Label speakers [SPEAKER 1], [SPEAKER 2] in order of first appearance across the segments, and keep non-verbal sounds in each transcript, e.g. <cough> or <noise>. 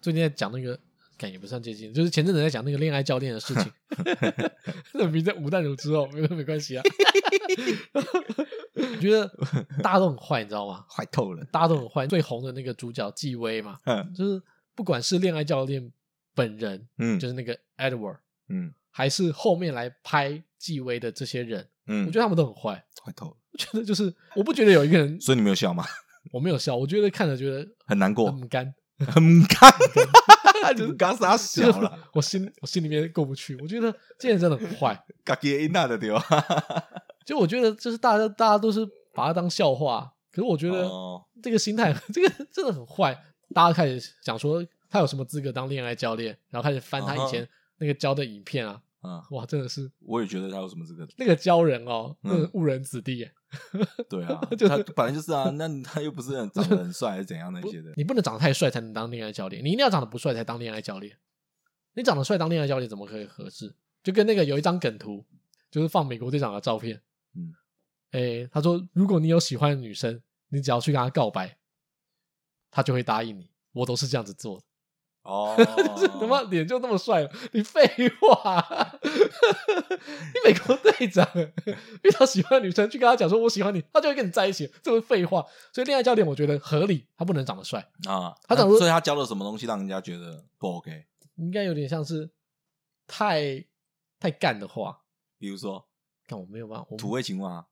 [SPEAKER 1] 最近在讲那个，感也不算接近，就是前阵子在讲那个恋爱教练的事
[SPEAKER 2] <laughs>
[SPEAKER 1] 情。那名在吴淡如之后，没没关系啊。我觉得大家都很坏，你知道吗？
[SPEAKER 2] 坏透了。
[SPEAKER 1] 大家都很坏。最红的那个主角纪薇嘛，
[SPEAKER 2] 嗯
[SPEAKER 1] 就是不管是恋爱教练本人，
[SPEAKER 2] 嗯
[SPEAKER 1] 就是那个 Edward，
[SPEAKER 2] 嗯
[SPEAKER 1] 还是后面来拍纪薇的这些人，
[SPEAKER 2] 嗯，
[SPEAKER 1] 我觉得他们都很坏。
[SPEAKER 2] 坏透了。
[SPEAKER 1] 我觉得就是，我不觉得有一个人，
[SPEAKER 2] 所以你没有笑吗？ <laughs>
[SPEAKER 1] 我没有笑，我觉得看着觉得
[SPEAKER 2] 很难过，
[SPEAKER 1] 很
[SPEAKER 2] <laughs>
[SPEAKER 1] 干，
[SPEAKER 2] 很干，
[SPEAKER 1] <laughs>
[SPEAKER 2] 就是刚傻
[SPEAKER 1] 就是
[SPEAKER 2] 小 <laughs> 了，
[SPEAKER 1] 我心我心里面过不去。我觉得这些人真的很坏，
[SPEAKER 2] 嘎给那的对吧？
[SPEAKER 1] 就我觉得就是大家大家都是把它当笑话，可是我觉得
[SPEAKER 2] 哦，
[SPEAKER 1] 这个心态 <laughs> 这个真的很坏。大家开始想说他有什么资格当恋爱教练，然后开始翻他
[SPEAKER 2] 啊哈
[SPEAKER 1] 以前那个教的影片啊，
[SPEAKER 2] <laughs> 嗯，
[SPEAKER 1] 哇，真的是
[SPEAKER 2] 我也觉得他有什么
[SPEAKER 1] <laughs>
[SPEAKER 2] 资格？
[SPEAKER 1] 那个教人哦，
[SPEAKER 2] 嗯
[SPEAKER 1] 真的误人子弟耶。
[SPEAKER 2] 对啊，
[SPEAKER 1] <laughs> 就是
[SPEAKER 2] 他本来就是啊，那他又不是很长得很帅，还是怎样那
[SPEAKER 1] <laughs>
[SPEAKER 2] 些的？
[SPEAKER 1] 你不能长得太帅才能当恋爱教练，你一定要长得不帅才当恋爱教练。你长得帅当恋爱教练怎么可以合适？就跟那个有一张梗图，就是放美国队长的照片，
[SPEAKER 2] 嗯，
[SPEAKER 1] 诶，他说如果你有喜欢的女生，你只要去跟她告白，她就会答应你。我都是这样子做的， <laughs>
[SPEAKER 2] 哦，
[SPEAKER 1] 这他妈脸就那么帅了，你废话， <laughs> 你美国队长遇到喜欢的女生去跟她讲说我喜欢你，她就会跟你在一起，这不是废话。所以恋爱教练我觉得合理，他不能长得帅。
[SPEAKER 2] 啊，
[SPEAKER 1] 他长
[SPEAKER 2] 那
[SPEAKER 1] 得
[SPEAKER 2] 所以他教了什么东西让人家觉得不 OK？
[SPEAKER 1] 应该有点像是太太干的话，
[SPEAKER 2] 比如说
[SPEAKER 1] 但我没有办法，我
[SPEAKER 2] 土味情话啊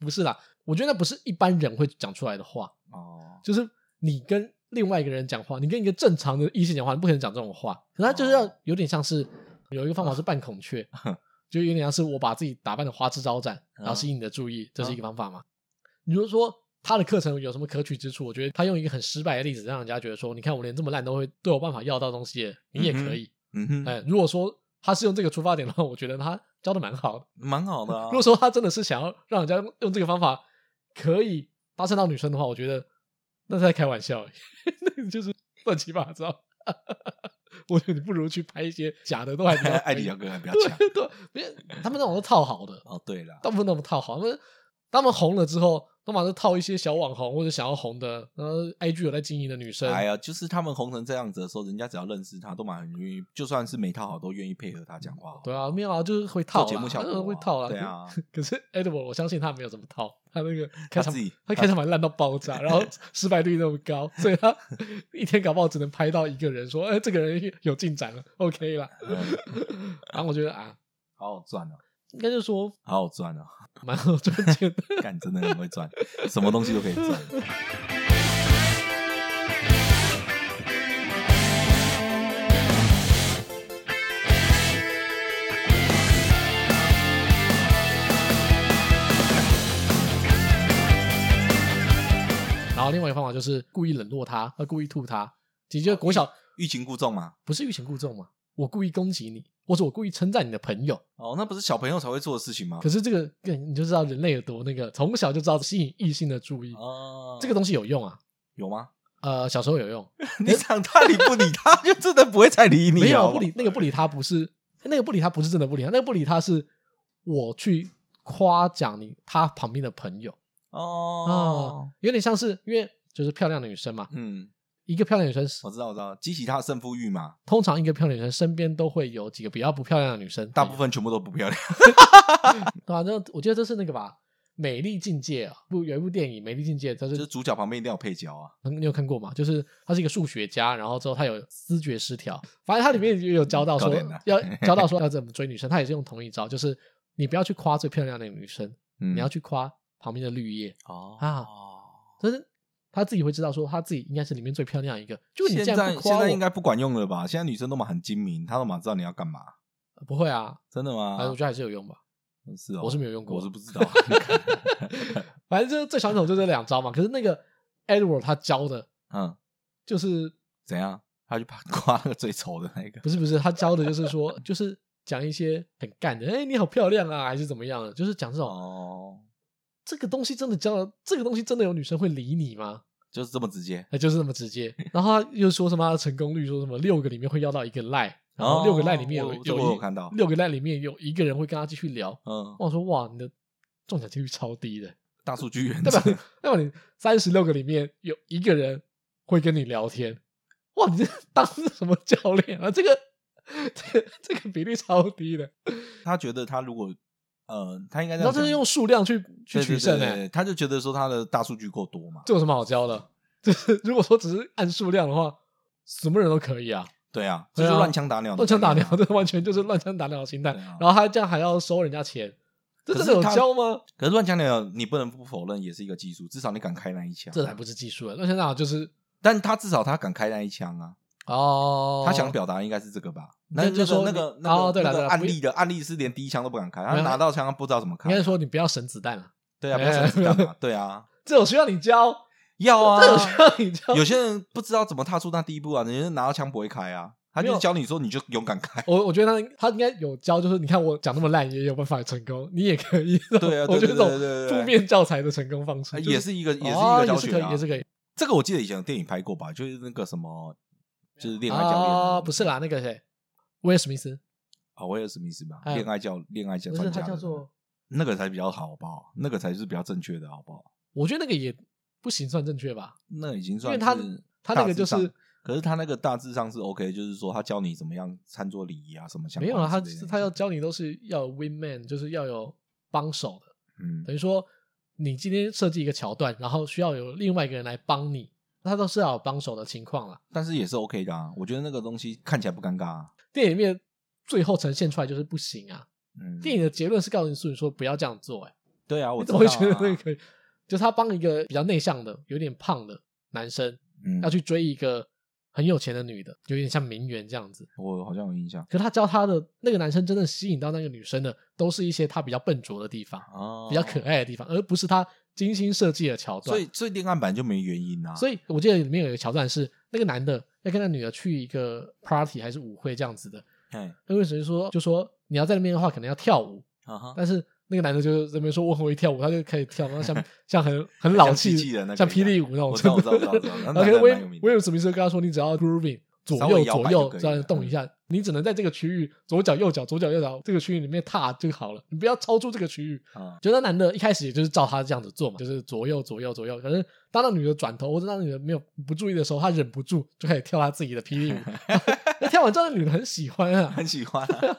[SPEAKER 1] 不是啦，我觉得那不是一般人会讲出来的话，
[SPEAKER 2] 哦，
[SPEAKER 1] 就是你跟另外一个人讲话，你跟一个正常的异性讲话，你不可能讲这种话，可是他就是
[SPEAKER 2] 哦
[SPEAKER 1] 要有点像是有一个方法是扮孔
[SPEAKER 2] <laughs>
[SPEAKER 1] 雀，就有点像是我把自己打扮的花枝招展，然
[SPEAKER 2] 嗯
[SPEAKER 1] 后吸引你的注意，这是一个方法嘛？你如果说。他的课程有什么可取之处？我觉得他用一个很失败的例子，让人家觉得说，你看我连这么烂都会都有办法要到东西了，你也可以。
[SPEAKER 2] 嗯哼，
[SPEAKER 1] 哎，如果说他是用这个出发点的话，我觉得他教的蛮好的。
[SPEAKER 2] 蛮好的啊 <laughs>
[SPEAKER 1] 如。果说他真的是想要让人家用用这个方法可以搭讪到女生的话，我觉得那是在开玩笑而已，欸 <laughs> 那个就是乱七八糟。 <laughs> 我觉得你不如去拍一些假的，都还比
[SPEAKER 2] <laughs>
[SPEAKER 1] 较
[SPEAKER 2] 艾迪小
[SPEAKER 1] 可以
[SPEAKER 2] 哥还比较强
[SPEAKER 1] <laughs> 对对，别他们那种都套好的，
[SPEAKER 2] 哦，对了，
[SPEAKER 1] 大部分那种套好，他们他们红了之后，都马上套一些小网红或者想要红的，然后 IG 有在经营的女生，
[SPEAKER 2] 哎呀，就是他们红成这样子的时候，人家只要认识他，都蛮愿意，就算是没套好，都愿意配合他讲话。哦
[SPEAKER 1] 对啊，没有啊，就是会套啦
[SPEAKER 2] 做节目效果啊
[SPEAKER 1] 嗯会套啦。
[SPEAKER 2] 对啊
[SPEAKER 1] 可是 Edward 我相信他没有怎么套， <laughs> 他那个开
[SPEAKER 2] 他
[SPEAKER 1] 场
[SPEAKER 2] 自己
[SPEAKER 1] 他开场白烂到爆炸，然后失败率那么高，所以他 <laughs> 一天搞不好只能拍到一个人说，哎、这个人有进展了，OK 啦。
[SPEAKER 2] 嗯
[SPEAKER 1] 然后我觉得啊，
[SPEAKER 2] 好好赚哦，
[SPEAKER 1] 应该就说
[SPEAKER 2] 好好赚哦，
[SPEAKER 1] 蛮好赚钱的。
[SPEAKER 2] 干真的很会赚， <laughs> 什么东西都可以赚。
[SPEAKER 1] <laughs> 然后另外一个方法就是故意冷落他，呃，故意吐他，其
[SPEAKER 2] 哦
[SPEAKER 1] 实就是国小
[SPEAKER 2] 欲擒故纵嘛，
[SPEAKER 1] 不是欲擒故纵嘛，我故意攻击你，或者我故意称赞你的朋友，
[SPEAKER 2] 哦，那不是小朋友才会做的事情吗
[SPEAKER 1] 可？是这个你就知道人类有多那个，从小就知道吸引异性的注意，
[SPEAKER 2] 哦，
[SPEAKER 1] 这个东西有用啊。
[SPEAKER 2] 有吗？
[SPEAKER 1] 呃，小时候有用，
[SPEAKER 2] 你长大你不理他，就真的不会再理你。
[SPEAKER 1] 没
[SPEAKER 2] 好
[SPEAKER 1] 有
[SPEAKER 2] 好
[SPEAKER 1] 不理那个不理他不是那个不理他不是真的不理他，那个不理他是我去夸奖你他旁边的朋友啊
[SPEAKER 2] 哦，
[SPEAKER 1] 有点像是因为就是漂亮的女生嘛，
[SPEAKER 2] 嗯，
[SPEAKER 1] 一个漂亮女生是
[SPEAKER 2] 我知道，我知道，激起他的胜负欲嘛，
[SPEAKER 1] 通常一个漂亮女生身边都会有几个比较不漂亮的女生，
[SPEAKER 2] 大部分全部都不漂亮。
[SPEAKER 1] 对啊，那我记得这是那个吧，《美丽境界》啊，不有一部电影《美丽境界》，它
[SPEAKER 2] 就是
[SPEAKER 1] 是
[SPEAKER 2] 主角旁边一定要有配角啊，
[SPEAKER 1] 你有看过吗？就是他是一个数学家，然后之后他有思觉失调，反正他里面也有教到说
[SPEAKER 2] 搞点的 <laughs>
[SPEAKER 1] 要教到说要怎么追女生，他也是用同一招，就是你不要去夸最漂亮的女生，
[SPEAKER 2] 嗯，
[SPEAKER 1] 你要去夸旁边的绿叶，
[SPEAKER 2] 哦
[SPEAKER 1] 啊但是他自己会知道说他自己应该是里面最漂亮一个。就你
[SPEAKER 2] 现
[SPEAKER 1] 这样
[SPEAKER 2] 在
[SPEAKER 1] 不
[SPEAKER 2] 现
[SPEAKER 1] 夸我，
[SPEAKER 2] 在应该不管用了吧？现在女生都嘛很精明，她都嘛知道你要干嘛，
[SPEAKER 1] 不会啊，
[SPEAKER 2] 真的
[SPEAKER 1] 反正
[SPEAKER 2] 吗
[SPEAKER 1] 我？觉得还是有用吧。
[SPEAKER 2] 是哦，
[SPEAKER 1] 我是没有用过啊
[SPEAKER 2] 我是不知道。啊
[SPEAKER 1] 反正就是最传统就这两招嘛。可是那个 Edward 他教的
[SPEAKER 2] 嗯，
[SPEAKER 1] 就是
[SPEAKER 2] 怎样？他就 <laughs> 怕刮那个最丑的那个
[SPEAKER 1] 不是不是他教的就是说就是讲一些很干的，哎、你好漂亮啊，还是怎么样的，就是讲这种、
[SPEAKER 2] 哦，
[SPEAKER 1] 这个东西真的教，这个东西真的有女生会理你吗？
[SPEAKER 2] 就是这么直接。
[SPEAKER 1] 哎，就是那么直接。然后他又说什么成功率说什么六个里面会要到一个赖，然后六个赖里面有、
[SPEAKER 2] 哦我这
[SPEAKER 1] 有
[SPEAKER 2] 个
[SPEAKER 1] 一
[SPEAKER 2] 我有看到
[SPEAKER 1] 六个赖里面有一个人会跟他继续聊，
[SPEAKER 2] 嗯，
[SPEAKER 1] 我想说哇，你的中奖几率超低的，
[SPEAKER 2] 大数据原
[SPEAKER 1] 代
[SPEAKER 2] 则
[SPEAKER 1] 表，那么你三十六个里面有一个人会跟你聊天，哇，你这当是什么教练啊？这个这个这个比率超低的，
[SPEAKER 2] 他觉得他如果呃，他应该这
[SPEAKER 1] 然后
[SPEAKER 2] 样
[SPEAKER 1] 这
[SPEAKER 2] 讲
[SPEAKER 1] 是用数量去去
[SPEAKER 2] 对
[SPEAKER 1] 取
[SPEAKER 2] 对
[SPEAKER 1] 胜
[SPEAKER 2] 对
[SPEAKER 1] 哎、
[SPEAKER 2] 对，他就觉得说他的大数据够多嘛，
[SPEAKER 1] 这有什么好教的？ <laughs> 就是如果说只是按数量的话，什么人都可以啊，
[SPEAKER 2] 对啊，这
[SPEAKER 1] 对啊
[SPEAKER 2] 就是乱枪打鸟的
[SPEAKER 1] 乱枪打
[SPEAKER 2] 概
[SPEAKER 1] 鸟
[SPEAKER 2] 念，啊，
[SPEAKER 1] 这完全就是乱枪打鸟的心态。
[SPEAKER 2] 对啊
[SPEAKER 1] 然后他这样还要收人家钱，这
[SPEAKER 2] 可
[SPEAKER 1] 真
[SPEAKER 2] 是
[SPEAKER 1] 的有
[SPEAKER 2] 他
[SPEAKER 1] 教吗？
[SPEAKER 2] 可是乱枪打鸟，你不能不否认，也是一个技术，至少你敢开那一枪，
[SPEAKER 1] 这还不是技术啊，乱枪打鸟就是
[SPEAKER 2] 但他至少他敢开那一枪啊，
[SPEAKER 1] 哦，
[SPEAKER 2] 他想表达应该是这个吧？
[SPEAKER 1] 你
[SPEAKER 2] 那
[SPEAKER 1] 就
[SPEAKER 2] 就是
[SPEAKER 1] 说
[SPEAKER 2] 那
[SPEAKER 1] 你
[SPEAKER 2] 个
[SPEAKER 1] 哦
[SPEAKER 2] 那
[SPEAKER 1] 对啦对啦
[SPEAKER 2] 个那个
[SPEAKER 1] 不
[SPEAKER 2] 案
[SPEAKER 1] 一
[SPEAKER 2] 例的案例是连第一枪都不敢开，
[SPEAKER 1] 没
[SPEAKER 2] 他
[SPEAKER 1] 有
[SPEAKER 2] 拿到枪他不知道怎么开
[SPEAKER 1] 应，该说你不要省子弹了，
[SPEAKER 2] 对啊，
[SPEAKER 1] 没
[SPEAKER 2] 不
[SPEAKER 1] 有
[SPEAKER 2] 要想子弹嘛，对啊，
[SPEAKER 1] 这有需要你教， <laughs>
[SPEAKER 2] 要啊
[SPEAKER 1] 这，有需要你教。
[SPEAKER 2] 有些人不知道怎么踏出那第一步啊，人家拿到枪不会开啊，他
[SPEAKER 1] 没
[SPEAKER 2] 就
[SPEAKER 1] 有，
[SPEAKER 2] 教你说你就勇敢开
[SPEAKER 1] 哦
[SPEAKER 2] <laughs>
[SPEAKER 1] 我我觉得他他应该有教，就是你看我讲那么烂也有办法成功，你也可以。 <laughs>
[SPEAKER 2] 对啊，
[SPEAKER 1] 我觉得这
[SPEAKER 2] 对对对
[SPEAKER 1] 种
[SPEAKER 2] 对对，
[SPEAKER 1] 负面教材的成功方式
[SPEAKER 2] 呃
[SPEAKER 1] 就是
[SPEAKER 2] 也是一个也是一
[SPEAKER 1] 哦
[SPEAKER 2] 个教
[SPEAKER 1] 也是可
[SPEAKER 2] 学
[SPEAKER 1] 以，
[SPEAKER 2] 啊
[SPEAKER 1] 也，是可以。
[SPEAKER 2] 这个我记得以前有电影拍过吧，就是那个什么，就是恋爱教练
[SPEAKER 1] 哦
[SPEAKER 2] 啊，
[SPEAKER 1] 不是啦，那个谁，威尔史密斯，
[SPEAKER 2] 啊，威尔史密斯吧，
[SPEAKER 1] 哎
[SPEAKER 2] 恋爱教恋爱教
[SPEAKER 1] 不
[SPEAKER 2] 专
[SPEAKER 1] 是
[SPEAKER 2] 家
[SPEAKER 1] 他
[SPEAKER 2] 的
[SPEAKER 1] 叫做，
[SPEAKER 2] 那个才比较好，好不好？那个才是比较正确的，好不好？
[SPEAKER 1] 我觉得那个也不行，算正确吧？
[SPEAKER 2] 那已经
[SPEAKER 1] 因
[SPEAKER 2] 算
[SPEAKER 1] 为
[SPEAKER 2] 是
[SPEAKER 1] 他他那
[SPEAKER 2] 大
[SPEAKER 1] 个
[SPEAKER 2] 致
[SPEAKER 1] 就是
[SPEAKER 2] 上，可是他那个大致上是 OK，就是说他教你怎么样餐桌礼仪啊，什么相
[SPEAKER 1] 没有
[SPEAKER 2] 关
[SPEAKER 1] 啊，他
[SPEAKER 2] 之类的
[SPEAKER 1] 他要教你都是要有 win man，就是要有帮手的，
[SPEAKER 2] 嗯
[SPEAKER 1] 等于说你今天设计一个桥段，然后需要有另外一个人来帮你，他都是要有帮手的情况啦。
[SPEAKER 2] 但是也是 OK 的啊。我觉得那个东西看起来不尴尬啊。
[SPEAKER 1] 电影里面最后呈现出来就是不行啊，
[SPEAKER 2] 嗯，
[SPEAKER 1] 电影的结论是告诉你说不要这样做、哎，
[SPEAKER 2] 对啊，我
[SPEAKER 1] 你 <laughs>
[SPEAKER 2] 知
[SPEAKER 1] 怎
[SPEAKER 2] 道
[SPEAKER 1] 么会觉
[SPEAKER 2] 啊
[SPEAKER 1] 得那个可以？就是他帮一个比较内向的、有点胖的男生
[SPEAKER 2] 嗯
[SPEAKER 1] 要，去追一个很有钱的女的，有点像名媛这样子。
[SPEAKER 2] 我好像有印象
[SPEAKER 1] 可是他教他的那个男生真正吸引到那个女生的，都是一些他比较笨拙的地方，
[SPEAKER 2] 啊，
[SPEAKER 1] 比较可。爱的地方，而不是他精心设计的桥段。
[SPEAKER 2] 所以，所以恋爱版就没原因啊。
[SPEAKER 1] 所以我记得里面有一个桥段是那个男的要跟那女的去一个 party 还是舞会这样子的，
[SPEAKER 2] 哎，
[SPEAKER 1] 那个女生说就说你要在那边的话，可能要跳舞，
[SPEAKER 2] 啊哈，
[SPEAKER 1] 但是那个男的就在那边说我很会跳舞，他就开始跳，然后
[SPEAKER 2] <laughs>
[SPEAKER 1] 像像很很老气
[SPEAKER 2] 像机器人那个
[SPEAKER 1] 像霹雳舞那种
[SPEAKER 2] 我知道
[SPEAKER 1] 程度
[SPEAKER 2] 我知道我知道我知道
[SPEAKER 1] 然
[SPEAKER 2] 那
[SPEAKER 1] 后 <laughs>
[SPEAKER 2] 男
[SPEAKER 1] 可
[SPEAKER 2] 的
[SPEAKER 1] 能
[SPEAKER 2] 蛮
[SPEAKER 1] 威
[SPEAKER 2] 有名的
[SPEAKER 1] 威尔史密斯跟他说，你只要 grooving 左
[SPEAKER 2] 稍
[SPEAKER 1] 右
[SPEAKER 2] 微摇摆
[SPEAKER 1] 左
[SPEAKER 2] 就
[SPEAKER 1] 右
[SPEAKER 2] 可以
[SPEAKER 1] 这样
[SPEAKER 2] 了
[SPEAKER 1] 动一下，你只能在这个区域左脚右脚左脚右脚这个区域里面踏就好了，你不要超出这个区域。
[SPEAKER 2] 啊，
[SPEAKER 1] 就那男的一开始也就是照他这样子做嘛，就是左右左右左右。可是当那女的转头或者那女的没有不注意的时候，他忍不住就开始跳他自己的霹
[SPEAKER 2] <laughs>
[SPEAKER 1] 雳舞。那跳完之后，那女的很喜欢啊，
[SPEAKER 2] 很喜
[SPEAKER 1] <laughs>
[SPEAKER 2] 欢啊。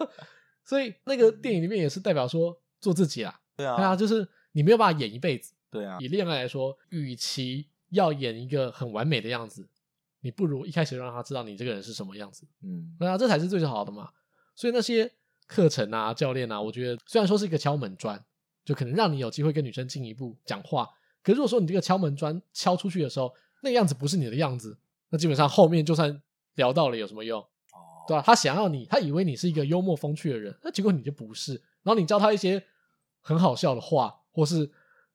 [SPEAKER 1] 所以那个电影里面也是代表说做自己啦。
[SPEAKER 2] 对
[SPEAKER 1] 对啊，
[SPEAKER 2] 啊，
[SPEAKER 1] 就是你没有办法演一辈子。
[SPEAKER 2] 对啊，
[SPEAKER 1] 以恋爱来说，与其要演一个很完美的样子，你不如一开始让他知道你这个人是什么样子，
[SPEAKER 2] 嗯，
[SPEAKER 1] 那这才是最好的嘛。所以那些课程啊、教练啊，我觉得虽然说是一个敲门砖，就可能让你有机会跟女生进一步讲话，可是如果说你这个敲门砖敲出去的时候，那个样子不是你的样子，那基本上后面就算聊到了有什么用？
[SPEAKER 2] 哦
[SPEAKER 1] 对吧、他想要你，他以为你是一个幽默风趣的人，那结果你就不是。然后你教他一些很好笑的话，或是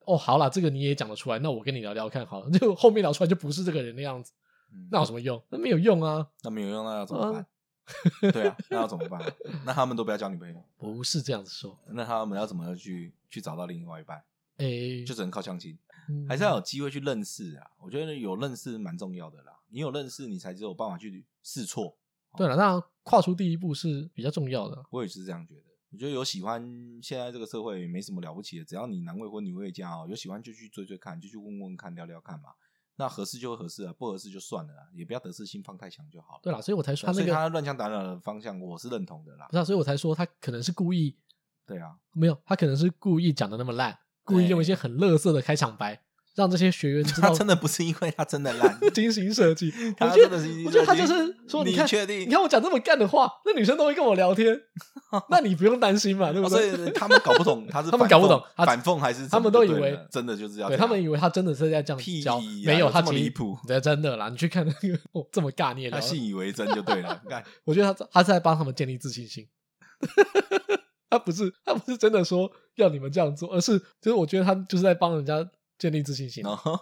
[SPEAKER 1] 哦，好啦，这个你也讲得出来，那我跟你聊聊看好了。 <laughs> 就后面聊出来就不是这个人的样子，
[SPEAKER 2] 嗯
[SPEAKER 1] 那有什么用？那没有用啊，
[SPEAKER 2] 那没有用，那要怎么办？
[SPEAKER 1] <laughs>
[SPEAKER 2] 对啊，那要怎么办？那他们都不要交女朋友，
[SPEAKER 1] 不是这样子说。
[SPEAKER 2] 那他们要怎么去去找到另外一半？
[SPEAKER 1] 诶，
[SPEAKER 2] 就只能靠相亲，
[SPEAKER 1] 哎嗯
[SPEAKER 2] 还是要有机会去认识啊。我觉得有认识蛮重要的啦，你有认识，你才只有办法去试错。
[SPEAKER 1] 对了。那跨出第一步是比较重要的。
[SPEAKER 2] 我也是这样觉得。我觉得有喜欢，现在这个社会没什么了不起的，只要你男未婚女未嫁哦，有喜欢就去追追看，就去问问看，聊聊看嘛。那合适就合适啊，不合适就算了啦，也不要得失心放太强就好了。
[SPEAKER 1] 对了，所以我才说
[SPEAKER 2] 对啊，
[SPEAKER 1] 他
[SPEAKER 2] 所
[SPEAKER 1] 那
[SPEAKER 2] 以
[SPEAKER 1] 个
[SPEAKER 2] 他乱枪打鸟的方向，我是认同的啦
[SPEAKER 1] 不。是、啊，所以我才说他可能是故意
[SPEAKER 2] 对啊，
[SPEAKER 1] 没有，他可能是故意讲的那么烂，故意用一些很垃圾的开场白，让这些学员知道
[SPEAKER 2] 他真的不是因为他真的烂，
[SPEAKER 1] 精心设
[SPEAKER 2] <laughs>
[SPEAKER 1] 计。我
[SPEAKER 2] 他
[SPEAKER 1] 觉
[SPEAKER 2] 真
[SPEAKER 1] 得
[SPEAKER 2] 的是精，心
[SPEAKER 1] 我觉得他就
[SPEAKER 2] 设计
[SPEAKER 1] 是说，
[SPEAKER 2] 你
[SPEAKER 1] 看，
[SPEAKER 2] 确定
[SPEAKER 1] 你看我讲这么干的话，那女生都会跟我聊
[SPEAKER 2] <laughs>
[SPEAKER 1] 天，那你不用担心嘛，对不
[SPEAKER 2] 哦所
[SPEAKER 1] 对？
[SPEAKER 2] 以他们搞不懂他是
[SPEAKER 1] <laughs> 他们
[SPEAKER 2] 反
[SPEAKER 1] 搞不懂
[SPEAKER 2] 讽
[SPEAKER 1] 他
[SPEAKER 2] 反讽还是
[SPEAKER 1] 他们
[SPEAKER 2] 怎么
[SPEAKER 1] 都
[SPEAKER 2] 就
[SPEAKER 1] 以
[SPEAKER 2] 对
[SPEAKER 1] 为
[SPEAKER 2] 了真的就是要
[SPEAKER 1] 对
[SPEAKER 2] 这
[SPEAKER 1] 他
[SPEAKER 2] 样
[SPEAKER 1] 们以为他真的是在这
[SPEAKER 2] 屁
[SPEAKER 1] 样教，
[SPEAKER 2] 呀
[SPEAKER 1] 没有，
[SPEAKER 2] 有
[SPEAKER 1] 他
[SPEAKER 2] 这么
[SPEAKER 1] 其实
[SPEAKER 2] 离谱
[SPEAKER 1] 对，真的啦，你去看那个哦，这么尬，你也聊
[SPEAKER 2] 他
[SPEAKER 1] 得。
[SPEAKER 2] 信以为真就对了。
[SPEAKER 1] <laughs>
[SPEAKER 2] 看
[SPEAKER 1] 我觉得他他是在帮他们建立自信心， <laughs> 他不是他不是真的说要你们这样做，而是就是我觉得他就是在帮人家建立自信心，
[SPEAKER 2] 然后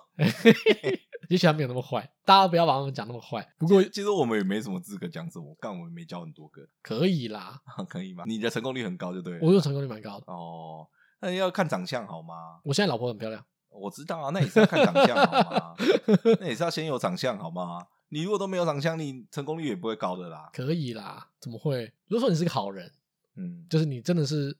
[SPEAKER 1] 也许他没有那么坏，大家不要把他们讲那么坏，不过
[SPEAKER 2] 其实我们也没什么资格讲什么，干我们也没教很多个， <laughs>
[SPEAKER 1] 可以啦，
[SPEAKER 2] 可以吗？你的成功率很高就对了。
[SPEAKER 1] 我有成功率蛮高的，
[SPEAKER 2] 哦，那要看长相好吗？
[SPEAKER 1] 我现在老婆很漂亮。
[SPEAKER 2] 我知道啊，那也是要看长相好吗？那也是要先有长相好吗？你如果都没有长相，你成功率也不会高的啦。
[SPEAKER 1] 可以啦，怎么会？如果说你是个好人，
[SPEAKER 2] 嗯，
[SPEAKER 1] 就是你真的是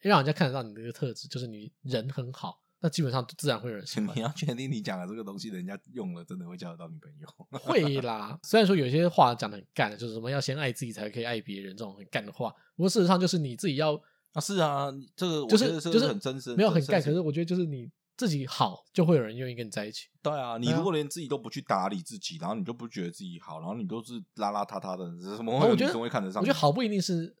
[SPEAKER 1] 让人家看得到你的一个特质，就是你人很好，那基本上自然会有人喜欢
[SPEAKER 2] 你。要确定你讲的这个东西，人家用了真的会交得到女朋友。 <laughs>
[SPEAKER 1] 会啦，虽然说有些话讲的很干，就是什么要先爱自己才可以爱别人这种很干的话，不过事实上就是你自己要
[SPEAKER 2] 啊，是啊，你这个我
[SPEAKER 1] 就
[SPEAKER 2] 觉
[SPEAKER 1] 是
[SPEAKER 2] 得这
[SPEAKER 1] 就
[SPEAKER 2] 个
[SPEAKER 1] 是
[SPEAKER 2] 很真实，
[SPEAKER 1] 没有很
[SPEAKER 2] 真
[SPEAKER 1] 干，
[SPEAKER 2] 实
[SPEAKER 1] 可是我觉得就是你自己好，就会有人愿意跟你在一起。
[SPEAKER 2] 对啊，你
[SPEAKER 1] 对啊
[SPEAKER 2] 如果连自己都不去打理自己，然后你就不觉得自己好，然后你都是邋邋遢遢的，怎么
[SPEAKER 1] 哦
[SPEAKER 2] 会有
[SPEAKER 1] 我觉
[SPEAKER 2] 女
[SPEAKER 1] 得
[SPEAKER 2] 生会看得上
[SPEAKER 1] 我
[SPEAKER 2] 你？
[SPEAKER 1] 觉得好不一定是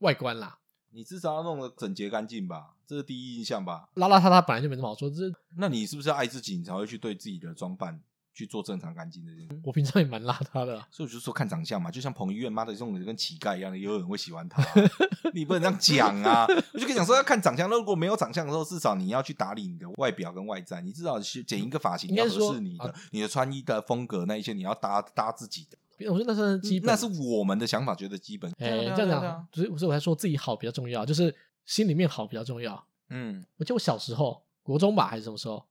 [SPEAKER 1] 外观啦，
[SPEAKER 2] 你至少要弄得整洁干净吧，这是第一印象吧？
[SPEAKER 1] 邋邋遢遢本来就没什么好说，这
[SPEAKER 2] 那你是不是要爱自己，你才会去对自己的装扮去做正常干净这件事？
[SPEAKER 1] 我平常也蛮邋遢的啊。
[SPEAKER 2] 所以我就说看长相嘛，就像彭于晏妈的这种人跟乞丐一样的，也有人会喜欢他、啊
[SPEAKER 1] <laughs>
[SPEAKER 2] 你不能这样讲啊！我就跟你讲说要看长相，那如果没有长相的时候，至少你要去打理你的外表跟外在，你至少去剪一个发型，
[SPEAKER 1] 应该
[SPEAKER 2] 要合
[SPEAKER 1] 说
[SPEAKER 2] 适你的、
[SPEAKER 1] 啊
[SPEAKER 2] 你的穿衣的风格那一些，你要搭搭自己的。
[SPEAKER 1] 我觉得那算是基本，
[SPEAKER 2] 嗯那是我们的想法，觉得基本。
[SPEAKER 1] 哎、
[SPEAKER 2] 对啊
[SPEAKER 1] 这样，
[SPEAKER 2] 对啊对啊
[SPEAKER 1] 讲，所以所以我才说自己好比较重要，就是心里面好比较重要。
[SPEAKER 2] 嗯， <laughs>
[SPEAKER 1] 我记得我小时候，国中吧还是什么时候，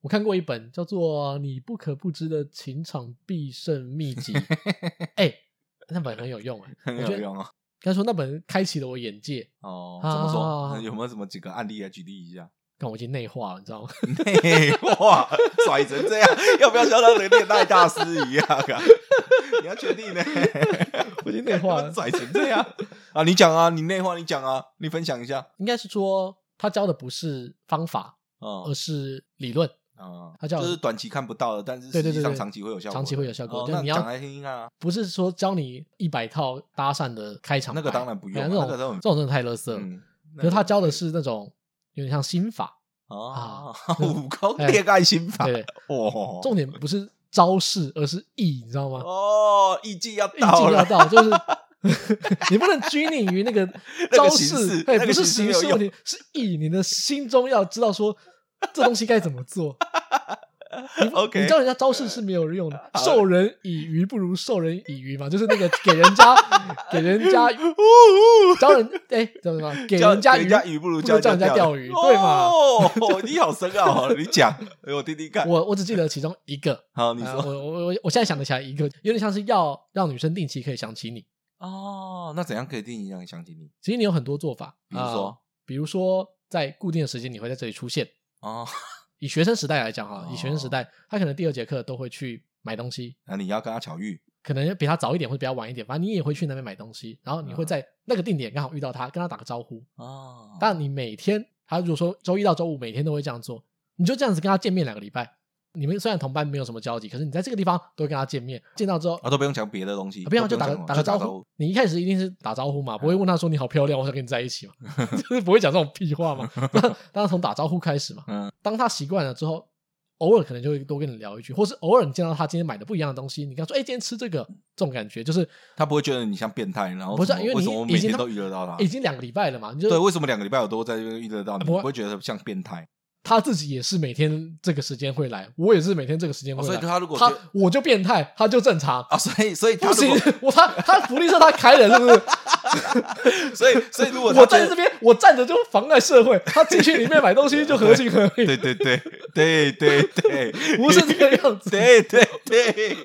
[SPEAKER 1] 我看过一本叫做《你不可不知的情场必胜秘籍》，
[SPEAKER 2] <laughs>
[SPEAKER 1] 哎、那本很有用哎、
[SPEAKER 2] 很
[SPEAKER 1] 我
[SPEAKER 2] 有
[SPEAKER 1] 觉得
[SPEAKER 2] 用哦。
[SPEAKER 1] 该说那本开启了我眼界，
[SPEAKER 2] 哦，
[SPEAKER 1] 啊
[SPEAKER 2] 怎么说？ <laughs> 有没有什么几个案例来举例一下？ <laughs>
[SPEAKER 1] 但我已经内化了，你知道吗？
[SPEAKER 2] 嘿哇，甩成这样，要不要像那个恋爱大师一样啊？ <laughs> 你要确定呢？
[SPEAKER 1] <laughs> 我已经内化了，
[SPEAKER 2] 甩成这样啊！你讲啊，你内化，你讲啊，你分享一下。
[SPEAKER 1] 应该是说他教的不是方法，而
[SPEAKER 2] 嗯
[SPEAKER 1] 是理论，
[SPEAKER 2] 嗯，
[SPEAKER 1] 他叫
[SPEAKER 2] 就是短期看不到的，但是
[SPEAKER 1] 对
[SPEAKER 2] 实
[SPEAKER 1] 对
[SPEAKER 2] 际
[SPEAKER 1] 对
[SPEAKER 2] 上
[SPEAKER 1] 对
[SPEAKER 2] 长期会有效果的，
[SPEAKER 1] 长期会有效果。就
[SPEAKER 2] 哦
[SPEAKER 1] 是
[SPEAKER 2] 那
[SPEAKER 1] 你
[SPEAKER 2] 讲
[SPEAKER 1] 要
[SPEAKER 2] 来听听看啊。
[SPEAKER 1] 不是说教你一百套搭讪的开场白，
[SPEAKER 2] 那个当然不用
[SPEAKER 1] 哎
[SPEAKER 2] 啊
[SPEAKER 1] 那种
[SPEAKER 2] 那个都很
[SPEAKER 1] 这种真的太垃圾了。
[SPEAKER 2] 嗯，
[SPEAKER 1] 可呃是他教的是那种有点像心
[SPEAKER 2] <laughs>
[SPEAKER 1] 法，
[SPEAKER 2] 哦，
[SPEAKER 1] 那个
[SPEAKER 2] 武功
[SPEAKER 1] 哎
[SPEAKER 2] 恋爱心法，
[SPEAKER 1] 对，
[SPEAKER 2] 哦，
[SPEAKER 1] 重点不是招式，而是意，你知道吗？
[SPEAKER 2] 哦，意境要
[SPEAKER 1] 意
[SPEAKER 2] 到
[SPEAKER 1] 境
[SPEAKER 2] 了
[SPEAKER 1] 要，到，就是 <laughs> 你不能拘泥于那个
[SPEAKER 2] <laughs> 那个
[SPEAKER 1] 招
[SPEAKER 2] 形式
[SPEAKER 1] 式，哎，
[SPEAKER 2] 那个
[SPEAKER 1] 不是
[SPEAKER 2] 形式
[SPEAKER 1] 形
[SPEAKER 2] 没有
[SPEAKER 1] 式
[SPEAKER 2] 用
[SPEAKER 1] 问题，是意，你的心中要知道说这东西该怎么做。你
[SPEAKER 2] OK 啊
[SPEAKER 1] 你教人家招式是没有用的，
[SPEAKER 2] 好
[SPEAKER 1] 授人以鱼不如授人以渔嘛，就是那个给人家给人家
[SPEAKER 2] 呜呜
[SPEAKER 1] 教人哎怎么讲，给
[SPEAKER 2] 教
[SPEAKER 1] 人家
[SPEAKER 2] 人
[SPEAKER 1] 鱼
[SPEAKER 2] 家鱼不如教
[SPEAKER 1] 教人
[SPEAKER 2] 人
[SPEAKER 1] 家
[SPEAKER 2] 家钓
[SPEAKER 1] 鱼，对嘛？ <laughs>
[SPEAKER 2] 哦，你好深奥哦，你讲，哎我听听看。
[SPEAKER 1] 我我只记得其中一个，
[SPEAKER 2] 好，你
[SPEAKER 1] 呃
[SPEAKER 2] 说
[SPEAKER 1] 我我我我现在想得起来一个，有点像是要让女生定期可以想起你。
[SPEAKER 2] 哦，那怎样可以定义让你想起你？
[SPEAKER 1] 其实你有很多做法，
[SPEAKER 2] 比如说
[SPEAKER 1] 呃比如说在固定的时间你会在这里出现。
[SPEAKER 2] 哦，
[SPEAKER 1] 以学生时代来讲哈，
[SPEAKER 2] 哦
[SPEAKER 1] 以学生时代，他可能第二节课都会去买东西，
[SPEAKER 2] 那你要跟他巧遇，
[SPEAKER 1] 可能比他早一点或者比他晚一点，反正你也会去那边买东西，然后你会
[SPEAKER 2] 嗯
[SPEAKER 1] 在那个定点刚好遇到他，跟他打个招呼。
[SPEAKER 2] 哦
[SPEAKER 1] 但你每天，他如果说周一到周五每天都会这样做，你就这样子跟他见面两个礼拜。你们虽然同班没有什么交集，可是你在这个地方都会跟他见面，见到之后
[SPEAKER 2] 啊都不用讲别的东西，
[SPEAKER 1] 啊不要就
[SPEAKER 2] 都
[SPEAKER 1] 打个
[SPEAKER 2] 讲什么
[SPEAKER 1] 打个
[SPEAKER 2] 哦就
[SPEAKER 1] 招
[SPEAKER 2] 招嗯
[SPEAKER 1] 呼。。你一开始一定是打招呼嘛，不会问他说你好漂亮，我想跟你在一
[SPEAKER 2] <laughs>
[SPEAKER 1] 起嘛，就是不会讲这种屁话嘛。那当然从打招呼开始嘛。
[SPEAKER 2] 嗯，
[SPEAKER 1] 当他习惯了之后，偶尔可能就会多跟你聊一句，或是偶尔你见到他今天买的不一样的东西，你跟他说哎、今天吃这个，这种感觉就是
[SPEAKER 2] 他不会觉得你像变态，然后
[SPEAKER 1] 不是
[SPEAKER 2] 什
[SPEAKER 1] 啊
[SPEAKER 2] 么
[SPEAKER 1] 因为
[SPEAKER 2] 为
[SPEAKER 1] 你
[SPEAKER 2] 什么我
[SPEAKER 1] 已
[SPEAKER 2] 每
[SPEAKER 1] 经
[SPEAKER 2] 天
[SPEAKER 1] 他
[SPEAKER 2] 都遇得到他
[SPEAKER 1] 已？经两个礼拜了嘛，你
[SPEAKER 2] 对，
[SPEAKER 1] 就
[SPEAKER 2] 为什么两个礼拜我都在这边遇得到你？
[SPEAKER 1] 不
[SPEAKER 2] 不
[SPEAKER 1] 会
[SPEAKER 2] 会觉得像变态？
[SPEAKER 1] 他自己也是每天这个时间会来，我也是每天这个时间
[SPEAKER 2] 哦
[SPEAKER 1] 会
[SPEAKER 2] 所
[SPEAKER 1] 来，
[SPEAKER 2] 以他如果
[SPEAKER 1] 他
[SPEAKER 2] 觉得
[SPEAKER 1] 我就变态，他就正常。
[SPEAKER 2] 啊，所以所以他
[SPEAKER 1] 不
[SPEAKER 2] 如
[SPEAKER 1] 行
[SPEAKER 2] 果，
[SPEAKER 1] <laughs> 我他他福利社他开了是
[SPEAKER 2] <laughs>
[SPEAKER 1] 不是？
[SPEAKER 2] 所以所以如果他
[SPEAKER 1] 我
[SPEAKER 2] 觉
[SPEAKER 1] 站在
[SPEAKER 2] 得
[SPEAKER 1] 这边，我站着就妨碍社会。他进去里面买东西就合情合理，
[SPEAKER 2] <laughs> 对对对对对对，
[SPEAKER 1] 不是这个样子。
[SPEAKER 2] <laughs> 对对对，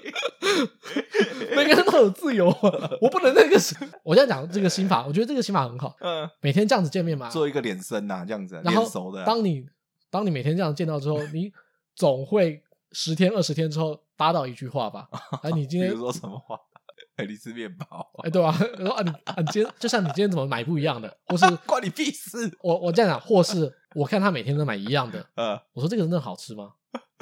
[SPEAKER 1] 每个人都有自由 <laughs> 啊，我不能那个
[SPEAKER 2] <laughs>
[SPEAKER 1] 时。我现在讲这个心法，我觉得这个心法很好，
[SPEAKER 2] 嗯，
[SPEAKER 1] 每天这样子见面嘛，
[SPEAKER 2] 做一个脸生呐，这样子啊，
[SPEAKER 1] 然
[SPEAKER 2] 脸
[SPEAKER 1] 后
[SPEAKER 2] 熟的啊，
[SPEAKER 1] 当你当你每天这样见到之后，你总会十天二十天之后搭到一句话
[SPEAKER 2] <laughs>
[SPEAKER 1] 吧？哎，你今
[SPEAKER 2] 比
[SPEAKER 1] 天
[SPEAKER 2] 如说什么话？ <laughs> 哎，你吃面包，
[SPEAKER 1] 哎对吧、然后啊你 <laughs> 啊你今天就像你今天怎么买不一样的，或是
[SPEAKER 2] <laughs> 关你屁事！
[SPEAKER 1] 我我这样讲，或是我看他每天都买一样的，
[SPEAKER 2] 呃，
[SPEAKER 1] 我说这个真的好吃吗？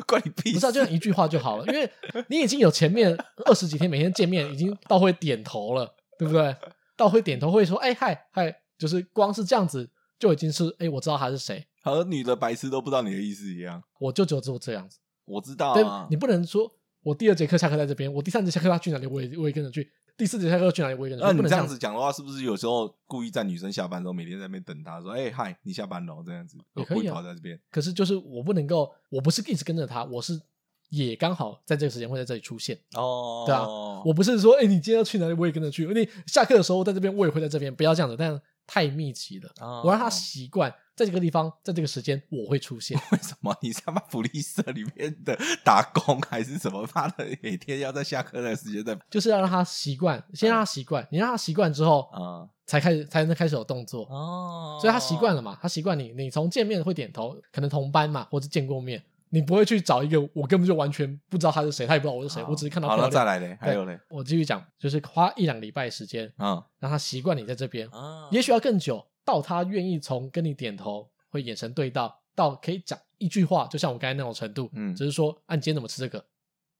[SPEAKER 2] 关你屁
[SPEAKER 1] 不
[SPEAKER 2] 事！
[SPEAKER 1] 是、啊，就像一句话就好了，因为你已经有前面二十几天每天见面，已经到会点头了，对不对？到会点头会说，哎嗨嗨，就是光是这样子就已经是，哎，我知道他是谁，
[SPEAKER 2] 好像女的白痴都不知道你的意思一样。
[SPEAKER 1] 我就只有做这样子。
[SPEAKER 2] 我知道
[SPEAKER 1] 对
[SPEAKER 2] 啊，，
[SPEAKER 1] 你不能说我第二节课下课在这边，我第三节下课他去哪里，我也我也跟着去，第四节下课去哪里我也跟着
[SPEAKER 2] 那
[SPEAKER 1] 去，
[SPEAKER 2] 你
[SPEAKER 1] 不能
[SPEAKER 2] 这样
[SPEAKER 1] 子
[SPEAKER 2] 子。讲的话，是不是有时候故意在女生下班的时候，每天在那边等她，说：“哎，嗨，你下班了哦？”这样子，
[SPEAKER 1] 也可以啊
[SPEAKER 2] 故意跑在这边。
[SPEAKER 1] 可是就是我不能够，我不是一直跟着他，我是也刚好在这个时间会在这里出现。
[SPEAKER 2] 哦，
[SPEAKER 1] 对啊我不是说，哎，你今天要去哪里，我也跟着去。你下课的时候在这边，我也会在这边，不要这样子，但太密集了。
[SPEAKER 2] 哦
[SPEAKER 1] 我让他习惯在这个地方，在这个时间我会出
[SPEAKER 2] <laughs>
[SPEAKER 1] 现。
[SPEAKER 2] 为什么你是他妈福利社里面的打工还是什么？妈的，每天要在下课的时间在
[SPEAKER 1] 就是要让他习惯，先让他习
[SPEAKER 2] 哦
[SPEAKER 1] 惯，你让他习惯之后，
[SPEAKER 2] 啊
[SPEAKER 1] 才开始才能开始有动作。
[SPEAKER 2] 哦
[SPEAKER 1] 所以他习惯
[SPEAKER 2] 了
[SPEAKER 1] 了嘛，他习惯你，你从见面会点头，可能同班嘛，或者见过面，你不会去找一个我根本就完全不知道他是谁，他也不知道我是谁，我只是看到
[SPEAKER 2] 啊好
[SPEAKER 1] 漂
[SPEAKER 2] 了，再
[SPEAKER 1] 亮。
[SPEAKER 2] 来嘞，还有嘞，
[SPEAKER 1] 我继续讲，就是花一两礼拜时间
[SPEAKER 2] 嗯
[SPEAKER 1] 让他习惯你在这边，
[SPEAKER 2] 啊
[SPEAKER 1] 也许要更久，到他愿意从跟你点头，会眼神对到，到可以讲一句话，就像我刚才那种程度，
[SPEAKER 2] 嗯
[SPEAKER 1] 只是说，啊，你今天怎么吃这个？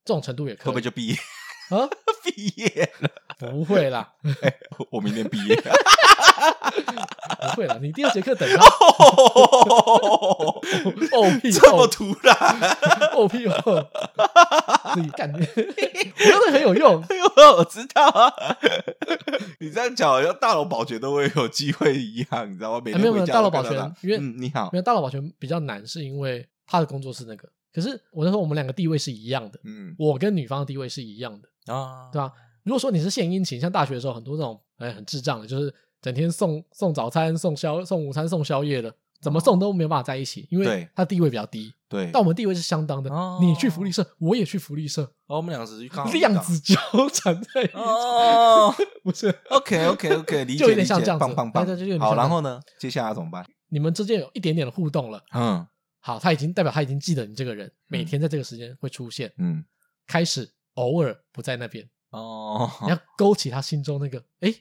[SPEAKER 1] 这种程度也可
[SPEAKER 2] 会
[SPEAKER 1] 以
[SPEAKER 2] 不会就毕业？
[SPEAKER 1] 啊，
[SPEAKER 2] <laughs> 毕业了，
[SPEAKER 1] 不会啦，
[SPEAKER 2] 我明年毕业。
[SPEAKER 1] 不会啦，你第二节课等他，
[SPEAKER 2] 哦
[SPEAKER 1] 哦屁，
[SPEAKER 2] <laughs> 这么
[SPEAKER 1] 哦
[SPEAKER 2] 突然，
[SPEAKER 1] 哦屁
[SPEAKER 2] <laughs>
[SPEAKER 1] 哦，自己干，我觉得很有用，
[SPEAKER 2] 哎呦，我知道
[SPEAKER 1] <laughs>
[SPEAKER 2] 啊。你这样讲好像大楼保全都会有机会一样，你知道吗？每
[SPEAKER 1] 哎没
[SPEAKER 2] 天
[SPEAKER 1] 有没
[SPEAKER 2] 回
[SPEAKER 1] 有
[SPEAKER 2] 家
[SPEAKER 1] 大楼
[SPEAKER 2] 都看
[SPEAKER 1] 保
[SPEAKER 2] 到
[SPEAKER 1] 全
[SPEAKER 2] 他
[SPEAKER 1] 因为
[SPEAKER 2] 嗯你好
[SPEAKER 1] 没，有大佬保全比较难，是因为他的工作是那个。可是我那时候我们两个地位是一样的，
[SPEAKER 2] 嗯
[SPEAKER 1] 我跟女方的地位是一样的，
[SPEAKER 2] 啊
[SPEAKER 1] 对吧、如果说你是献殷勤，像大学的时候很多那种哎很智障的，就是整天送送早餐、送宵、送午餐、送宵夜的，怎么送都没有办法在一起，因为
[SPEAKER 2] 哦对
[SPEAKER 1] 他地位比较低。
[SPEAKER 2] 对，
[SPEAKER 1] 但我们地位是相当的，
[SPEAKER 2] 哦
[SPEAKER 1] 你去福利社，我也去福利社，
[SPEAKER 2] 哦我们两个只是刚好遇到
[SPEAKER 1] 量子纠缠在一起，
[SPEAKER 2] 哦。
[SPEAKER 1] 不是？
[SPEAKER 2] OK
[SPEAKER 1] <laughs>
[SPEAKER 2] OK OK，理解
[SPEAKER 1] 就有点
[SPEAKER 2] 理
[SPEAKER 1] 像
[SPEAKER 2] 解
[SPEAKER 1] 这样子哎
[SPEAKER 2] 棒棒棒
[SPEAKER 1] 对对就有点。像
[SPEAKER 2] 好，
[SPEAKER 1] 这样
[SPEAKER 2] 然后呢，接下来怎么办？
[SPEAKER 1] 你们之间有一点点的互动了，
[SPEAKER 2] 嗯
[SPEAKER 1] 好，他已经代表他已经记得你这个人，每天在这个时间会出现，
[SPEAKER 2] 嗯，
[SPEAKER 1] 开始偶尔不在那边，
[SPEAKER 2] 哦，
[SPEAKER 1] 你要勾起他心中那个，哎、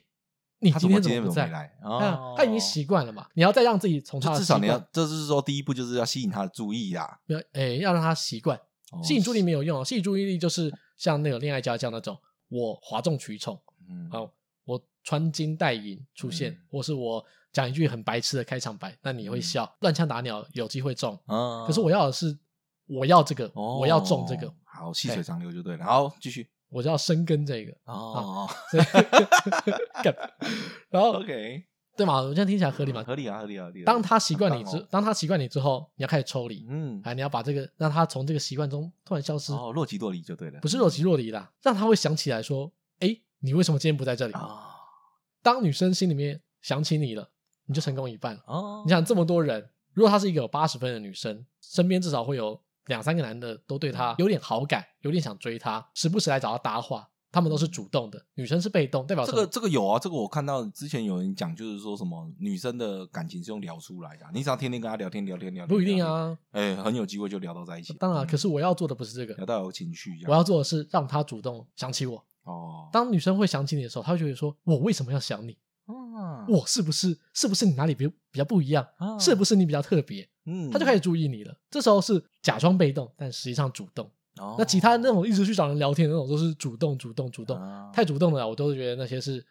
[SPEAKER 1] 你
[SPEAKER 2] 他
[SPEAKER 1] 今
[SPEAKER 2] 怎么
[SPEAKER 1] 怎
[SPEAKER 2] 今
[SPEAKER 1] 么
[SPEAKER 2] 天
[SPEAKER 1] 不
[SPEAKER 2] 怎么
[SPEAKER 1] 在
[SPEAKER 2] 没？来？
[SPEAKER 1] 啊
[SPEAKER 2] 哦，，
[SPEAKER 1] 他已经习惯了嘛，你要再让自己从他
[SPEAKER 2] 就
[SPEAKER 1] 的
[SPEAKER 2] 至少
[SPEAKER 1] 习
[SPEAKER 2] 你要
[SPEAKER 1] 惯，
[SPEAKER 2] 这就是说第一步就是要吸引他的注意啦。
[SPEAKER 1] 不要哎、要让他习惯。
[SPEAKER 2] 哦
[SPEAKER 1] 吸引注意力没有用哦，吸引注意力就是像那个恋爱家教那种，我哗众取宠，
[SPEAKER 2] 嗯
[SPEAKER 1] 好，我穿金戴银出现，
[SPEAKER 2] 嗯
[SPEAKER 1] 或是我讲一句很白痴的开场白，那你会笑，乱枪打鸟有机会中。
[SPEAKER 2] 啊
[SPEAKER 1] 可是我要的是，我要这个，
[SPEAKER 2] 哦
[SPEAKER 1] 我要中这个，哎
[SPEAKER 2] 好细水长流就对了。好，继续
[SPEAKER 1] 我就要深耕这个。 <laughs>
[SPEAKER 2] 哦
[SPEAKER 1] 所以干然后
[SPEAKER 2] <laughs> ，OK，
[SPEAKER 1] 对嘛，我这样听起来合理嘛？
[SPEAKER 2] 合理啊，合理啊，合理啊。
[SPEAKER 1] 当他习惯你
[SPEAKER 2] 很
[SPEAKER 1] 之
[SPEAKER 2] 棒哦，
[SPEAKER 1] 当他习惯你之后，你要开始抽离，
[SPEAKER 2] 嗯，
[SPEAKER 1] 哎，你要把这个让他从这个习惯中突然消失，
[SPEAKER 2] 哦，若即若离就对了，
[SPEAKER 1] 不是若即若离啦，让他会想起来说，哎，你为什么今天不在这里？
[SPEAKER 2] 啊
[SPEAKER 1] 当女生心里面想起你了，你就成功一半了。
[SPEAKER 2] 哦
[SPEAKER 1] 你想这么多人，如果她是一个有八十分的女生，身边至少会有两三个男的都对她有点好感，有点想追她，时不时来找她搭话，他们都是主动的，女生是被动，代表
[SPEAKER 2] 这
[SPEAKER 1] 什
[SPEAKER 2] 个
[SPEAKER 1] 么？
[SPEAKER 2] 这个有啊，这个我看到之前有人讲，就是说什么女生的感情是用聊出来的啊，你只要天天跟她聊天聊天聊天，
[SPEAKER 1] 不一定
[SPEAKER 2] 聊天，
[SPEAKER 1] 啊，
[SPEAKER 2] 哎，很有机会就聊到在一起。
[SPEAKER 1] 当然啊，
[SPEAKER 2] 嗯
[SPEAKER 1] 可是我要做的不是这个
[SPEAKER 2] 聊，到有情绪这样，
[SPEAKER 1] 我要做的是让她主动想起我。
[SPEAKER 2] 哦，
[SPEAKER 1] 当女生会想起你的时候，她会觉得说：“我为什么要想你？
[SPEAKER 2] 啊
[SPEAKER 1] 我是不是是不是你哪里比比较不一样？
[SPEAKER 2] 啊
[SPEAKER 1] 是不是你比较特别？”
[SPEAKER 2] 嗯
[SPEAKER 1] 她就开始注意你了。这时候是假装被动，但实际上主动。
[SPEAKER 2] 哦
[SPEAKER 1] 那其他那种一直去找人聊天的那种，都是主动、主动、主动，
[SPEAKER 2] 啊
[SPEAKER 1] 太主动了啦，我都觉得那些是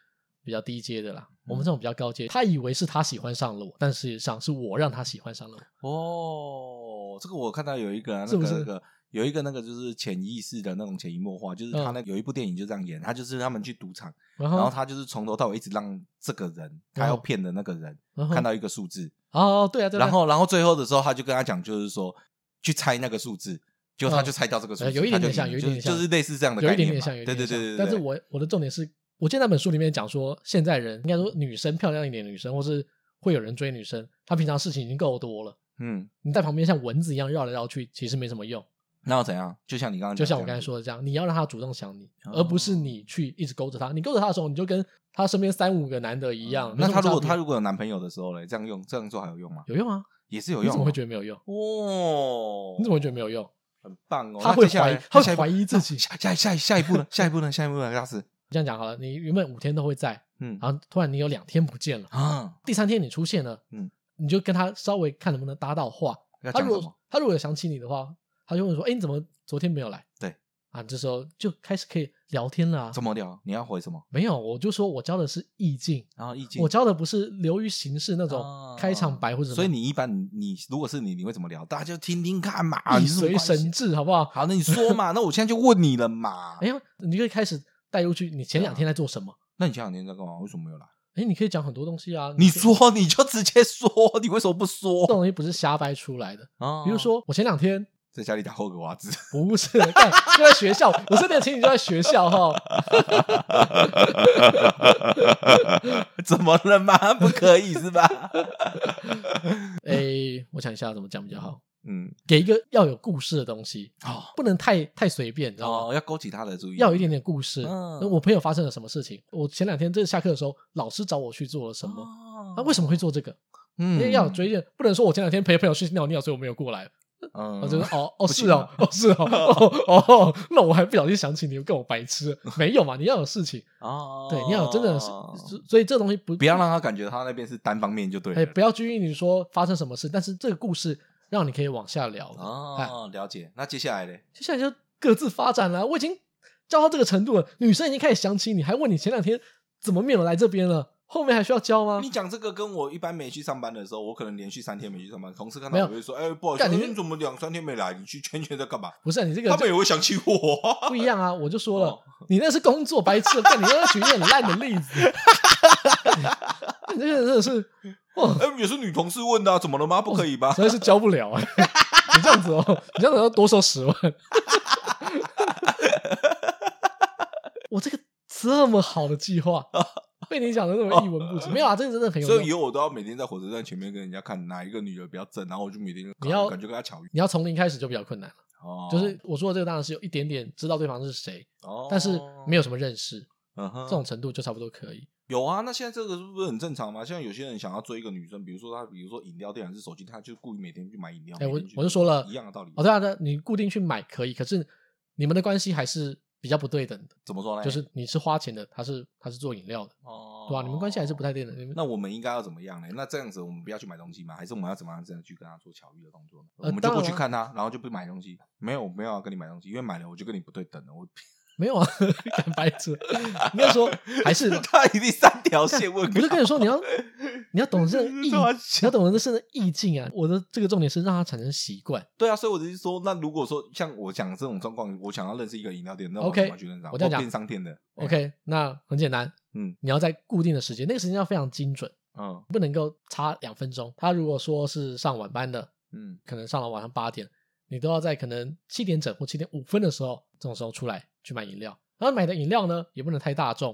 [SPEAKER 1] 比较低阶的啦。我们这种比较高
[SPEAKER 2] 嗯
[SPEAKER 1] 阶，他以为是他喜欢上了我，但事实上是我让他喜欢上了我。
[SPEAKER 2] 哦，这个我看到有一个啊那
[SPEAKER 1] 是不
[SPEAKER 2] 个
[SPEAKER 1] 是
[SPEAKER 2] 那个有一个那个就是潜意识的那种潜移默化，
[SPEAKER 1] 嗯
[SPEAKER 2] 就是他那有一部电影就这样演，他就是他们去赌场，
[SPEAKER 1] 然
[SPEAKER 2] 然后
[SPEAKER 1] 后，
[SPEAKER 2] 他就是从头到尾一直让这个人他
[SPEAKER 1] 嗯
[SPEAKER 2] 要骗的那个人
[SPEAKER 1] 然后
[SPEAKER 2] 看到一个数字，
[SPEAKER 1] 哦，对啊，对啊，
[SPEAKER 2] 然后然后最后的时候他就跟他讲，就是说去猜那个数字。结果他就猜到这个数字，
[SPEAKER 1] 呃有一点点像
[SPEAKER 2] 他
[SPEAKER 1] 有
[SPEAKER 2] 就赢
[SPEAKER 1] 一点点
[SPEAKER 2] 就是
[SPEAKER 1] 像
[SPEAKER 2] 就是类似这样的
[SPEAKER 1] 有
[SPEAKER 2] 概
[SPEAKER 1] 一点
[SPEAKER 2] 念
[SPEAKER 1] 点
[SPEAKER 2] 嘛，
[SPEAKER 1] 像，有
[SPEAKER 2] 对
[SPEAKER 1] 一
[SPEAKER 2] 对
[SPEAKER 1] 点
[SPEAKER 2] 对
[SPEAKER 1] 点像
[SPEAKER 2] 对。对
[SPEAKER 1] 但是我我的重点是，我记得那本书里面讲说，现在人应该说女生漂亮一点的女生，或是会有人追女生，她平常事情已经够多了，
[SPEAKER 2] 嗯，
[SPEAKER 1] 你在旁边像蚊子一样绕来绕去，其实没什么用。
[SPEAKER 2] 那要怎样？就像你刚刚
[SPEAKER 1] 就
[SPEAKER 2] 讲
[SPEAKER 1] 像我
[SPEAKER 2] 这
[SPEAKER 1] 刚
[SPEAKER 2] 样
[SPEAKER 1] 才
[SPEAKER 2] 子
[SPEAKER 1] 说的这样，你要让他主动想你，
[SPEAKER 2] 哦
[SPEAKER 1] 而不是你去一直勾着他。你勾着他的时候，你就跟他身边三五个男的一样。没
[SPEAKER 2] 哦那
[SPEAKER 1] 什么
[SPEAKER 2] 他如果
[SPEAKER 1] 差别
[SPEAKER 2] 他如果有男朋友的时候嘞，这样用这样做还有用吗？
[SPEAKER 1] 有用啊，
[SPEAKER 2] 也是有
[SPEAKER 1] 你
[SPEAKER 2] 用哦。
[SPEAKER 1] 怎么会觉得没有用？
[SPEAKER 2] 哦，
[SPEAKER 1] 你怎么会觉得没有用？
[SPEAKER 2] 很棒哦？
[SPEAKER 1] 他
[SPEAKER 2] 那
[SPEAKER 1] 会
[SPEAKER 2] 接下
[SPEAKER 1] 怀疑
[SPEAKER 2] 来
[SPEAKER 1] 他会
[SPEAKER 2] 下一步
[SPEAKER 1] 怀疑自己
[SPEAKER 2] 下下下下一步呢？下一步呢？下一步呢？大师，
[SPEAKER 1] 这样讲好了，你原本五天都会在，
[SPEAKER 2] 嗯
[SPEAKER 1] 然后突然你有两天不见了，
[SPEAKER 2] 啊，
[SPEAKER 1] 第三天你出现了，
[SPEAKER 2] 嗯，
[SPEAKER 1] 你就跟他稍微看能不能搭到话。
[SPEAKER 2] 要
[SPEAKER 1] 他
[SPEAKER 2] 讲
[SPEAKER 1] 如
[SPEAKER 2] 什么
[SPEAKER 1] 果？他如果有想起你的话，他就问说：“哎，你怎么昨天没有来？”
[SPEAKER 2] 对
[SPEAKER 1] 啊，这时候就开始可以聊天了啊。
[SPEAKER 2] 怎么聊？你要回什么？
[SPEAKER 1] 没有，我就说我教的是意境，
[SPEAKER 2] 然后意境
[SPEAKER 1] 我。教的不是流于形式那
[SPEAKER 2] 哦
[SPEAKER 1] 种开场白或者什么。
[SPEAKER 2] 所以你一般你你如果是你，你会怎么聊？大家就听听看嘛，
[SPEAKER 1] 以
[SPEAKER 2] 啊你是什么
[SPEAKER 1] 随
[SPEAKER 2] 关系
[SPEAKER 1] 神。智，好不好？
[SPEAKER 2] 好，那你说
[SPEAKER 1] <laughs>
[SPEAKER 2] 嘛，那我现在就问你了嘛
[SPEAKER 1] 哎。呀，你就可以开始带入去，你前
[SPEAKER 2] 啊
[SPEAKER 1] 两天在做什么？
[SPEAKER 2] 那你前两天在干嘛？为什么没有来？
[SPEAKER 1] 哎，你可以讲很多东西啊。
[SPEAKER 2] 你
[SPEAKER 1] 可以
[SPEAKER 2] 说你就直接说，你为什么不 <laughs>
[SPEAKER 1] 这种
[SPEAKER 2] 说？
[SPEAKER 1] 东西不是瞎掰出来的。
[SPEAKER 2] 啊
[SPEAKER 1] 比如说，我前两天
[SPEAKER 2] 在家里打霍格华兹， <laughs>
[SPEAKER 1] 不是，干就在学校，我身边的情侣就在学校哈。
[SPEAKER 2] 怎么
[SPEAKER 1] <laughs>
[SPEAKER 2] 了吗？不可以是吧？
[SPEAKER 1] 诶，哎我想一下怎么讲比较好，
[SPEAKER 2] 嗯，
[SPEAKER 1] 给一个要有故事的东西，
[SPEAKER 2] 哦
[SPEAKER 1] 不能太太随便，你知道吗？
[SPEAKER 2] 哦，要勾起他的注意，
[SPEAKER 1] 要有一点点故事。
[SPEAKER 2] 嗯
[SPEAKER 1] 那我朋友发生了什么事情？我前两天这下课的时候，老师找我去做了什么？
[SPEAKER 2] 么
[SPEAKER 1] 他、为什么会做这个？因
[SPEAKER 2] 哦嗯
[SPEAKER 1] 为要有追荐，不能说我前两天陪朋友去尿尿，所以我没有过来。
[SPEAKER 2] 嗯
[SPEAKER 1] 我就说哦哦
[SPEAKER 2] 不
[SPEAKER 1] 是
[SPEAKER 2] 行
[SPEAKER 1] 哦
[SPEAKER 2] 啊
[SPEAKER 1] 哦是哦哦哦，那我还不小心想起你，跟我白痴没有嘛？你要有事情，
[SPEAKER 2] 哦，
[SPEAKER 1] 对，你要有真的是，所以这东西不
[SPEAKER 2] 不要让他感觉他那边是单方面就对
[SPEAKER 1] 哎，
[SPEAKER 2] 了。
[SPEAKER 1] 不要拘泥你说发生什么事，但是这个故事让你可以往下聊。哎
[SPEAKER 2] 哦，了解。那接下来嘞？
[SPEAKER 1] 接下来就各自发展了。我已经教到这个程度了，女生已经开始想起你，还问你前两天怎么没有来这边了，后面还需要教吗
[SPEAKER 2] 你？讲这个跟我一般没去上班的时候，我可能连续三天没去上班，同事看
[SPEAKER 1] 没
[SPEAKER 2] 到
[SPEAKER 1] 有
[SPEAKER 2] 我会说：“哎，不好意思，
[SPEAKER 1] 干你
[SPEAKER 2] 哎你怎么两三天没来？你去圈圈在干嘛
[SPEAKER 1] 不是、啊你这？”个
[SPEAKER 2] 他们也会想起我。
[SPEAKER 1] 不一样啊！我就说
[SPEAKER 2] 哦
[SPEAKER 1] 了，你那是工作白痴，但你那举一个很烂的例
[SPEAKER 2] <laughs>
[SPEAKER 1] 子， <laughs> 你这个人真的是哦，
[SPEAKER 2] 哎，也是女同事问的啊，怎么了吗？不可以吧
[SPEAKER 1] 实？在是教不了啊！ <laughs> 你这样子哦，你这样子要多收十万。我这个这么好的计划，被你讲的那么一文不值，没有啊，这个真的很有
[SPEAKER 2] 所
[SPEAKER 1] 用
[SPEAKER 2] 以以。后我都要每天在火车站前面跟人家看哪一个女的比较正，然后我就每天
[SPEAKER 1] 你要
[SPEAKER 2] 感觉跟她巧遇。
[SPEAKER 1] 你要从零开始就比较困难了。
[SPEAKER 2] 哦，
[SPEAKER 1] 就是我说的这个当然是有一点点知道对方是谁，
[SPEAKER 2] 哦，
[SPEAKER 1] 但是没有什么认识，
[SPEAKER 2] 嗯哼
[SPEAKER 1] 这种程度就差不多可以。
[SPEAKER 2] 有啊，那现在这个是不是很正常嘛？像有些人想要追一个女生，比如说他，比如说饮料店还是手机店，他就故意每天去买饮料。
[SPEAKER 1] 哎、
[SPEAKER 2] 每
[SPEAKER 1] 我
[SPEAKER 2] 天去
[SPEAKER 1] 我就说了，
[SPEAKER 2] 一样的道理。
[SPEAKER 1] 哦，对啊，对啊，你固定去买可以，可是你们的关系还是比较不对等的，
[SPEAKER 2] 怎么说呢？
[SPEAKER 1] 就是你是花钱的，他是他是做饮料的，
[SPEAKER 2] 哦
[SPEAKER 1] 对吧、啊你们关系还是不。太对等的。你们
[SPEAKER 2] 那我们应该要怎么样呢？那这样子我们不要去买东西吗？还是我们要怎么样这样去跟他做巧遇的动作呢？
[SPEAKER 1] 呃
[SPEAKER 2] 我们就过
[SPEAKER 1] 当然
[SPEAKER 2] 去
[SPEAKER 1] 啊
[SPEAKER 2] 看他，然后就不买东西。没有，我没有要跟你买东西，因为买了我就跟你不对等了。我
[SPEAKER 1] 没有啊，干白痴，应该说 <laughs> 还
[SPEAKER 2] <laughs>
[SPEAKER 1] 是
[SPEAKER 2] 他一定三条线问。
[SPEAKER 1] 不是跟你说你要你要懂这个意，
[SPEAKER 2] 这么
[SPEAKER 1] 你要懂得这个意境啊。我的这个重点是让他产生习惯。
[SPEAKER 2] <laughs> 对啊，所以我只是说，那如果说像我讲这种状况，我想要认识一个饮料店，那我
[SPEAKER 1] OK，
[SPEAKER 2] 怎么去认识他？哦
[SPEAKER 1] 我这样讲
[SPEAKER 2] 或便商店的。哎
[SPEAKER 1] OK，那很简单，
[SPEAKER 2] 嗯
[SPEAKER 1] 你要在固定的时间，那个时间要非常精准，
[SPEAKER 2] 嗯
[SPEAKER 1] 不能够差两分钟。他如果说是上晚班的，
[SPEAKER 2] 嗯，
[SPEAKER 1] 可能上了晚上八点，你都要在可能七点整或七点五分的时候，这种时候出来去买饮料。然后买的饮料呢，也不能太大众，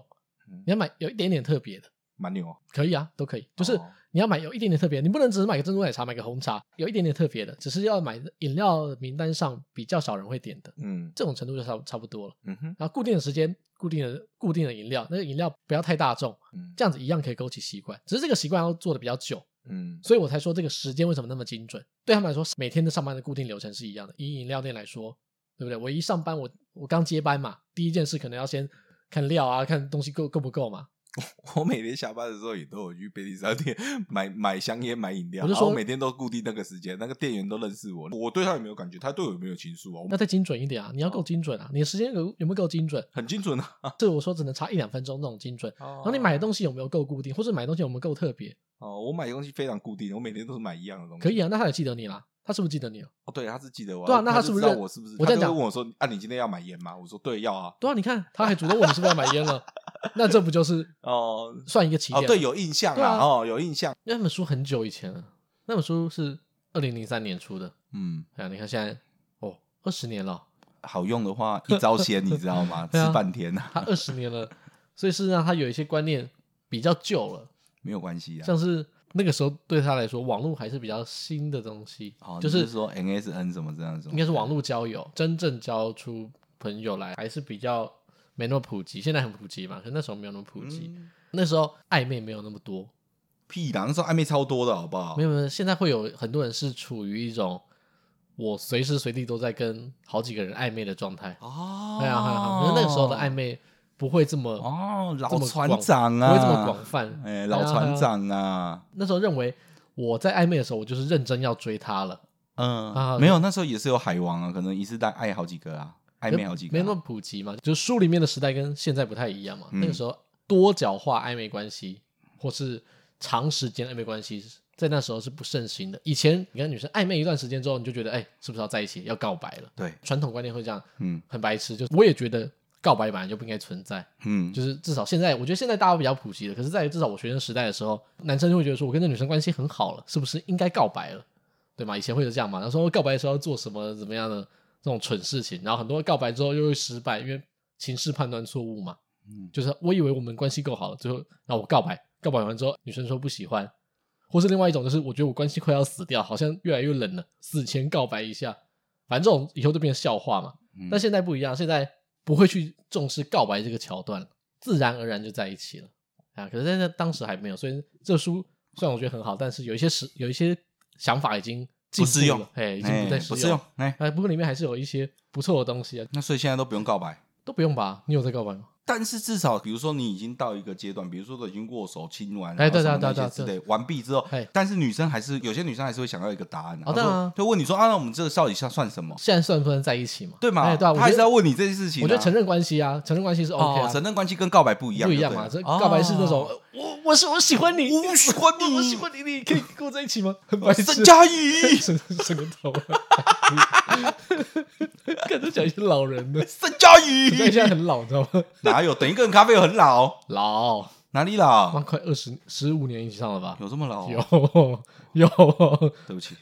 [SPEAKER 2] 嗯
[SPEAKER 1] 你要买有一点点特别的，
[SPEAKER 2] 蛮牛哦。
[SPEAKER 1] 可以啊，都可以。就是
[SPEAKER 2] 哦
[SPEAKER 1] 你要买有一点点特别，你不能只是买个珍珠奶茶，买个红茶，有一点点特别的，只是要买饮料名单上比较少人会点的，
[SPEAKER 2] 嗯
[SPEAKER 1] 这种程度就差不差不多了。
[SPEAKER 2] 嗯哼，
[SPEAKER 1] 然后固定的时间，固定的固定的饮料，那个饮料不要太大众，
[SPEAKER 2] 嗯
[SPEAKER 1] 这样子一样可以勾起习惯，只是这个习惯要做的比较久，
[SPEAKER 2] 嗯
[SPEAKER 1] 所以我才说这个时间为什么那么精准。对他们来说，每天的上班的固定流程是一样的。以饮料店来说，对不对？我一上班，我我刚接班嘛，第一件事可能要先看料啊，看东西够够不够嘛。
[SPEAKER 2] 我每天下班的时候也都有去便利商店买买香烟、买饮料，
[SPEAKER 1] 我就
[SPEAKER 2] 然
[SPEAKER 1] 说
[SPEAKER 2] 后每天都固定那个时间，那个店员都认识我，我对他有没有感觉，他对我有没有情愫啊？我
[SPEAKER 1] 要再精准一点啊，你要够精准啊，你的时间有有没有够精准？
[SPEAKER 2] 很精准啊。
[SPEAKER 1] 这我说只能差一两分钟这种精准。
[SPEAKER 2] 然
[SPEAKER 1] 然后你买的东西有没有够固定，或者买的东西有没有够特别？
[SPEAKER 2] 哦，我买的东西非常固定，我每天都是买一样的东西。
[SPEAKER 1] 可以啊，那他也记得你啦，他是不是记得你了？
[SPEAKER 2] 哦，对，他是记得我，
[SPEAKER 1] 对啊那
[SPEAKER 2] 他
[SPEAKER 1] 他
[SPEAKER 2] 就是
[SPEAKER 1] 不是
[SPEAKER 2] 知道
[SPEAKER 1] 认
[SPEAKER 2] 我是不是？
[SPEAKER 1] 我
[SPEAKER 2] 他
[SPEAKER 1] 这
[SPEAKER 2] 就
[SPEAKER 1] 样
[SPEAKER 2] 会
[SPEAKER 1] 讲
[SPEAKER 2] 问我说：“啊，你今天要买烟吗？”我说：“对，要啊。
[SPEAKER 1] 对啊，你看他还主动问你是不是要买烟
[SPEAKER 2] <laughs>
[SPEAKER 1] 了，那这不就是”
[SPEAKER 2] 哦
[SPEAKER 1] 算一个起
[SPEAKER 2] 哦
[SPEAKER 1] 点，吗？
[SPEAKER 2] 对，有印象
[SPEAKER 1] 对
[SPEAKER 2] 啦，
[SPEAKER 1] 啊
[SPEAKER 2] 哦，有印象。
[SPEAKER 1] 那本书很久以前了，那本书是二零零三年出的。
[SPEAKER 2] 嗯，
[SPEAKER 1] 哎呀，你看现在哦，二十年了，
[SPEAKER 2] 好用的话，一
[SPEAKER 1] <laughs>
[SPEAKER 2] 招鲜，你知道吗？吃
[SPEAKER 1] 对啊
[SPEAKER 2] 半天啊，
[SPEAKER 1] 它二十年了，所以事实上它有一些观念比较旧了，
[SPEAKER 2] 没有关系啊。
[SPEAKER 1] 像是那个时候对他来说，网络还是比较新的东西，
[SPEAKER 2] 哦，
[SPEAKER 1] 就
[SPEAKER 2] 你
[SPEAKER 1] 是
[SPEAKER 2] 说 NSN 什么这样子吗，
[SPEAKER 1] 应该是网络交友，真正交出朋友来还是比较没那么普及，现在很普及嘛，可是那时候没有那么普及，
[SPEAKER 2] 嗯
[SPEAKER 1] 那时候暧昧没有那么多，
[SPEAKER 2] 屁啦，那时候暧昧超多的好不好？
[SPEAKER 1] 没有没有，现在会有很多人是处于一种我随时随地都在跟好几个人暧昧的状态。
[SPEAKER 2] 哦，
[SPEAKER 1] 对啊，对啊，可是那个时候的暧昧不会这么，
[SPEAKER 2] 哦，
[SPEAKER 1] 这
[SPEAKER 2] 老
[SPEAKER 1] 么
[SPEAKER 2] 船
[SPEAKER 1] 广
[SPEAKER 2] 长啊，
[SPEAKER 1] 不会这么广泛。
[SPEAKER 2] 哎、
[SPEAKER 1] 对啊
[SPEAKER 2] 老船，
[SPEAKER 1] 对啊
[SPEAKER 2] 长啊，
[SPEAKER 1] 那时候认为我在暧昧的时候，我就是认真要追她了，
[SPEAKER 2] 嗯，
[SPEAKER 1] 啊
[SPEAKER 2] 没有，那时候也是有海王啊，可能一次带爱好几个啊，暧昧好几个、
[SPEAKER 1] 没那
[SPEAKER 2] 啊，
[SPEAKER 1] 么普及嘛。就是书里面的时代跟现在不太一样嘛。
[SPEAKER 2] 嗯
[SPEAKER 1] 那个时候多角化暧昧关系，或是长时间暧昧关系。在那时候是不盛行的。以前你跟女生暧昧一段时间之后，你就觉得哎、是不是要在一起，要告白了？
[SPEAKER 2] 对，
[SPEAKER 1] 传统观念会这样，
[SPEAKER 2] 嗯
[SPEAKER 1] 很白痴。就是我也觉得告白本来就不应该存在，
[SPEAKER 2] 嗯，
[SPEAKER 1] 就是至少现在，我觉得现在大家比较普及了。可是，在至少我学生时代的时候，男生就会觉得说，我跟这女生关系很好了，是不是应该告白了？对吗？以前会有这样嘛，然后说告白的时候要做什么怎么样的这种蠢事情，然后很多告白之后又会失败，因为情势判断错误嘛。
[SPEAKER 2] 嗯，
[SPEAKER 1] 就是我以为我们关系够好了，最后然后我告白，告白完之后女生说不喜欢，或是另外一种就是我觉得我关系快要死掉，好像越来越冷了，死前告白一下，反正这种以后都变成笑话嘛。
[SPEAKER 2] 嗯
[SPEAKER 1] 但现在不一样，现在不会去重视告白这个桥段了，自然而然就在一起了啊。可是在那当时还没有，所以这书虽然我觉得很好，但是有一些时有一些想法已经进步了
[SPEAKER 2] 不适用
[SPEAKER 1] 哎，已经不
[SPEAKER 2] 哎
[SPEAKER 1] 再
[SPEAKER 2] 不
[SPEAKER 1] 适
[SPEAKER 2] 适用。哎，
[SPEAKER 1] 哎，不过里面还是有一些不错的东西啊，
[SPEAKER 2] 那所以现在都不用告白。
[SPEAKER 1] 都不用吧？你有在告白吗？
[SPEAKER 2] 但是至少，比如说你已经到一个阶段，比如说都已经握手、亲完，
[SPEAKER 1] 哎对
[SPEAKER 2] 然后
[SPEAKER 1] 对对
[SPEAKER 2] 什么那些之
[SPEAKER 1] 对
[SPEAKER 2] 类完毕之后
[SPEAKER 1] 哎，
[SPEAKER 2] 但是女生还是有些女生还是会想要一个答案，
[SPEAKER 1] 哦
[SPEAKER 2] 她说
[SPEAKER 1] 当然啊
[SPEAKER 2] 就问你说啊，那我们这个到底算算什么？
[SPEAKER 1] 现在算不算在一起嘛？
[SPEAKER 2] 对吗？
[SPEAKER 1] 哎，对啊，
[SPEAKER 2] 她
[SPEAKER 1] 我
[SPEAKER 2] 还
[SPEAKER 1] 觉
[SPEAKER 2] 是要
[SPEAKER 1] 得
[SPEAKER 2] 问你这件事情啊。
[SPEAKER 1] 我觉得承认关系啊，承认关系是 OK
[SPEAKER 2] 哦
[SPEAKER 1] 啊，，
[SPEAKER 2] 承认关系跟告白不一样
[SPEAKER 1] 不
[SPEAKER 2] 就
[SPEAKER 1] 一
[SPEAKER 2] 对了，
[SPEAKER 1] 样嘛。这告白是那种
[SPEAKER 2] 哦
[SPEAKER 1] 呃我我是我喜欢你，
[SPEAKER 2] 我喜欢你
[SPEAKER 1] 我喜欢你，你可以跟我在一起吗？很白痴，
[SPEAKER 2] 沈佳
[SPEAKER 1] <laughs>
[SPEAKER 2] 宜，
[SPEAKER 1] 伸伸个头，跟着讲一些老人
[SPEAKER 2] <laughs>
[SPEAKER 1] 的，
[SPEAKER 2] 沈佳
[SPEAKER 1] <laughs> 沈佳宜现在
[SPEAKER 2] 宜，
[SPEAKER 1] 很老，你知道吗？
[SPEAKER 2] 哪有等一个人咖啡很老？
[SPEAKER 1] 老，
[SPEAKER 2] 哪里
[SPEAKER 1] 妈
[SPEAKER 2] 老？
[SPEAKER 1] 快二十十五年以上了吧？
[SPEAKER 2] 有这么老？
[SPEAKER 1] 哦有有，
[SPEAKER 2] 对不起，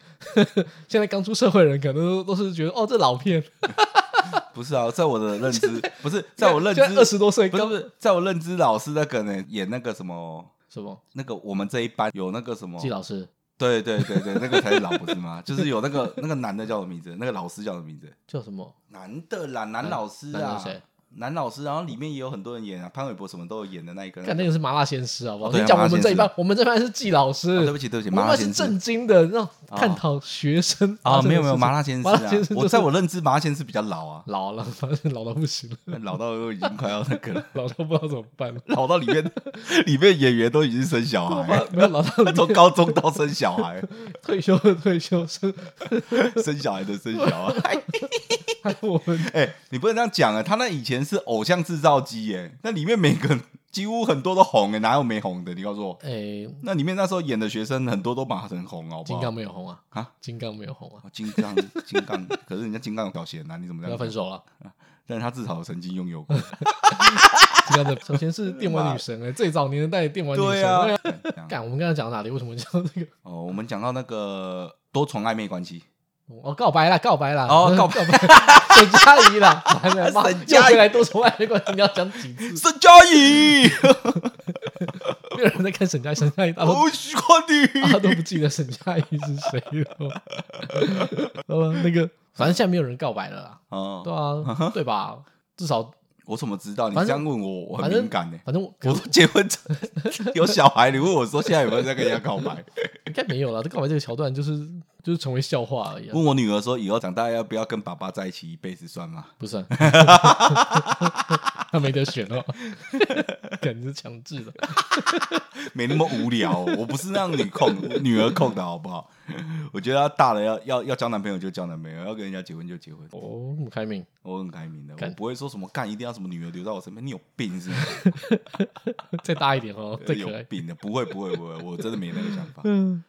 [SPEAKER 1] 现在刚出社会的人可能都都是觉得哦，这老片，
[SPEAKER 2] 不是啊，在我的
[SPEAKER 1] <laughs>
[SPEAKER 2] 认知，不是在我认
[SPEAKER 1] 现在二十
[SPEAKER 2] 知，
[SPEAKER 1] 多岁，
[SPEAKER 2] 不是
[SPEAKER 1] 刚
[SPEAKER 2] 不是，在我认知，老师那个呢，演那个什么。
[SPEAKER 1] 什么？
[SPEAKER 2] 那个我们这一班有那个什么，
[SPEAKER 1] 季老师
[SPEAKER 2] 对对对
[SPEAKER 1] <laughs>
[SPEAKER 2] 对，那个才是老不是吗？就是有那个那个男的叫什么名字？那个老师叫什么名字？
[SPEAKER 1] 叫什么？
[SPEAKER 2] 男的啦，男老师
[SPEAKER 1] 男
[SPEAKER 2] 啊
[SPEAKER 1] 的谁，
[SPEAKER 2] 男老师，然后里面也有很多人演啊，潘玮柏什么都有演的那一个。
[SPEAKER 1] 看那个是麻辣鲜师好不好？
[SPEAKER 2] 哦对啊
[SPEAKER 1] 你讲我
[SPEAKER 2] 麻
[SPEAKER 1] 们
[SPEAKER 2] 辣
[SPEAKER 1] 这
[SPEAKER 2] 鲜
[SPEAKER 1] 一
[SPEAKER 2] 师
[SPEAKER 1] 班，我们这班是季老师，
[SPEAKER 2] 哦对不起对不起
[SPEAKER 1] 我
[SPEAKER 2] 麻辣
[SPEAKER 1] 们嗯是
[SPEAKER 2] 鲜师
[SPEAKER 1] 正经的，让探讨学生
[SPEAKER 2] 啊、
[SPEAKER 1] 发生的
[SPEAKER 2] 没有没有，
[SPEAKER 1] 事情
[SPEAKER 2] 麻辣鲜师
[SPEAKER 1] 麻辣鲜
[SPEAKER 2] 啊
[SPEAKER 1] 师，就
[SPEAKER 2] 我
[SPEAKER 1] 是
[SPEAKER 2] 在我认知麻辣鲜师比较老啊，
[SPEAKER 1] 老了，反正老到不行了，
[SPEAKER 2] 老到都已经快要那个了， <laughs>
[SPEAKER 1] 老到不知道怎么办了。
[SPEAKER 2] 老到里面 <laughs> 里面演员都已经生小孩
[SPEAKER 1] <laughs>
[SPEAKER 2] 了，
[SPEAKER 1] 没有老到
[SPEAKER 2] 从高中到生小孩，
[SPEAKER 1] 退休的退休 <laughs> 生，
[SPEAKER 2] 生小孩的生小
[SPEAKER 1] <laughs>
[SPEAKER 2] 孩。
[SPEAKER 1] 还有我们
[SPEAKER 2] 哎、你不能这样讲啊！他那以前是偶像制造机耶，那里面每个几乎很多都红哎，哪有没红的？你告诉我，
[SPEAKER 1] 诶，
[SPEAKER 2] 那里面那时候演的学生很多都马很红，好不
[SPEAKER 1] 金
[SPEAKER 2] 好
[SPEAKER 1] 刚？没有红啊，
[SPEAKER 2] 啊，
[SPEAKER 1] 金刚没有红啊，
[SPEAKER 2] 哦金刚，金刚， <laughs> 可是人家金刚有表现啊，你怎么这
[SPEAKER 1] 要
[SPEAKER 2] 样
[SPEAKER 1] 分
[SPEAKER 2] 讲？
[SPEAKER 1] 手哦了。
[SPEAKER 2] 但是他至少有曾经拥有过。
[SPEAKER 1] 金刚的 <laughs> 首先是电玩女 <laughs> 神哎诶，最早年代的电玩女神。
[SPEAKER 2] 对啊
[SPEAKER 1] 哎呀，
[SPEAKER 2] 这样
[SPEAKER 1] 干，我们刚才讲到哪里？为什么讲这个？ <laughs>
[SPEAKER 2] 哦，我们讲到那个多重暧昧关系，
[SPEAKER 1] 哦，告白啦，告白啦， <laughs>
[SPEAKER 2] 哦告
[SPEAKER 1] 白，沈佳宜啦，完 <laughs> 了妈
[SPEAKER 2] 沈佳宜
[SPEAKER 1] 又回来多重爱没关系，你要讲几次？
[SPEAKER 2] 沈佳
[SPEAKER 1] <laughs>
[SPEAKER 2] 宜，
[SPEAKER 1] 没有人在看沈佳宜，沈佳宜大家都 <laughs>
[SPEAKER 2] 我喜欢
[SPEAKER 1] 大家
[SPEAKER 2] 你。
[SPEAKER 1] 都不记得沈佳宜是谁了。 <laughs> 好了，那个反正现在没有人告白了啦，对
[SPEAKER 2] 哦，
[SPEAKER 1] 啊，对吧？至少
[SPEAKER 2] 我怎么知道？你
[SPEAKER 1] 反
[SPEAKER 2] 这
[SPEAKER 1] 正
[SPEAKER 2] 样问我，我
[SPEAKER 1] 反
[SPEAKER 2] 很
[SPEAKER 1] 正
[SPEAKER 2] 敏感呢。
[SPEAKER 1] 反正我
[SPEAKER 2] 我都结婚 <laughs> 有小孩，你问我说现在有没有在跟人家告
[SPEAKER 1] <laughs>
[SPEAKER 2] 白？
[SPEAKER 1] 应该没有了。这告白这个桥段就是就是成为笑话而已、啊，
[SPEAKER 2] 问我女儿说，以后长大要不要跟爸爸在一起一辈子算吗？ <laughs>
[SPEAKER 1] 不 <laughs> 算，他没得选哦， <laughs> 感觉是强制的。
[SPEAKER 2] 没那么无聊哦、我不是让你控女儿控的好不好？ <laughs> 我觉得她大了要要要交男朋友就交男朋友，要跟人家结婚就结婚，
[SPEAKER 1] 哦，很开明，
[SPEAKER 2] 我很开明的，我
[SPEAKER 1] 干
[SPEAKER 2] 不会说什么干一定要什么女儿留在我身边，你有病是不是？
[SPEAKER 1] 再大一点哦，再
[SPEAKER 2] 有
[SPEAKER 1] 可爱。
[SPEAKER 2] 病的，不会不会不会，我真的没那个想法。
[SPEAKER 1] 嗯，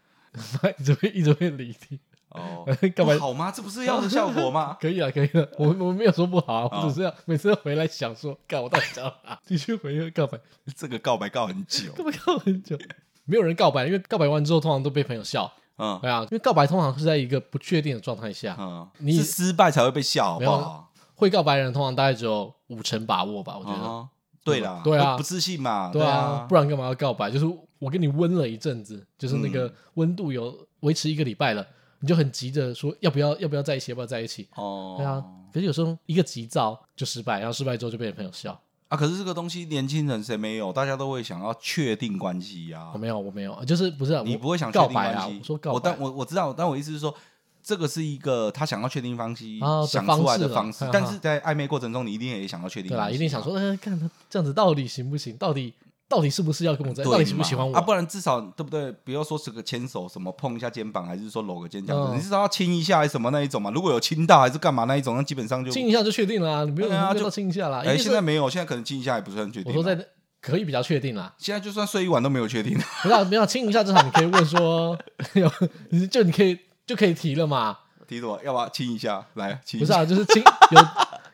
[SPEAKER 1] 一直会一直会离题，，
[SPEAKER 2] <laughs> 哦
[SPEAKER 1] 干嘛
[SPEAKER 2] 不好吗？这不是要的效果吗？
[SPEAKER 1] 可以啊，可以了。我我没有说不好啊，
[SPEAKER 2] 哦
[SPEAKER 1] 我只是要每次回来想说，干我到底讲了哪？继续回告白，
[SPEAKER 2] <laughs> 这个告白告很久，
[SPEAKER 1] 根本告很久，没有人告白，因为告白完之后通常都被朋友笑。
[SPEAKER 2] 嗯
[SPEAKER 1] 对啊，因为告白通常是在一个不确定的状态下，
[SPEAKER 2] 嗯，
[SPEAKER 1] 你
[SPEAKER 2] 是失败才会被笑，好
[SPEAKER 1] 没
[SPEAKER 2] 不
[SPEAKER 1] 有
[SPEAKER 2] 好？
[SPEAKER 1] 会告白的人通常大概只有五成把握吧，我觉得。
[SPEAKER 2] 哦，对啦，
[SPEAKER 1] 对啊
[SPEAKER 2] 不自信嘛，
[SPEAKER 1] 对
[SPEAKER 2] 啊
[SPEAKER 1] 啊，，不然干嘛要告白？就是我跟你温了一阵子，就是那
[SPEAKER 2] 嗯
[SPEAKER 1] 个温度有维持一个礼拜了，你就很急着说要不要要不要在一起，要不要在一起？
[SPEAKER 2] 哦，
[SPEAKER 1] 对啊，可是有时候一个急躁就失败，然后失败之后就被朋友笑。
[SPEAKER 2] 啊，可是这个东西年轻人谁没有？大家都会想要确定关系呀、
[SPEAKER 1] 我没有，我没有，就是不是啊
[SPEAKER 2] 啊你
[SPEAKER 1] 我
[SPEAKER 2] 不会想确
[SPEAKER 1] 告
[SPEAKER 2] 定
[SPEAKER 1] 白
[SPEAKER 2] 关
[SPEAKER 1] 啊？
[SPEAKER 2] 系？
[SPEAKER 1] 我说告
[SPEAKER 2] 我
[SPEAKER 1] 白
[SPEAKER 2] 但，我我知道，但我意思是说，这个是一个他想要确定关系、
[SPEAKER 1] 啊的
[SPEAKER 2] 想
[SPEAKER 1] 方
[SPEAKER 2] 出来
[SPEAKER 1] 式
[SPEAKER 2] 的
[SPEAKER 1] 啊
[SPEAKER 2] 方式
[SPEAKER 1] 哈，
[SPEAKER 2] 但
[SPEAKER 1] 哈
[SPEAKER 2] 是在暧昧过程中，你一定啊也想要确定
[SPEAKER 1] 对
[SPEAKER 2] 关
[SPEAKER 1] 啦，
[SPEAKER 2] 系
[SPEAKER 1] 一定想说，嗯，看他这样子到底行不行？到底到底是不是要跟我在？
[SPEAKER 2] 对
[SPEAKER 1] 到底喜不喜欢
[SPEAKER 2] 嘛
[SPEAKER 1] 我？
[SPEAKER 2] 啊？不然至少对不对？不要说是个牵手，什么碰一下肩膀，还是说搂个肩
[SPEAKER 1] 嗯
[SPEAKER 2] 膀，你至少要亲一下，还是什么那一种嘛？如果有亲到还是干嘛那一种，那基本上就
[SPEAKER 1] 亲一下就确定啦，你没有
[SPEAKER 2] 对啊
[SPEAKER 1] 没有
[SPEAKER 2] 就
[SPEAKER 1] 到亲一下啦。一
[SPEAKER 2] 哎，
[SPEAKER 1] 定是
[SPEAKER 2] 现在没有，现在可能亲一下也不是很确定
[SPEAKER 1] 我
[SPEAKER 2] 嘛。
[SPEAKER 1] 说在可以比较确定啦，
[SPEAKER 2] 现在就算睡一晚都没有确定，
[SPEAKER 1] 不要不要亲一下，至少你可以问说， <laughs> 有你就你可以就可以提了嘛，
[SPEAKER 2] 提什么？要不要亲一下？来亲
[SPEAKER 1] 不
[SPEAKER 2] 一
[SPEAKER 1] 是
[SPEAKER 2] 下，
[SPEAKER 1] 啊，就是
[SPEAKER 2] <laughs>
[SPEAKER 1] 亲有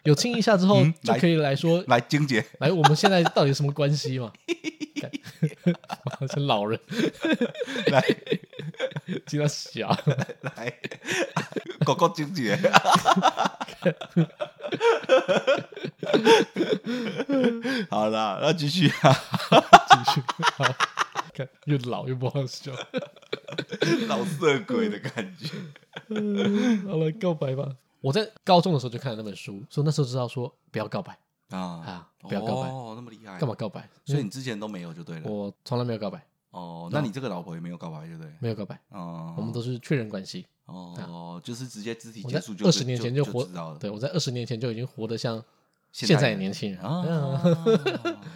[SPEAKER 1] 有亲一下之后
[SPEAKER 2] 嗯
[SPEAKER 1] 就可以来说，
[SPEAKER 2] 来金姐。
[SPEAKER 1] 来我们现在到底什么关系嘛？干妈是老人，
[SPEAKER 2] 来，
[SPEAKER 1] 听到小，
[SPEAKER 2] 来，狗狗经济，好啦，那继续啊，
[SPEAKER 1] 继续，好看又老又不好笑。
[SPEAKER 2] 老色鬼的感觉。
[SPEAKER 1] 好了，告白吧。我在高中的时候就看了那本书，所以那时候知道说不要告白
[SPEAKER 2] 啊
[SPEAKER 1] 啊，不要告白，
[SPEAKER 2] 哦，那么厉害，
[SPEAKER 1] 干嘛？告白？
[SPEAKER 2] 所以你之前都没有就对了。
[SPEAKER 1] 嗯我从来没有告白，
[SPEAKER 2] 哦，那你这个老婆也没有告白，对不对？
[SPEAKER 1] 没有告白，
[SPEAKER 2] 哦，
[SPEAKER 1] 我们都是确认关系。
[SPEAKER 2] 哦，就是直接肢体
[SPEAKER 1] 我
[SPEAKER 2] 接
[SPEAKER 1] 在
[SPEAKER 2] 触，
[SPEAKER 1] 二十年前
[SPEAKER 2] 就
[SPEAKER 1] 活
[SPEAKER 2] 知道，了。
[SPEAKER 1] 对我在二十年前就已经活得像
[SPEAKER 2] 现
[SPEAKER 1] 现
[SPEAKER 2] 在
[SPEAKER 1] 在的
[SPEAKER 2] 人
[SPEAKER 1] 年轻人。 <laughs>
[SPEAKER 2] 啊
[SPEAKER 1] 嗯，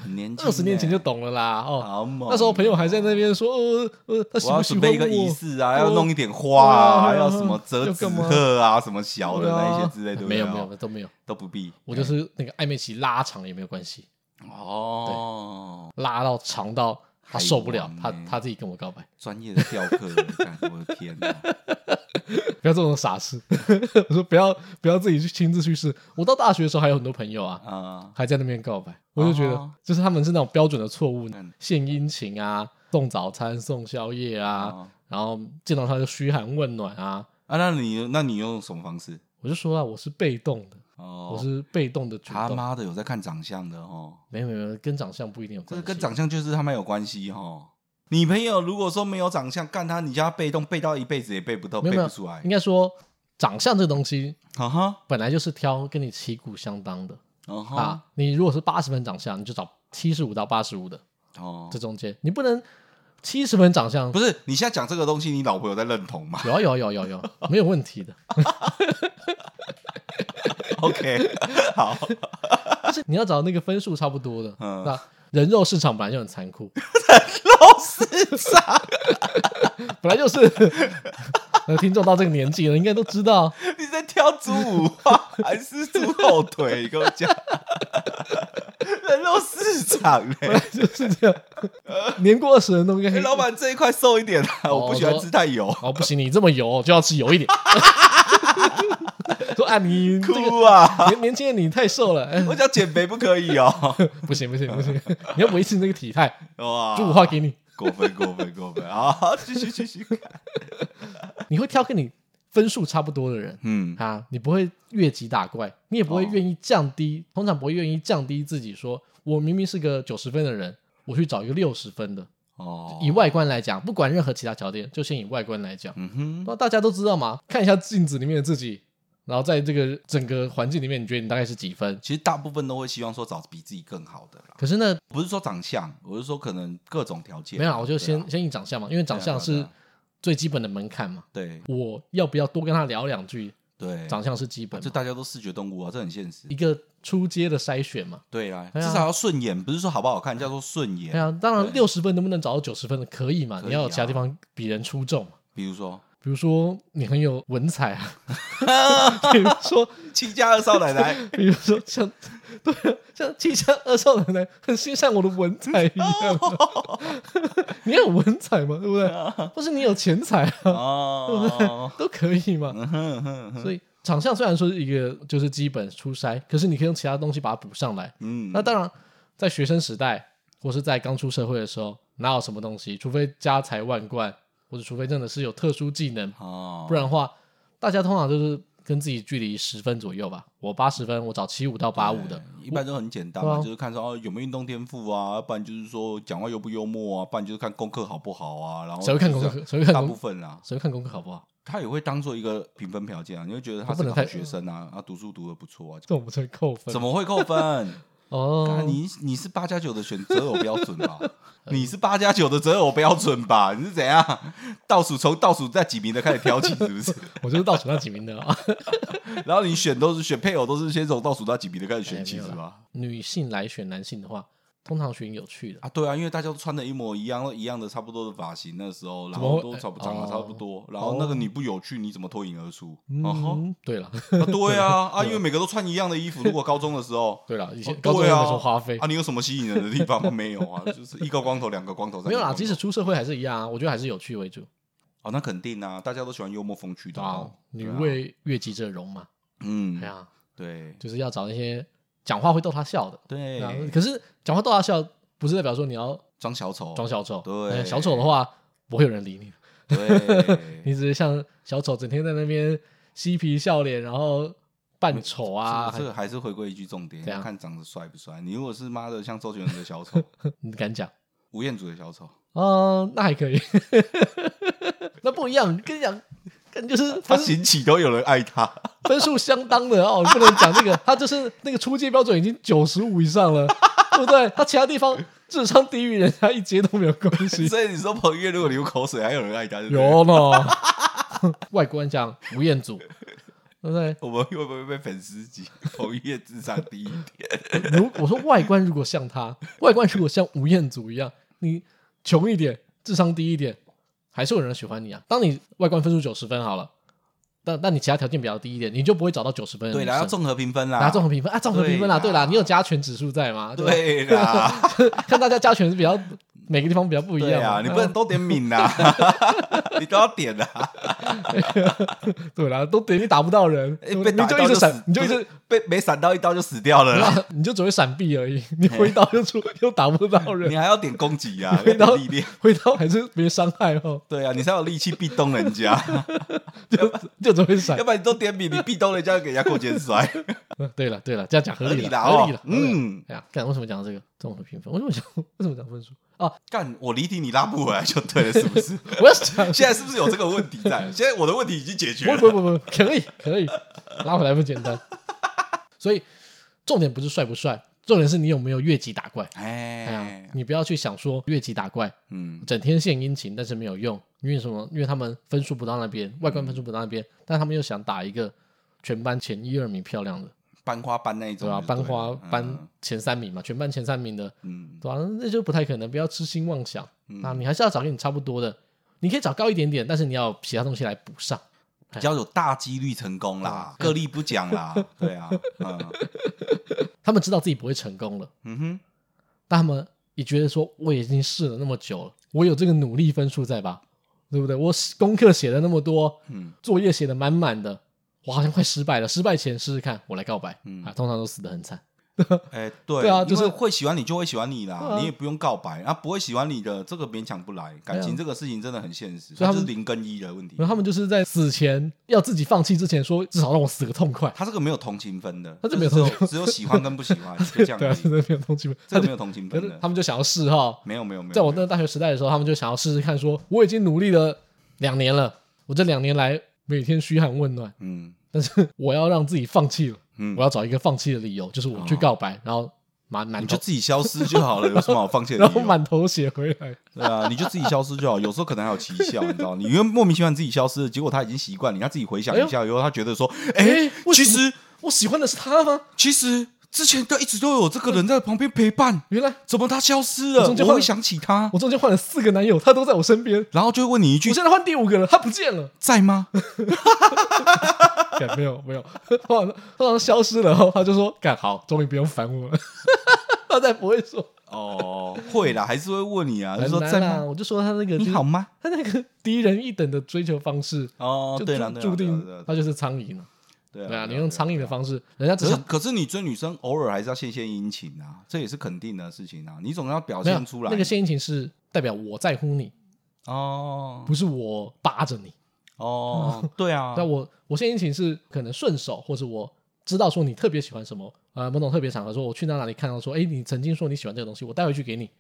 [SPEAKER 2] 很年轻，
[SPEAKER 1] 二十年前就，懂了啦。哦，
[SPEAKER 2] 好猛。哦
[SPEAKER 1] 那时候朋友还在那边说，呃呃，他喜
[SPEAKER 2] 我
[SPEAKER 1] 不
[SPEAKER 2] 要
[SPEAKER 1] 喜
[SPEAKER 2] 准
[SPEAKER 1] 欢
[SPEAKER 2] 备一个仪
[SPEAKER 1] 我？
[SPEAKER 2] 式啊，要弄一点花啊，
[SPEAKER 1] 对啊
[SPEAKER 2] 要什么折
[SPEAKER 1] 要
[SPEAKER 2] 纸
[SPEAKER 1] 干嘛
[SPEAKER 2] 鹤啊，什么小的
[SPEAKER 1] 对啊
[SPEAKER 2] 那一些之类的，
[SPEAKER 1] 没有没有都没有，
[SPEAKER 2] 哦都不必。
[SPEAKER 1] 我就是那个暧昧期拉长也没有关系，
[SPEAKER 2] 哦，
[SPEAKER 1] 拉到长到他受不了
[SPEAKER 2] 海，
[SPEAKER 1] 他
[SPEAKER 2] 王欸
[SPEAKER 1] 他自己跟我告白，
[SPEAKER 2] 专业的雕刻，干我的天哪！
[SPEAKER 1] 不要做这种傻事。 <laughs> 我说不要不要自己去亲自去试。我到大学的时候还有很多朋友啊，
[SPEAKER 2] 啊，
[SPEAKER 1] 还在那边告白，我就觉得
[SPEAKER 2] 哦
[SPEAKER 1] 就是他们是那种标准的错误
[SPEAKER 2] 嗯，
[SPEAKER 1] 献殷勤啊，送早餐送宵夜啊，
[SPEAKER 2] 啊，
[SPEAKER 1] 然后见到他就嘘寒问暖啊。
[SPEAKER 2] 啊，那你那你用什么方式？
[SPEAKER 1] 我就说了，啊我是被动的，我
[SPEAKER 2] 哦，
[SPEAKER 1] 是被动的主
[SPEAKER 2] 他
[SPEAKER 1] 动。
[SPEAKER 2] 妈的有在看长相的哦，
[SPEAKER 1] 没有没有，跟长相不一定有
[SPEAKER 2] 这
[SPEAKER 1] 关
[SPEAKER 2] 个
[SPEAKER 1] 系。
[SPEAKER 2] 跟长相就是他妈有关系哦。你朋友如果说没有长相，干他，你叫他背动背到一辈子也背不动，
[SPEAKER 1] 没
[SPEAKER 2] 背
[SPEAKER 1] 有没
[SPEAKER 2] 不
[SPEAKER 1] 有
[SPEAKER 2] 出来
[SPEAKER 1] 应。该说长相这东西
[SPEAKER 2] 啊哈，
[SPEAKER 1] 本来就是挑跟你旗鼓相当的、
[SPEAKER 2] 啊哈，
[SPEAKER 1] 啊。你如果是八十分长相，你就找七十五到八十五的
[SPEAKER 2] 哦
[SPEAKER 1] 这，中间，你不能七十分长相
[SPEAKER 2] 不。是，你现在讲这个东西，你老婆有在认同吗
[SPEAKER 1] 有啊有啊有啊有啊有啊，
[SPEAKER 2] <laughs>
[SPEAKER 1] 没有问题的。 <laughs>
[SPEAKER 2] ？OK，好，
[SPEAKER 1] 但是你要找那个分数差不多的，
[SPEAKER 2] 嗯
[SPEAKER 1] 那人肉市场本来就很残酷，
[SPEAKER 2] 老市长，
[SPEAKER 1] 本来就是。 <laughs> 呃，听众到这个年纪了，应该都知道，
[SPEAKER 2] 你在挑猪五花还是猪后腿？你跟我讲，人肉市场嘞、
[SPEAKER 1] 本来就是这样。年过二十的人都应该
[SPEAKER 2] 哎
[SPEAKER 1] 可以。
[SPEAKER 2] 老板这一块瘦一点啊，我不喜欢吃太油，
[SPEAKER 1] 哦，不行，你这么油就要吃油一点。 <laughs> 说啊，你这个
[SPEAKER 2] <laughs> 哭啊！
[SPEAKER 1] 年年轻人你太瘦了， <laughs> 哎，
[SPEAKER 2] 我想减肥不可以哦，
[SPEAKER 1] 不行不行不行，你要维持那个体态。
[SPEAKER 2] 哇，
[SPEAKER 1] 就五花给你，
[SPEAKER 2] 过分过分过分好， <laughs> 继续继续，
[SPEAKER 1] 你会挑跟你分数差不多的人
[SPEAKER 2] 嗯，
[SPEAKER 1] 啊，你不会越级打怪，你也不会
[SPEAKER 2] 哦
[SPEAKER 1] 愿意降低，通常不会愿意降低自己说，我明明是个九十分的人，我去找一个六十分的。
[SPEAKER 2] 哦，
[SPEAKER 1] 以外观来讲，不管任何其他条件，就先以外观来讲，
[SPEAKER 2] 嗯哼，
[SPEAKER 1] 那大家都知道嘛，看一下镜子里面的自己，然后在这个整个环境里面，你觉得你大概是几分？
[SPEAKER 2] 其实大部分都会希望说找比自己更好的啦，
[SPEAKER 1] 可是呢，
[SPEAKER 2] 不是说长相，我是说可能各种条件，
[SPEAKER 1] 没有啦，我就先、
[SPEAKER 2] 对啊
[SPEAKER 1] 先以长相嘛，因为长相
[SPEAKER 2] 对啊
[SPEAKER 1] 是最基本的门槛嘛。
[SPEAKER 2] 对啊
[SPEAKER 1] 我要不要多跟他聊两句？
[SPEAKER 2] 对，
[SPEAKER 1] 长相是基本嘛，
[SPEAKER 2] 这大家都视觉动物啊，这很现实
[SPEAKER 1] 一，个出街的筛选嘛。
[SPEAKER 2] 对啦，至
[SPEAKER 1] 对啊
[SPEAKER 2] 少要顺眼，不是说好不好看，叫做顺
[SPEAKER 1] 对
[SPEAKER 2] 眼，
[SPEAKER 1] 啊，当然
[SPEAKER 2] 对
[SPEAKER 1] 六十分能不能找到九十分的可以嘛？
[SPEAKER 2] 可以啊
[SPEAKER 1] 你要有其他地方比人出众嘛，
[SPEAKER 2] 比如说
[SPEAKER 1] 比如说你很有文采啊，
[SPEAKER 2] <laughs>
[SPEAKER 1] 比如说
[SPEAKER 2] 七家二少奶奶。
[SPEAKER 1] <laughs> 比如说像对啊，像七家二少奶奶很欣赏我的文采一
[SPEAKER 2] <laughs>
[SPEAKER 1] 样啊，你有文采嘛，对不对？或是你有钱财啊，
[SPEAKER 2] 啊哦，
[SPEAKER 1] 都可以嘛。
[SPEAKER 2] 嗯哼哼哼
[SPEAKER 1] 所以长相虽然说是一个就是基本初筛，可是你可以用其他东西把它补上来。
[SPEAKER 2] 嗯，
[SPEAKER 1] 那当然，在学生时代或是在刚出社会的时候，哪有什么东西？除非家财万贯，或者除非真的是有特殊技能，
[SPEAKER 2] 哦，
[SPEAKER 1] 不然的话，大家通常就是跟自己距离十分左右吧。我八十分，我找七五到八五的。
[SPEAKER 2] 一般都很简单嘛，
[SPEAKER 1] 对啊
[SPEAKER 2] 就是看说哦有没有运动天赋啊，要不然就是说讲话幽不幽默啊，不然就是看功课好不好啊，然后
[SPEAKER 1] 谁会看
[SPEAKER 2] 就是
[SPEAKER 1] 功
[SPEAKER 2] 这
[SPEAKER 1] 课
[SPEAKER 2] 样？
[SPEAKER 1] 谁会看
[SPEAKER 2] 大
[SPEAKER 1] 功
[SPEAKER 2] 部
[SPEAKER 1] 课？
[SPEAKER 2] 分啊，
[SPEAKER 1] 谁会看功课好不好？
[SPEAKER 2] 他也会当做一个评分条件啊，你会觉得他
[SPEAKER 1] 我不
[SPEAKER 2] 是个
[SPEAKER 1] 能
[SPEAKER 2] 好
[SPEAKER 1] 太
[SPEAKER 2] 学生啊，啊，读书读的不错啊，
[SPEAKER 1] 这种不是扣分
[SPEAKER 2] 怎么会扣
[SPEAKER 1] <laughs>
[SPEAKER 2] 分？啊，
[SPEAKER 1] 哦。
[SPEAKER 2] 你你是八加九的选择偶标准
[SPEAKER 1] <laughs>
[SPEAKER 2] 吧？
[SPEAKER 1] 嗯
[SPEAKER 2] 你是八加九的择偶标准吧？你是怎样倒数从倒数在几名的开始挑起，是
[SPEAKER 1] <laughs>
[SPEAKER 2] 不是？
[SPEAKER 1] 我就是倒数那几名的啊。
[SPEAKER 2] 然后你选都是选配偶都是先从倒数到几名的开始选起，
[SPEAKER 1] 哎没
[SPEAKER 2] 是
[SPEAKER 1] 有
[SPEAKER 2] 吧？
[SPEAKER 1] 女性来选男性的话，通常选有趣的。
[SPEAKER 2] 啊，对啊，因为大家都穿的一模一样，一样的差不多的发型，那时候，然
[SPEAKER 1] 怎么
[SPEAKER 2] 后
[SPEAKER 1] 会
[SPEAKER 2] 都
[SPEAKER 1] 哎
[SPEAKER 2] 差不长得
[SPEAKER 1] 哦
[SPEAKER 2] 差不多，然后那个你不有趣，你怎么脱颖而出？啊哈
[SPEAKER 1] 嗯，对了，，
[SPEAKER 2] 啊对啊，啊，因为每个都穿一样的衣服，如果高中的时候
[SPEAKER 1] <laughs> 对了，以
[SPEAKER 2] 哦
[SPEAKER 1] 前高中
[SPEAKER 2] 对
[SPEAKER 1] 有
[SPEAKER 2] 啊，
[SPEAKER 1] 说花费
[SPEAKER 2] 啊，你有什么吸引人的地方吗？ <laughs> 没有啊，就是一个光头，两个光头，三
[SPEAKER 1] 没有
[SPEAKER 2] 个
[SPEAKER 1] 啦，
[SPEAKER 2] 光
[SPEAKER 1] 即
[SPEAKER 2] 头
[SPEAKER 1] 使出社会还是一样啊。我觉得还是有趣为主
[SPEAKER 2] 哦，那肯定啊，大家都喜欢幽默风趣的
[SPEAKER 1] 啊
[SPEAKER 2] 哦，。
[SPEAKER 1] 女
[SPEAKER 2] 对啊，
[SPEAKER 1] 为悦己者容嘛，
[SPEAKER 2] 嗯
[SPEAKER 1] 哎，呀，
[SPEAKER 2] 对
[SPEAKER 1] 就是要找那些讲话会逗她笑的。对啊
[SPEAKER 2] 对，
[SPEAKER 1] 可是讲话逗她笑，不是代表说你要
[SPEAKER 2] 装小丑，
[SPEAKER 1] 装小丑。
[SPEAKER 2] 哦对
[SPEAKER 1] 哎小丑的话，不会有人理你。
[SPEAKER 2] 对，
[SPEAKER 1] <laughs> 你只是像小丑，整天在那边嬉皮笑脸，然后扮丑啊，
[SPEAKER 2] 这个这个还是回归一句重点，
[SPEAKER 1] 怎样
[SPEAKER 2] 要看长得帅不帅。你如果是妈的像周杰伦的
[SPEAKER 1] <laughs>
[SPEAKER 2] 小丑，
[SPEAKER 1] 你敢讲？
[SPEAKER 2] 吴彦祖的小丑，
[SPEAKER 1] 哦，那还可以， <laughs> 那不一样。跟你讲，跟就是
[SPEAKER 2] 他
[SPEAKER 1] 分
[SPEAKER 2] 行乞都有人
[SPEAKER 1] <laughs>
[SPEAKER 2] 爱他，
[SPEAKER 1] 分数相当的哦，不能讲这个， <laughs> 他就是那个出界标准已经九十五以上了， <laughs> 对不对？他其他地方智商低于人家一阶都没有关
[SPEAKER 2] <laughs>
[SPEAKER 1] 系。
[SPEAKER 2] 所以你说彭于晏如果流口水，还有人爱他，对不对，
[SPEAKER 1] 有呢， <laughs> 外国人讲吴彦祖，对不对？
[SPEAKER 2] 我们会不会被粉丝挤？ <laughs> 彭于晏智商低一点，
[SPEAKER 1] 如我说外观如果像他，外观如果像吴彦祖一样，你穷一点，智商低一点，还是有人喜欢你啊。当你外观分数九十分好了，但但你其他条件比较低一点，你就不会找到九十分的
[SPEAKER 2] 对
[SPEAKER 1] 女
[SPEAKER 2] 啦，
[SPEAKER 1] 生。
[SPEAKER 2] 要综合评分啦，
[SPEAKER 1] 拿综合评分啊，综合评分啦，对
[SPEAKER 2] 对啦
[SPEAKER 1] 啦，你有加权指数在吗？吧，
[SPEAKER 2] 对啦，
[SPEAKER 1] 看大家加权是比较每个地方比较啊不一
[SPEAKER 2] 对
[SPEAKER 1] 样嘛
[SPEAKER 2] 啊，你不能都点敏
[SPEAKER 1] <laughs>
[SPEAKER 2] 啦，你都要点啊啦，
[SPEAKER 1] 对啦，都等于打不到人，
[SPEAKER 2] 哎
[SPEAKER 1] 你
[SPEAKER 2] 被打
[SPEAKER 1] 就
[SPEAKER 2] 到
[SPEAKER 1] 一直
[SPEAKER 2] 死
[SPEAKER 1] 闪，你就一
[SPEAKER 2] 不
[SPEAKER 1] 直
[SPEAKER 2] 是啊被没闪到一刀就死掉
[SPEAKER 1] <laughs>
[SPEAKER 2] 了啦，
[SPEAKER 1] 你就只会闪避而已，你挥刀就出又打不到
[SPEAKER 2] 你
[SPEAKER 1] 人，
[SPEAKER 2] 还要点攻
[SPEAKER 1] <laughs>
[SPEAKER 2] 击啊，
[SPEAKER 1] 挥
[SPEAKER 2] 要
[SPEAKER 1] 刀
[SPEAKER 2] 点力量。
[SPEAKER 1] 挥刀还是别伤害哦，
[SPEAKER 2] 对啊，你才有力气壁咚
[SPEAKER 1] <laughs>
[SPEAKER 2] 人家，
[SPEAKER 1] 就就只会闪
[SPEAKER 2] 要。不然你都点米，你壁咚人家就给人家过肩摔，
[SPEAKER 1] 嗯对了对了，这样讲合
[SPEAKER 2] 合
[SPEAKER 1] 理
[SPEAKER 2] 理
[SPEAKER 1] 了，
[SPEAKER 2] 啦
[SPEAKER 1] 合理
[SPEAKER 2] 哦
[SPEAKER 1] 了。，嗯，
[SPEAKER 2] 嗯，
[SPEAKER 1] 哎呀，干为什么讲到这个综合评分？为什么讲为什么讲分数？啊，
[SPEAKER 2] 干，我离题你拉不回来就对了，是不是？
[SPEAKER 1] 我要讲，
[SPEAKER 2] <laughs> 现在是不是有这个问题
[SPEAKER 1] <laughs>
[SPEAKER 2] 在？现在我的问题已经解决
[SPEAKER 1] 不
[SPEAKER 2] 了。
[SPEAKER 1] 不不不，可以可以，拉回来不简单。所以重点不是帅不帅，重点是你有没有越级打怪。哎呀
[SPEAKER 2] 哎，，
[SPEAKER 1] 你不要去想说越级打怪，
[SPEAKER 2] 嗯，
[SPEAKER 1] 整天献殷勤，但是没有用，因为什么？因为他们分数不到那边，外观分数不到那边，但他们又想打一个全班前一二名漂亮的，
[SPEAKER 2] 班花班那一
[SPEAKER 1] 对
[SPEAKER 2] 种
[SPEAKER 1] 吧、
[SPEAKER 2] 就对
[SPEAKER 1] 班
[SPEAKER 2] 了，
[SPEAKER 1] 花哎
[SPEAKER 2] 嗯
[SPEAKER 1] 班，前三名嘛，全班前三名的，
[SPEAKER 2] 嗯
[SPEAKER 1] 对吧、那就不太可能，不要痴心妄想啊！
[SPEAKER 2] 嗯，
[SPEAKER 1] 你还是要找跟你差不多的，你可以找高一点点，但是你要有其他东西来补上。
[SPEAKER 2] 比较有大几率成功啦，
[SPEAKER 1] 啊
[SPEAKER 2] 个例不
[SPEAKER 1] <laughs>
[SPEAKER 2] 讲啦，对啊，嗯
[SPEAKER 1] 他们知道自己不会成功了，
[SPEAKER 2] 嗯哼，
[SPEAKER 1] 但他们也觉得说，我已经试了那么久了，我有这个努力分数在吧？对不对？我功课写了那么多，
[SPEAKER 2] 嗯
[SPEAKER 1] 作业写的满满的，我好像快失败了。失败前试试看，我来告白、
[SPEAKER 2] 嗯
[SPEAKER 1] 啊，通常都死的很惨。
[SPEAKER 2] 哎，对
[SPEAKER 1] 对啊
[SPEAKER 2] 因为
[SPEAKER 1] 就是
[SPEAKER 2] 会喜欢你就会喜欢你啦，
[SPEAKER 1] 啊
[SPEAKER 2] 你也不用告白，啊，不会喜欢你的这个勉强不来，
[SPEAKER 1] 对
[SPEAKER 2] 感
[SPEAKER 1] 啊啊
[SPEAKER 2] 情这个事情真的很现实，
[SPEAKER 1] 所以他
[SPEAKER 2] 它
[SPEAKER 1] 们
[SPEAKER 2] 就是零跟一的问题
[SPEAKER 1] 然，后他们就是在死前要自己放弃之前说，至少让我死个痛快。
[SPEAKER 2] 他这个没有同情分的，
[SPEAKER 1] 他这
[SPEAKER 2] 就
[SPEAKER 1] 没有
[SPEAKER 2] 是只
[SPEAKER 1] 同情
[SPEAKER 2] 有只有喜欢跟不喜欢，就
[SPEAKER 1] <laughs> 对
[SPEAKER 2] 这样
[SPEAKER 1] 啊，
[SPEAKER 2] 而
[SPEAKER 1] 真
[SPEAKER 2] 已，
[SPEAKER 1] 的没有同情他
[SPEAKER 2] 这个没
[SPEAKER 1] 就
[SPEAKER 2] 有同情
[SPEAKER 1] 可
[SPEAKER 2] 分
[SPEAKER 1] 是
[SPEAKER 2] 的
[SPEAKER 1] 他，们就想要试哈，
[SPEAKER 2] 没有没有没有，
[SPEAKER 1] 在我
[SPEAKER 2] 没
[SPEAKER 1] 那
[SPEAKER 2] 有
[SPEAKER 1] 大学时代的时候，他们就想要试试看说，我已经努力了两年了，我这两年来每天嘘寒问暖，
[SPEAKER 2] 嗯
[SPEAKER 1] 但是我要让自己放弃了，
[SPEAKER 2] 嗯哦
[SPEAKER 1] 我，要找一个放弃的理由，就是我去告白，然后满满
[SPEAKER 2] 你就
[SPEAKER 1] 头，
[SPEAKER 2] 自己消失就好了，有什么好放弃的
[SPEAKER 1] 然
[SPEAKER 2] 理
[SPEAKER 1] 后
[SPEAKER 2] 由？
[SPEAKER 1] 满头血回来，
[SPEAKER 2] 对啊，你就自己消失就好。有时候可能还有奇效，你知道？你因为莫名其妙自己消失了，结果他已经习惯你，他自己回想一下以后，他觉得说，哎、
[SPEAKER 1] 哎为
[SPEAKER 2] 其
[SPEAKER 1] 什
[SPEAKER 2] 实
[SPEAKER 1] 我喜欢的是他吗？
[SPEAKER 2] 其实之前都一直都有这个人在旁边陪伴，
[SPEAKER 1] 原来
[SPEAKER 2] 怎么他消失
[SPEAKER 1] 我
[SPEAKER 2] 了？
[SPEAKER 1] 中间
[SPEAKER 2] 我
[SPEAKER 1] 换
[SPEAKER 2] 会想起他，
[SPEAKER 1] 我中间换了四个男友，他都在我身边，
[SPEAKER 2] 然后就会问你一句
[SPEAKER 1] 我现在换第五个了，他不见了，<laughs>
[SPEAKER 2] 在吗？
[SPEAKER 1] 干没有 <laughs> 没有，通常通常消失了，然后他就说干好，终于不用烦我了， <laughs> 他再不会说
[SPEAKER 2] 哦，会啦，还是会问你啊，就
[SPEAKER 1] 很
[SPEAKER 2] 说在
[SPEAKER 1] 难啦，
[SPEAKER 2] 吗？
[SPEAKER 1] 我就说他那个就
[SPEAKER 2] 你
[SPEAKER 1] 是
[SPEAKER 2] 好吗？
[SPEAKER 1] 他那个 <laughs> 低人一等的追求方式，
[SPEAKER 2] 哦，
[SPEAKER 1] 就
[SPEAKER 2] 对啦，
[SPEAKER 1] 注
[SPEAKER 2] 对啦
[SPEAKER 1] 注
[SPEAKER 2] 对啦
[SPEAKER 1] 定
[SPEAKER 2] 对啦
[SPEAKER 1] 他就是苍蝇了。
[SPEAKER 2] 对
[SPEAKER 1] 对
[SPEAKER 2] 啦对
[SPEAKER 1] 啊，
[SPEAKER 2] 啦
[SPEAKER 1] 你用苍蝇的方式，人家只
[SPEAKER 2] 可是
[SPEAKER 1] 想，
[SPEAKER 2] 可是你追女生偶尔还是要献献殷勤啊，这也是肯定的事情啊，你总要表
[SPEAKER 1] 没有
[SPEAKER 2] 现出来。
[SPEAKER 1] 那个献殷勤是代表我在乎你，
[SPEAKER 2] 哦
[SPEAKER 1] 不是我扒着你。 <laughs>
[SPEAKER 2] 哦，对啊，
[SPEAKER 1] 那我我献殷勤是可能顺手，或者我知道说你特别喜欢什么，呃，某种特别场合，说我去到哪里看到说，哎，你曾经说你喜欢这个东西，我带回去给你，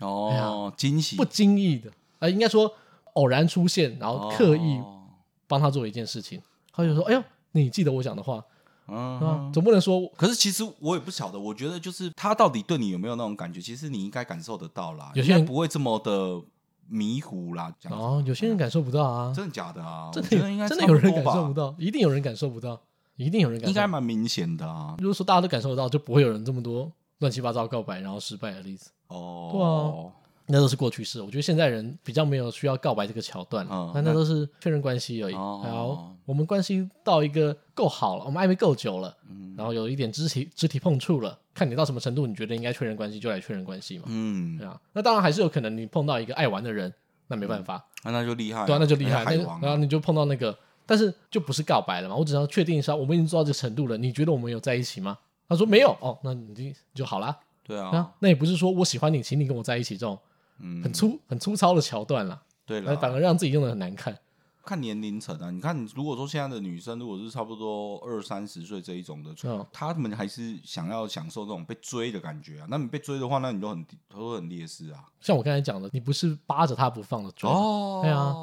[SPEAKER 2] 哦，惊
[SPEAKER 1] 哎
[SPEAKER 2] 喜
[SPEAKER 1] 不经意的，呃，应该说偶然出现，然后刻意
[SPEAKER 2] 哦
[SPEAKER 1] 帮他做一件事情，他就说，哎呦，你记得我讲的话，
[SPEAKER 2] 嗯
[SPEAKER 1] 对吧
[SPEAKER 2] 哼。
[SPEAKER 1] 总不能说
[SPEAKER 2] 可是其实我也不晓得，我觉得就是他到底对你有没有那种感觉，其实你应该感受得到啦，
[SPEAKER 1] 有些人
[SPEAKER 2] 应该不会这么的迷糊啦。讲
[SPEAKER 1] 哦，有些人感受不到啊，
[SPEAKER 2] 真的假的啊？
[SPEAKER 1] 真
[SPEAKER 2] 我觉得应
[SPEAKER 1] 的
[SPEAKER 2] 该
[SPEAKER 1] 真的有人
[SPEAKER 2] 差
[SPEAKER 1] 感
[SPEAKER 2] 不多吧
[SPEAKER 1] 受不，到，一定有人感受不到，一定有人感
[SPEAKER 2] 应
[SPEAKER 1] 受
[SPEAKER 2] 该
[SPEAKER 1] 不到。
[SPEAKER 2] 蛮明显的啊。
[SPEAKER 1] 如果说大家都感受得到，就不会有人这么多乱七八糟告白然后失败的例子，
[SPEAKER 2] 哦，
[SPEAKER 1] 那都是过去式。我觉得现在人比较没有需要告白这个桥段了
[SPEAKER 2] 嗯，
[SPEAKER 1] 那、那都是确认关系而已。
[SPEAKER 2] 哦
[SPEAKER 1] 然后我们关系到一个够好了，我们暧昧够久了，
[SPEAKER 2] 嗯
[SPEAKER 1] 然后有一点肢体肢体碰触了，看你到什么程度，你觉得应该确认关系就来确认关系嘛，
[SPEAKER 2] 嗯
[SPEAKER 1] 对，啊。那当然还是有可能你碰到一个爱玩的人，那没办法，
[SPEAKER 2] 那那就厉害啊，
[SPEAKER 1] 对啊，那就厉害。
[SPEAKER 2] 海
[SPEAKER 1] 那
[SPEAKER 2] 王
[SPEAKER 1] 然后
[SPEAKER 2] 啊，
[SPEAKER 1] 你就碰到那个，但是就不是告白了嘛，我只要确定一下，我们已经做到这个程度了，你觉得我们有在一起吗？他说没有，哦，那你就就好啦。
[SPEAKER 2] 对
[SPEAKER 1] 啊
[SPEAKER 2] 啊，，
[SPEAKER 1] 那也不是说我喜欢你，请你跟我在一起这种
[SPEAKER 2] 嗯
[SPEAKER 1] 很粗很粗糙的桥段啦。
[SPEAKER 2] 对
[SPEAKER 1] 那
[SPEAKER 2] 了，
[SPEAKER 1] 反而让自己用的很难看。
[SPEAKER 2] 看年龄层啊。你看，如果说现在的女生，如果是差不多二三十岁这一种的，
[SPEAKER 1] 嗯
[SPEAKER 2] 她们还是想要享受这种被追的感觉啊。那你被追的话，那你就很都很劣势啊。
[SPEAKER 1] 像我刚才讲的，你不是扒着他不放的追，
[SPEAKER 2] 哦
[SPEAKER 1] 对
[SPEAKER 2] 啊，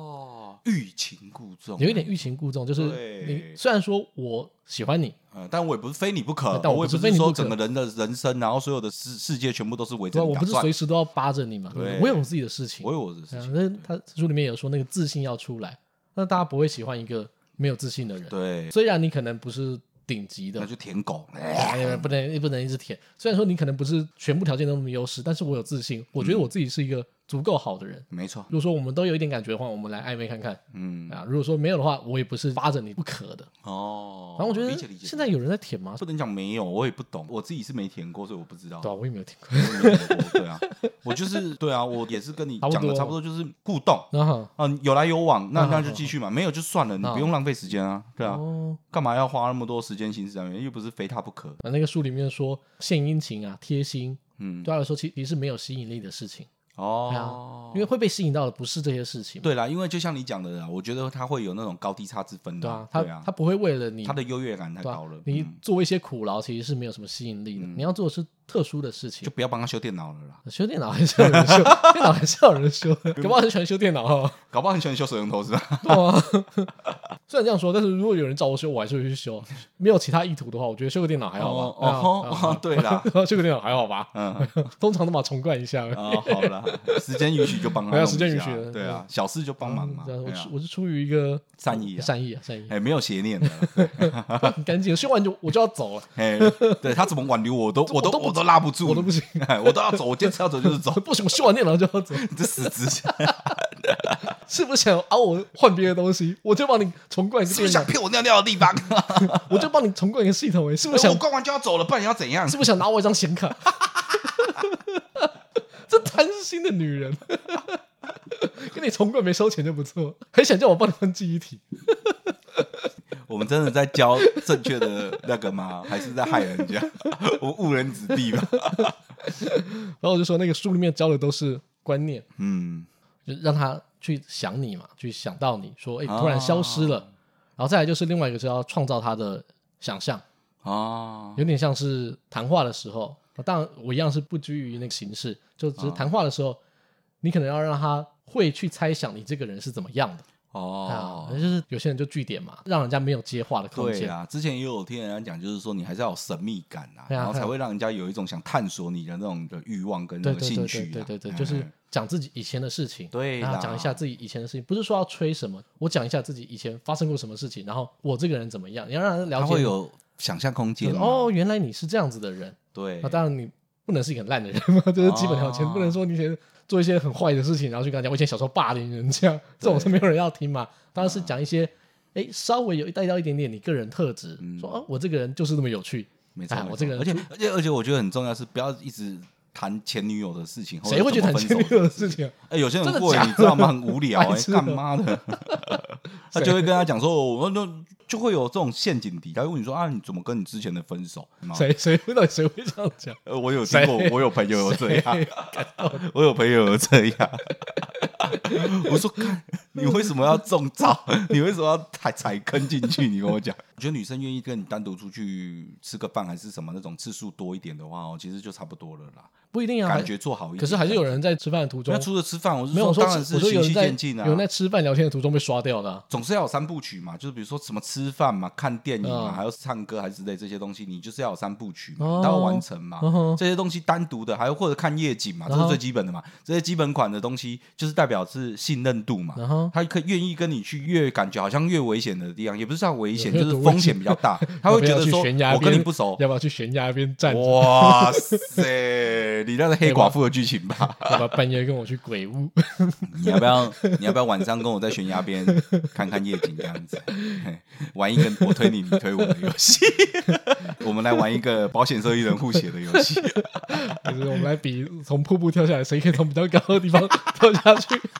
[SPEAKER 2] 欲擒故纵，啊
[SPEAKER 1] 有一点欲擒故纵，就是
[SPEAKER 2] 对
[SPEAKER 1] 你虽然说我喜欢你，
[SPEAKER 2] 呃，但我也不是非你不可，
[SPEAKER 1] 但我
[SPEAKER 2] 我也
[SPEAKER 1] 不是
[SPEAKER 2] 不
[SPEAKER 1] 非
[SPEAKER 2] 是
[SPEAKER 1] 你不
[SPEAKER 2] 说
[SPEAKER 1] 可
[SPEAKER 2] 整个人的人生，然后所有的世世界全部都是围
[SPEAKER 1] 对吧？
[SPEAKER 2] 着你
[SPEAKER 1] 我
[SPEAKER 2] 打
[SPEAKER 1] 不是
[SPEAKER 2] 转
[SPEAKER 1] 随。时都要扒着你嘛，
[SPEAKER 2] 对
[SPEAKER 1] 我有我自己的事情
[SPEAKER 2] 我。有我的事
[SPEAKER 1] 啊
[SPEAKER 2] 情，
[SPEAKER 1] 那他书里面有说那个自信要出来，那大家不会喜欢一个没有自信的人。
[SPEAKER 2] 对，
[SPEAKER 1] 虽然你可能不是顶级的
[SPEAKER 2] 那，就舔狗，
[SPEAKER 1] 哎呀不能不能一直舔。虽然说你可能不是全部条件都那么优势，但是我有自信，我觉得
[SPEAKER 2] 嗯
[SPEAKER 1] 我自己是一个足够好的人。
[SPEAKER 2] 没错，
[SPEAKER 1] 如果说我们都有一点感觉的话，我们来暧昧看看
[SPEAKER 2] 嗯，
[SPEAKER 1] 啊。如果说没有的话，我也不是扒着你不可的。
[SPEAKER 2] 哦，
[SPEAKER 1] 然后我觉
[SPEAKER 2] 理解理
[SPEAKER 1] 得
[SPEAKER 2] 解，
[SPEAKER 1] 现在有人在舔吗？
[SPEAKER 2] 不能讲没有，我也不懂，我自己是没舔过，所以我不知道。
[SPEAKER 1] 对啊，我也没有听
[SPEAKER 2] <laughs>
[SPEAKER 1] 过。
[SPEAKER 2] 我也没舔过对啊，我就是对啊，我也是跟你
[SPEAKER 1] 差不多
[SPEAKER 2] 讲的差不多，就是互动，
[SPEAKER 1] 然后
[SPEAKER 2] 嗯，有来有往，那
[SPEAKER 1] 嗯
[SPEAKER 2] 那就继续嘛，没有就算了，你
[SPEAKER 1] 嗯
[SPEAKER 2] 不用浪费时间啊，对啊，
[SPEAKER 1] 哦，啊
[SPEAKER 2] 干嘛要花那么多时间心思在那边？又不是非他不可，
[SPEAKER 1] 那那个书里面说献殷勤啊，贴心，
[SPEAKER 2] 嗯
[SPEAKER 1] 对，他来说其其实没有吸引力的事情，啊
[SPEAKER 2] 哦，
[SPEAKER 1] 因为会被吸引到的不是这些事情嘛。
[SPEAKER 2] 对啦，因为就像你讲的啦，啊我觉得他会有那种高低差之分
[SPEAKER 1] 对
[SPEAKER 2] 的
[SPEAKER 1] 啊
[SPEAKER 2] 啊，，
[SPEAKER 1] 他
[SPEAKER 2] 对啊
[SPEAKER 1] 他不会为了你
[SPEAKER 2] 他的优越感太
[SPEAKER 1] 对啊
[SPEAKER 2] 高了，
[SPEAKER 1] 你
[SPEAKER 2] 嗯
[SPEAKER 1] 做一些苦劳其实是没有什么吸引力的。你要做的是特殊的事情
[SPEAKER 2] 就。不要帮他修电脑了啦，
[SPEAKER 1] 修电脑还是有人
[SPEAKER 2] <laughs>
[SPEAKER 1] 修，电脑还是有人修，搞不好很喜欢修电脑哦。
[SPEAKER 2] 搞不好很喜欢修水龙头是吧？
[SPEAKER 1] <laughs> 对啊，虽然这样说，但是如果有人找我修，我还是会去修。没有其他意图的话，我觉得修个电脑还好
[SPEAKER 2] 哦
[SPEAKER 1] 吧。
[SPEAKER 2] 哦哦，对啦，
[SPEAKER 1] 对啊， <laughs> 修个电脑还好吧。
[SPEAKER 2] 嗯。
[SPEAKER 1] 通常都把它重灌一下而已。
[SPEAKER 2] 哦，好啦，时间允许就帮他
[SPEAKER 1] <laughs> 没有
[SPEAKER 2] 弄一
[SPEAKER 1] 时间
[SPEAKER 2] 下
[SPEAKER 1] 允许了
[SPEAKER 2] 对啊，小事就帮忙嘛，
[SPEAKER 1] 对啊
[SPEAKER 2] 对
[SPEAKER 1] 我
[SPEAKER 2] 啊
[SPEAKER 1] 是，我是出于一个
[SPEAKER 2] 善意啊
[SPEAKER 1] 善意啊，善意啊，
[SPEAKER 2] 哎，没有邪念的，对
[SPEAKER 1] 很干净。修完就我就要走了，
[SPEAKER 2] 哎，
[SPEAKER 1] <laughs>
[SPEAKER 2] 对他怎么挽留我都我都
[SPEAKER 1] 我都不
[SPEAKER 2] 我都拉不住，
[SPEAKER 1] 我都不行，
[SPEAKER 2] <laughs> 哎，我都要走，我坚持要走就是走，
[SPEAKER 1] 不行， <laughs> 我修完电脑就要走。
[SPEAKER 2] 你这死直男，
[SPEAKER 1] <laughs> 是不是想熬我换别的东西？我就帮你重灌一个
[SPEAKER 2] 是不
[SPEAKER 1] 电
[SPEAKER 2] 是
[SPEAKER 1] 脑
[SPEAKER 2] 想，骗我尿尿的地 <laughs> 方？
[SPEAKER 1] 我就帮你重灌一个系统、欸，是不是
[SPEAKER 2] 我
[SPEAKER 1] 想
[SPEAKER 2] 逛完就要走了，不然你要怎
[SPEAKER 1] <laughs>
[SPEAKER 2] 样
[SPEAKER 1] 是？不是想拿我一张显卡？ <laughs> 这贪心的女人，跟你重灌没收钱就不错，还想叫我帮你换记忆体，
[SPEAKER 2] 我们真的在教正确的那个吗？还是在害人家？ <laughs> 我误人子弟吧？ <laughs>
[SPEAKER 1] 然后我就说那个书里面教的都是观念，
[SPEAKER 2] 嗯，
[SPEAKER 1] 就让他去想你嘛，去想到你说，哎、
[SPEAKER 2] 哦
[SPEAKER 1] 突然消失了，然后再来就是另外一个是要创造他的想象，
[SPEAKER 2] 哦，
[SPEAKER 1] 有点像是谈话的时候，当然我一样是不拘于那个形式，就只是谈话的时候，你可能要让他会去猜想你这个人是怎么样的。啊，
[SPEAKER 2] 哦
[SPEAKER 1] 那。就是有些人就据点嘛，让人家没有接话的空
[SPEAKER 2] 对啊
[SPEAKER 1] 间。
[SPEAKER 2] 啦，之前也有听人家讲，就是说你还是要有神秘感啊，
[SPEAKER 1] 对啊
[SPEAKER 2] 然后才会让人家有一种想探索你的那种的欲望跟
[SPEAKER 1] 对
[SPEAKER 2] 那个
[SPEAKER 1] 对
[SPEAKER 2] 兴
[SPEAKER 1] 对
[SPEAKER 2] 趣
[SPEAKER 1] 对
[SPEAKER 2] 啊。
[SPEAKER 1] 对对对，
[SPEAKER 2] 嗯
[SPEAKER 1] 就是讲自己以前的事情，
[SPEAKER 2] 对
[SPEAKER 1] 然后
[SPEAKER 2] 啦
[SPEAKER 1] 讲一下自己以前的事情，不是说要吹什么，我讲一下自己以前发生过什么事情，然后我这个人怎么样，你要让人了
[SPEAKER 2] 它
[SPEAKER 1] 解
[SPEAKER 2] 会
[SPEAKER 1] 你
[SPEAKER 2] 有想象空
[SPEAKER 1] 就
[SPEAKER 2] 间
[SPEAKER 1] 是
[SPEAKER 2] 嘛
[SPEAKER 1] 哦，，原来你是这样子的人。
[SPEAKER 2] 对
[SPEAKER 1] 那、，当然你不能是一个很烂的人 <laughs> 嘛，这是基本条件，
[SPEAKER 2] 哦
[SPEAKER 1] 不能说你以前做一些很坏的事情，然后去跟他讲我以前小时候霸凌人这样，这种是没有人要听嘛。当然是讲一些。
[SPEAKER 2] 啊
[SPEAKER 1] 哎，稍微有带到一点点你个人特质，说啊，我这个人就是这么有趣，
[SPEAKER 2] 嗯没错
[SPEAKER 1] 哎，
[SPEAKER 2] 没
[SPEAKER 1] 我这个
[SPEAKER 2] 错而且而且而且我觉得很重要是不要一直谈前女友的事情，
[SPEAKER 1] 谁会去谈前女友的
[SPEAKER 2] 的？
[SPEAKER 1] 事情啊？
[SPEAKER 2] 哎，有些
[SPEAKER 1] 真的
[SPEAKER 2] 人过
[SPEAKER 1] 假
[SPEAKER 2] 得
[SPEAKER 1] 的
[SPEAKER 2] 你知道吗？很无聊
[SPEAKER 1] <laughs> 白
[SPEAKER 2] 哎，
[SPEAKER 1] 痴哦
[SPEAKER 2] 干嘛的？他就会跟他讲说，我那就会有这种陷阱题，他会问你说啊，你怎么跟你之前的分手？吗
[SPEAKER 1] <laughs> 谁谁会到底谁会这样讲？
[SPEAKER 2] 呃，我有听过
[SPEAKER 1] 谁，
[SPEAKER 2] 我有朋友有这样， <laughs> 我有朋友有这样。 <laughs> 我说，看你为什么要中招？ <laughs> 你为什么要踩踩坑进去？你跟我讲，我觉得女生愿意跟你单独出去吃个饭还是什么那种次数多一点的话哦，其实就差不多了啦。
[SPEAKER 1] 不一定啊，
[SPEAKER 2] 感觉做好一点，
[SPEAKER 1] 可是还是有人在吃饭的途中
[SPEAKER 2] 那，除了吃饭，我是
[SPEAKER 1] 没有我
[SPEAKER 2] 说，
[SPEAKER 1] 说
[SPEAKER 2] 当然是
[SPEAKER 1] 我说有
[SPEAKER 2] 循
[SPEAKER 1] 人
[SPEAKER 2] 序
[SPEAKER 1] 在
[SPEAKER 2] 渐进啊
[SPEAKER 1] 有。人在吃饭聊天的途中被刷掉的啊、
[SPEAKER 2] 总是要有三部曲嘛，就是比如说什么吃饭嘛、看电影嘛，
[SPEAKER 1] 嗯
[SPEAKER 2] 还有唱歌还是之类这些东西，你就是要有三部曲嘛，
[SPEAKER 1] 哦
[SPEAKER 2] 你都要完成嘛。
[SPEAKER 1] 嗯哼
[SPEAKER 2] 这些东西单独的，还有或者看夜景嘛，这
[SPEAKER 1] 然
[SPEAKER 2] 是
[SPEAKER 1] 后
[SPEAKER 2] 最基本的嘛。这些基本款的东西就是代表是信任度嘛。
[SPEAKER 1] 然后
[SPEAKER 2] 他可以愿意跟你去，越感觉好像越危险的地方，也不是叫
[SPEAKER 1] <laughs>
[SPEAKER 2] 危险，
[SPEAKER 1] 有有
[SPEAKER 2] 就是
[SPEAKER 1] 多危
[SPEAKER 2] 风险比较
[SPEAKER 1] <laughs>
[SPEAKER 2] 大。他会觉得
[SPEAKER 1] 要不要
[SPEAKER 2] 说，
[SPEAKER 1] 去悬崖
[SPEAKER 2] 我
[SPEAKER 1] 边
[SPEAKER 2] 跟你不熟。
[SPEAKER 1] <laughs> 要不要去悬崖边站着？
[SPEAKER 2] 哇塞，你那是黑寡妇的剧情吧？
[SPEAKER 1] 要不要半夜跟我去鬼
[SPEAKER 2] <laughs>
[SPEAKER 1] 屋？ <laughs>
[SPEAKER 2] 你要不要？你要不要晚上跟我在悬崖边 <laughs> 看看夜景这样子？ <laughs> 嘿玩一个 <laughs> 我推你，你推我的游戏。 <laughs> 我们来玩一个保险受益人互写的游戏。 <laughs>
[SPEAKER 1] 就是我们来比从瀑布跳下来，谁可以从比较高的地方跳下去？ <laughs>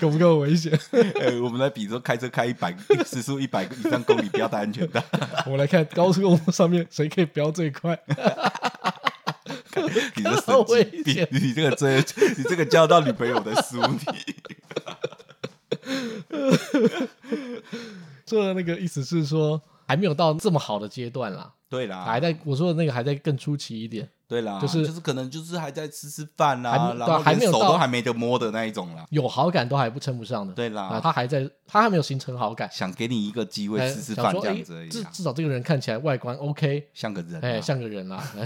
[SPEAKER 1] 够不够危险？
[SPEAKER 2] 哎我们来比说开车开一百 <laughs> 时速一百以上公里，不要戴安全带。 <laughs>
[SPEAKER 1] 我们来看高速公路上面谁可以飙最快。
[SPEAKER 2] 你这
[SPEAKER 1] 好
[SPEAKER 2] 神
[SPEAKER 1] 危
[SPEAKER 2] 经病
[SPEAKER 1] 险，
[SPEAKER 2] 你你这个真，你这个交到女朋友的书
[SPEAKER 1] <laughs>
[SPEAKER 2] 你。
[SPEAKER 1] 做的那个意思是说还没有到这么好的阶段啦，
[SPEAKER 2] 对啦，
[SPEAKER 1] 还在我说的那个还在更初期一点，
[SPEAKER 2] 对啦，
[SPEAKER 1] 就是
[SPEAKER 2] 就是可能就是还在吃吃饭啦、
[SPEAKER 1] 还没
[SPEAKER 2] 然
[SPEAKER 1] 对
[SPEAKER 2] 后
[SPEAKER 1] 啊还
[SPEAKER 2] 连
[SPEAKER 1] 没有
[SPEAKER 2] 手
[SPEAKER 1] 到
[SPEAKER 2] 都还没得摸的那一种啦。
[SPEAKER 1] 有好感都还不称不上的。
[SPEAKER 2] 对啦，
[SPEAKER 1] 啊，他还在，他还没有形成好感，
[SPEAKER 2] 想给你一个机会
[SPEAKER 1] 哎
[SPEAKER 2] 吃吃
[SPEAKER 1] 想
[SPEAKER 2] 饭
[SPEAKER 1] 说
[SPEAKER 2] 这样
[SPEAKER 1] 哎
[SPEAKER 2] 子而已
[SPEAKER 1] 至
[SPEAKER 2] 啦，
[SPEAKER 1] 至少这个人看起来外观 OK，
[SPEAKER 2] <laughs> 像个人、啊，
[SPEAKER 1] 哎、像个人
[SPEAKER 2] <laughs>
[SPEAKER 1] 啦， <laughs>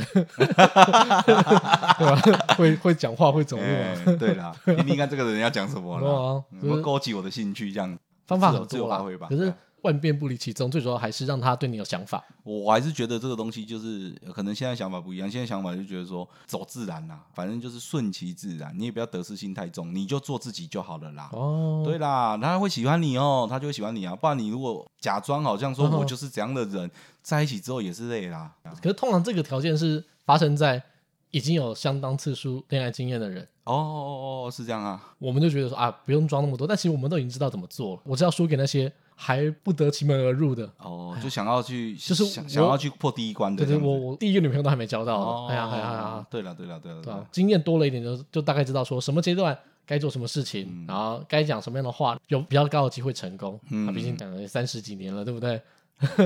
[SPEAKER 1] 对吧？会会讲话，会走路啊，
[SPEAKER 2] 哎 <laughs> 对啦，你听看这个人要讲什么
[SPEAKER 1] 对啊
[SPEAKER 2] 啦，有没
[SPEAKER 1] 就是
[SPEAKER 2] 有勾起我的兴趣这样？
[SPEAKER 1] 方法
[SPEAKER 2] 自由
[SPEAKER 1] 很
[SPEAKER 2] 自由
[SPEAKER 1] 多
[SPEAKER 2] 发挥
[SPEAKER 1] 啦
[SPEAKER 2] 吧。
[SPEAKER 1] 可是
[SPEAKER 2] 对啊
[SPEAKER 1] 万变不离其宗，最主要还是让他对你有想法。
[SPEAKER 2] 我还是觉得这个东西就是呃可能现在想法不一样，现在想法就觉得说走自然啦，反正就是顺其自然，你也不要得失心太重，你就做自己就好了啦。
[SPEAKER 1] 哦，
[SPEAKER 2] 啊对啦，他会喜欢你哦，他就会喜欢你啊。不然你如果假装好像
[SPEAKER 1] 嗯
[SPEAKER 2] 说我就是怎样的人，在一起之后也是累啦。
[SPEAKER 1] 可是通常这个条件是发生在已经有相当次数恋爱经验的人，
[SPEAKER 2] 哦哦哦，是这样啊。
[SPEAKER 1] 我们就觉得说啊，不用装那么多。但其实我们都已经知道怎么做了。我只要输给那些还不得其门而入的，
[SPEAKER 2] 哦，就想要去，
[SPEAKER 1] 哎就是
[SPEAKER 2] 想
[SPEAKER 1] 我
[SPEAKER 2] 想要去破第一关的
[SPEAKER 1] 对
[SPEAKER 2] 这
[SPEAKER 1] 对，
[SPEAKER 2] 样子。
[SPEAKER 1] 我我第一个女朋友都还没交到呢。
[SPEAKER 2] 哦，
[SPEAKER 1] 哎呀哎呀哎呀，
[SPEAKER 2] 对了对了对
[SPEAKER 1] 对啊
[SPEAKER 2] 了对
[SPEAKER 1] 吧
[SPEAKER 2] 了，？
[SPEAKER 1] 经验多了一点就，就大概知道说什么阶段该做什么事情，然后该讲什么样的话，有比较高的机会成功。
[SPEAKER 2] 嗯
[SPEAKER 1] 啊，毕竟讲了三十几年了，对不对？ <laughs>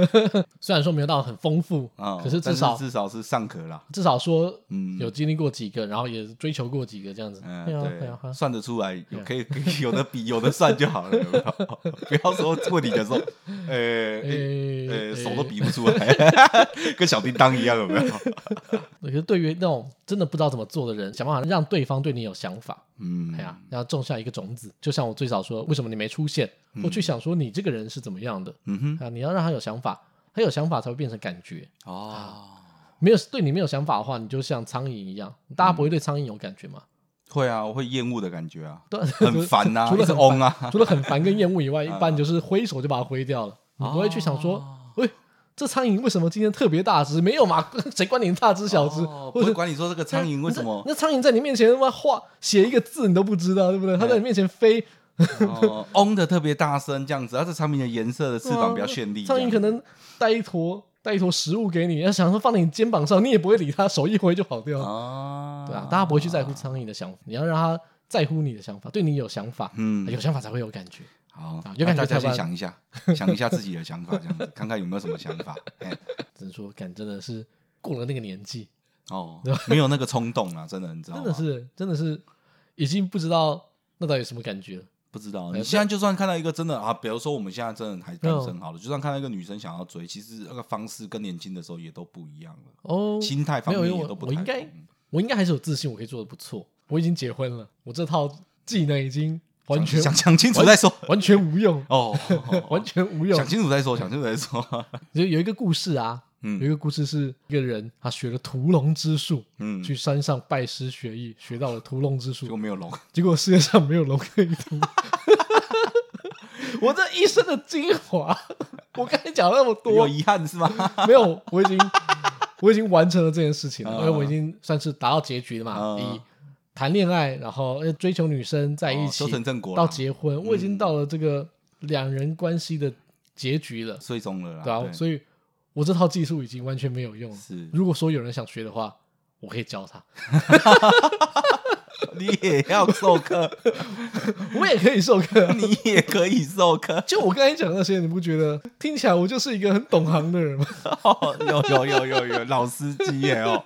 [SPEAKER 1] 虽然说没有到很丰富，
[SPEAKER 2] 啊，
[SPEAKER 1] 可是至
[SPEAKER 2] 但
[SPEAKER 1] 少
[SPEAKER 2] 至少是尚可啦。
[SPEAKER 1] 至少说
[SPEAKER 2] 嗯，
[SPEAKER 1] 有经历过几个，然后也追求过几个这样子。
[SPEAKER 2] 嗯，
[SPEAKER 1] 对啊，对啊，
[SPEAKER 2] 对，算得出来，有可以 <laughs> 可以有的比有的算就好了，有没有 <laughs> 不要说问你的
[SPEAKER 1] <laughs>
[SPEAKER 2] 时候，
[SPEAKER 1] 哎
[SPEAKER 2] 呃
[SPEAKER 1] 诶
[SPEAKER 2] 呃，
[SPEAKER 1] 诶
[SPEAKER 2] 手都比不出来， <laughs> 跟小叮当一样，有没
[SPEAKER 1] <laughs>
[SPEAKER 2] 有？
[SPEAKER 1] 可是对于那种真的不知道怎么做的人，想办法让对方对你有想法，
[SPEAKER 2] 嗯
[SPEAKER 1] 哎，呀，要种下一个种子。就像我最早说，为什么你没出现？我去想说你这个人是怎么样的
[SPEAKER 2] 嗯哼，
[SPEAKER 1] 啊？你要让他有想法，他有想法才会变成感觉。
[SPEAKER 2] 哦，
[SPEAKER 1] 没有对你没有想法的话，你就像苍蝇一样，大家不
[SPEAKER 2] 嗯
[SPEAKER 1] 会对苍蝇有感觉嘛？
[SPEAKER 2] 会啊，我会厌恶的感觉啊，
[SPEAKER 1] 对，
[SPEAKER 2] 很烦呐、啊，
[SPEAKER 1] 除了
[SPEAKER 2] 一直
[SPEAKER 1] 很烦
[SPEAKER 2] 嗡啊，
[SPEAKER 1] <laughs> 除了很烦跟厌恶以
[SPEAKER 2] <laughs>
[SPEAKER 1] 外，一般就是挥手就把它挥掉了，你
[SPEAKER 2] 哦
[SPEAKER 1] 不会去想说，喂、这苍蝇为什么今天特别大只？没有嘛， <laughs> 谁管你大只小只？
[SPEAKER 2] 哦
[SPEAKER 1] 或
[SPEAKER 2] 不
[SPEAKER 1] 者
[SPEAKER 2] 会管你说这个苍蝇为什么
[SPEAKER 1] 那苍蝇在你面前他妈画写一个字你都不知道，对不对？它在你面前飞，
[SPEAKER 2] 哦嗡的特别大声这样子，而且苍蝇的颜色的翅膀比较绚丽，
[SPEAKER 1] 哦苍
[SPEAKER 2] 这样
[SPEAKER 1] 蝇可能带一坨带一坨食物给你，要想说放在你肩膀上，你也不会理它，手一挥就跑掉，
[SPEAKER 2] 啊，
[SPEAKER 1] 对啊，大家不会去在乎苍蝇的想法，你要让它在乎你的想法，对你有想法，
[SPEAKER 2] 嗯，
[SPEAKER 1] 有想法才会有感觉。
[SPEAKER 2] 好
[SPEAKER 1] 啊，有
[SPEAKER 2] 那
[SPEAKER 1] 感觉
[SPEAKER 2] 大家
[SPEAKER 1] 才
[SPEAKER 2] 先
[SPEAKER 1] 办
[SPEAKER 2] 想一下， <laughs> 想一下自己的想法，这样子，看看有没有什么想法，哎。
[SPEAKER 1] 只能说，感真的是过了那个年纪，
[SPEAKER 2] 哦，没有那个冲动啊，真的，你知道
[SPEAKER 1] 真
[SPEAKER 2] 吗？
[SPEAKER 1] 的是真的是已经不知道那到底什么感觉了。
[SPEAKER 2] 不知
[SPEAKER 1] 哎
[SPEAKER 2] 道。你现在就算看到一个真的啊，比如说我们现在真的还单
[SPEAKER 1] 嗯
[SPEAKER 2] 身好了，就算看到一个女生想要追，其实那个方式跟年轻的时候也都不一样了，
[SPEAKER 1] 哦，
[SPEAKER 2] 心态方
[SPEAKER 1] 没
[SPEAKER 2] 面
[SPEAKER 1] 有因为
[SPEAKER 2] 也
[SPEAKER 1] 我
[SPEAKER 2] 都不
[SPEAKER 1] 我
[SPEAKER 2] 太
[SPEAKER 1] 应该
[SPEAKER 2] 同
[SPEAKER 1] 我应该还是有自信，我可以做的不错。我已经结婚了，我这套技能已经完全
[SPEAKER 2] 想想清楚再说。
[SPEAKER 1] 完全无用，
[SPEAKER 2] 哦，
[SPEAKER 1] 完全无用
[SPEAKER 2] 想。清楚再说，想清楚再说。
[SPEAKER 1] 就有一个故事啊，有一
[SPEAKER 2] 嗯
[SPEAKER 1] 个故事是一个人他学了屠龙之术，
[SPEAKER 2] 嗯，
[SPEAKER 1] 去山上拜师学艺，学到了屠龙之
[SPEAKER 2] 结果
[SPEAKER 1] 术，
[SPEAKER 2] 没有龙，
[SPEAKER 1] 结果世界上没有龙可以屠。 <laughs> 我这一生的精华，我刚才讲了那么多
[SPEAKER 2] 有，遗憾是吗？
[SPEAKER 1] <laughs> 没有，我已经我已经完成了这件事情了，
[SPEAKER 2] 嗯
[SPEAKER 1] 因为我已经算是达到结局了嘛。
[SPEAKER 2] 嗯
[SPEAKER 1] 以谈恋爱，然后呃追求女生在一
[SPEAKER 2] 哦
[SPEAKER 1] 起
[SPEAKER 2] 修，成嗯正果啦
[SPEAKER 1] 到结婚，我已经到了这个两人关系的结局了，
[SPEAKER 2] 最终了啦，
[SPEAKER 1] 对吧、
[SPEAKER 2] 嗯对
[SPEAKER 1] 所以我这套技术已经完全没有用了。
[SPEAKER 2] 是 <laughs>
[SPEAKER 1] 如果说有人想学的话，我可以教他， <laughs>
[SPEAKER 2] 你也要授课，
[SPEAKER 1] 我也可以授
[SPEAKER 2] <laughs>
[SPEAKER 1] 课。
[SPEAKER 2] 你也可以授课。
[SPEAKER 1] 就我刚才讲那些，你不觉得听起来我就是一个很懂行的人吗？
[SPEAKER 2] 哦，有有有有有老司机耶
[SPEAKER 1] <laughs>
[SPEAKER 2] 哦，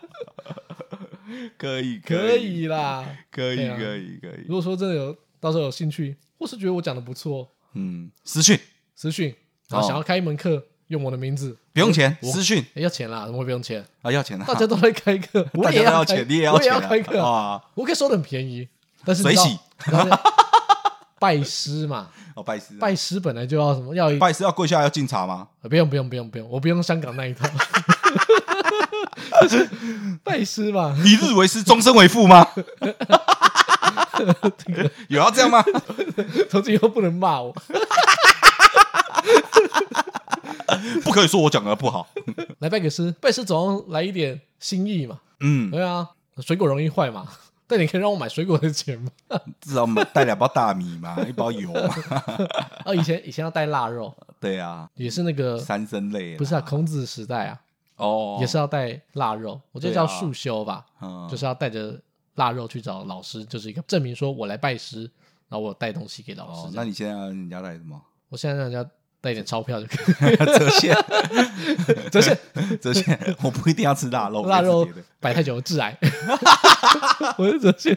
[SPEAKER 2] 可以
[SPEAKER 1] 可以啦。
[SPEAKER 2] 可
[SPEAKER 1] 对
[SPEAKER 2] 以
[SPEAKER 1] 啊
[SPEAKER 2] 可以可以
[SPEAKER 1] 如，果说真的有到时候有兴趣，或是觉得我讲的不错，
[SPEAKER 2] 嗯，私讯
[SPEAKER 1] 私讯，然后
[SPEAKER 2] 哦
[SPEAKER 1] 想要开一门课，用我的名字，
[SPEAKER 2] 不用钱，私讯
[SPEAKER 1] 诶要钱啦，怎么会不用
[SPEAKER 2] <laughs>
[SPEAKER 1] 钱？
[SPEAKER 2] 啊要钱的，
[SPEAKER 1] 大家都在开
[SPEAKER 2] <laughs>
[SPEAKER 1] 课，我
[SPEAKER 2] 大
[SPEAKER 1] 也
[SPEAKER 2] 家都要
[SPEAKER 1] 开
[SPEAKER 2] 钱，你也
[SPEAKER 1] 我也
[SPEAKER 2] 钱
[SPEAKER 1] 要
[SPEAKER 2] 啊
[SPEAKER 1] 开课啊，
[SPEAKER 2] 啊！
[SPEAKER 1] 我可以收的很便宜，但是你知
[SPEAKER 2] 水
[SPEAKER 1] 道
[SPEAKER 2] 洗，
[SPEAKER 1] 然后呢拜师
[SPEAKER 2] <laughs>
[SPEAKER 1] 嘛，
[SPEAKER 2] 哦，拜师啊
[SPEAKER 1] 拜师本来就要什么，要一
[SPEAKER 2] 拜师要跪下要敬茶吗？
[SPEAKER 1] 呃不用不用不用不用，我不用香港那
[SPEAKER 2] <laughs>
[SPEAKER 1] 一套，拜师嘛，
[SPEAKER 2] 一日为师，终身为父吗？ <laughs> 有要这样吗？
[SPEAKER 1] 从此以后不能骂我，
[SPEAKER 2] 不可以说我讲的不好。
[SPEAKER 1] 来拜个师，拜师总要来一点心意嘛，
[SPEAKER 2] 嗯，
[SPEAKER 1] 对啊，水果容易坏嘛，但你可以让我买水果的钱吗？
[SPEAKER 2] 至少带两包大米嘛，一包油嘛。
[SPEAKER 1] 啊，以前以前要带腊肉，
[SPEAKER 2] 对啊，
[SPEAKER 1] 也是那个啊
[SPEAKER 2] 三生类啦
[SPEAKER 1] 不是啊，孔子时代啊，
[SPEAKER 2] 哦，
[SPEAKER 1] 也是要带腊肉，我记得
[SPEAKER 2] 对
[SPEAKER 1] 叫
[SPEAKER 2] 啊
[SPEAKER 1] 束修吧，
[SPEAKER 2] 嗯，
[SPEAKER 1] 就是要带着腊肉去找老师，就是一个证明说我来拜师，然后我有带东西给老师这
[SPEAKER 2] 哦
[SPEAKER 1] 样。，
[SPEAKER 2] 那你现在要人家带什么？ <laughs>
[SPEAKER 1] 我现在让人家带一点钞票就可以，
[SPEAKER 2] 折现， <laughs>
[SPEAKER 1] 折现，
[SPEAKER 2] 折现，我不一定要吃腊肉，
[SPEAKER 1] 腊
[SPEAKER 2] 我
[SPEAKER 1] 肉 <laughs>
[SPEAKER 2] 也是觉得
[SPEAKER 1] 摆太久致癌。我就折现，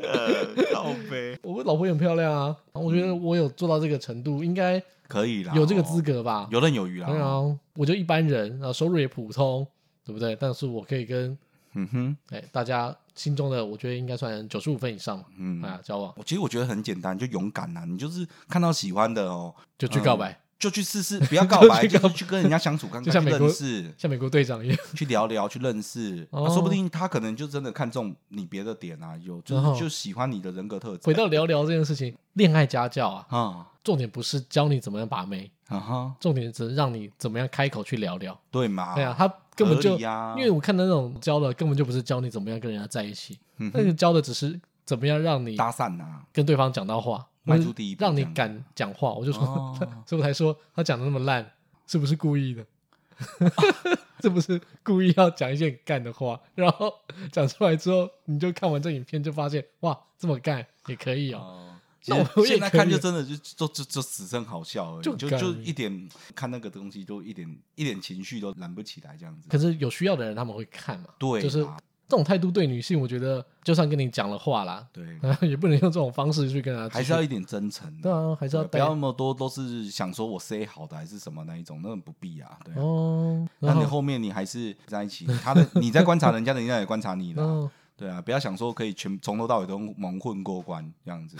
[SPEAKER 2] 呃，靠背
[SPEAKER 1] 我老婆也很漂亮啊，然后我觉得我有做到这个程度，应该
[SPEAKER 2] <laughs> 可以啦，
[SPEAKER 1] 有这个资
[SPEAKER 2] 格，
[SPEAKER 1] 格吧？
[SPEAKER 2] 游刃有余啦。
[SPEAKER 1] 当然
[SPEAKER 2] 哦
[SPEAKER 1] 啊，我就一般人啊，收入也普通，对不对？但是我可以跟
[SPEAKER 2] 嗯哼，
[SPEAKER 1] 哎大家心中的，我觉得应该算九十五分以上嘛
[SPEAKER 2] 嗯，
[SPEAKER 1] 啊，交往
[SPEAKER 2] 我其实我觉得很简单，就勇敢啦，你就是看到喜欢的哦。
[SPEAKER 1] 就去告白，
[SPEAKER 2] 就去试试，
[SPEAKER 1] <laughs>
[SPEAKER 2] 不要告白，
[SPEAKER 1] 就去
[SPEAKER 2] 就
[SPEAKER 1] 告
[SPEAKER 2] 是去跟人家相处，看
[SPEAKER 1] 就
[SPEAKER 2] 看
[SPEAKER 1] 像
[SPEAKER 2] 去
[SPEAKER 1] 美国
[SPEAKER 2] 认识，
[SPEAKER 1] 像美国队长一样。 <laughs>
[SPEAKER 2] 去聊聊，去认识，
[SPEAKER 1] 哦
[SPEAKER 2] 啊说不定他可能就真的看中你别的点啊，有就
[SPEAKER 1] 然后
[SPEAKER 2] 是就喜欢你的人格特质
[SPEAKER 1] 哦回到聊聊这件事情，恋爱家教啊，
[SPEAKER 2] 啊
[SPEAKER 1] 重点不是教你怎么样把妹，
[SPEAKER 2] 啊哈，
[SPEAKER 1] 重点只是让你怎么样开口去聊聊。
[SPEAKER 2] 对嘛？
[SPEAKER 1] 对啊，他根本
[SPEAKER 2] 合
[SPEAKER 1] 就
[SPEAKER 2] 理，啊
[SPEAKER 1] 因为我看到那种教的，根本就不是教你怎么样跟人家在一起，
[SPEAKER 2] 嗯哼
[SPEAKER 1] 那个教的只是怎么样让你
[SPEAKER 2] 搭讪啊呐，
[SPEAKER 1] 跟对方讲到话，
[SPEAKER 2] 迈
[SPEAKER 1] 或
[SPEAKER 2] 出
[SPEAKER 1] 是
[SPEAKER 2] 第一步
[SPEAKER 1] 让
[SPEAKER 2] 这
[SPEAKER 1] 你
[SPEAKER 2] 样
[SPEAKER 1] 敢讲话。我就说，
[SPEAKER 2] 哦
[SPEAKER 1] <laughs> 所以我才说他讲的那么烂，是不是故意的？ <laughs> 是不是故意要讲一些很干的话？然后讲出来之后，你就看完这影片就发现，哇，这么干也可以哦。
[SPEAKER 2] 哦，其
[SPEAKER 1] 那
[SPEAKER 2] 实
[SPEAKER 1] 我也
[SPEAKER 2] 现在
[SPEAKER 1] 可以
[SPEAKER 2] 看就
[SPEAKER 1] 啊
[SPEAKER 2] 真的就就就就只剩好笑而已，
[SPEAKER 1] 就
[SPEAKER 2] 就就
[SPEAKER 1] 干
[SPEAKER 2] 一点看那个东西都一点一点情绪都燃不起来这样子
[SPEAKER 1] 可。是有需要的人他们会看嘛？
[SPEAKER 2] 对啦，啊
[SPEAKER 1] 就是这种态度对女性，我觉得就算跟你讲了话啦， <laughs>
[SPEAKER 2] 对，
[SPEAKER 1] 也不能用这种方式去跟她继续。
[SPEAKER 2] 还是要一点真诚啊。
[SPEAKER 1] 对啊，还是要
[SPEAKER 2] 对不
[SPEAKER 1] 带
[SPEAKER 2] 要那么多都是想说我 say 好的还是什么那一种，那种不必啊。对啊，
[SPEAKER 1] 哦。
[SPEAKER 2] 那
[SPEAKER 1] 然
[SPEAKER 2] 你
[SPEAKER 1] 后，
[SPEAKER 2] 后面你还是在一起，他的你在观察人家，人家也观察你
[SPEAKER 1] <laughs> 然
[SPEAKER 2] 了。
[SPEAKER 1] 后
[SPEAKER 2] 对啊，不要想说可以全从头到尾都蒙混过关这样子。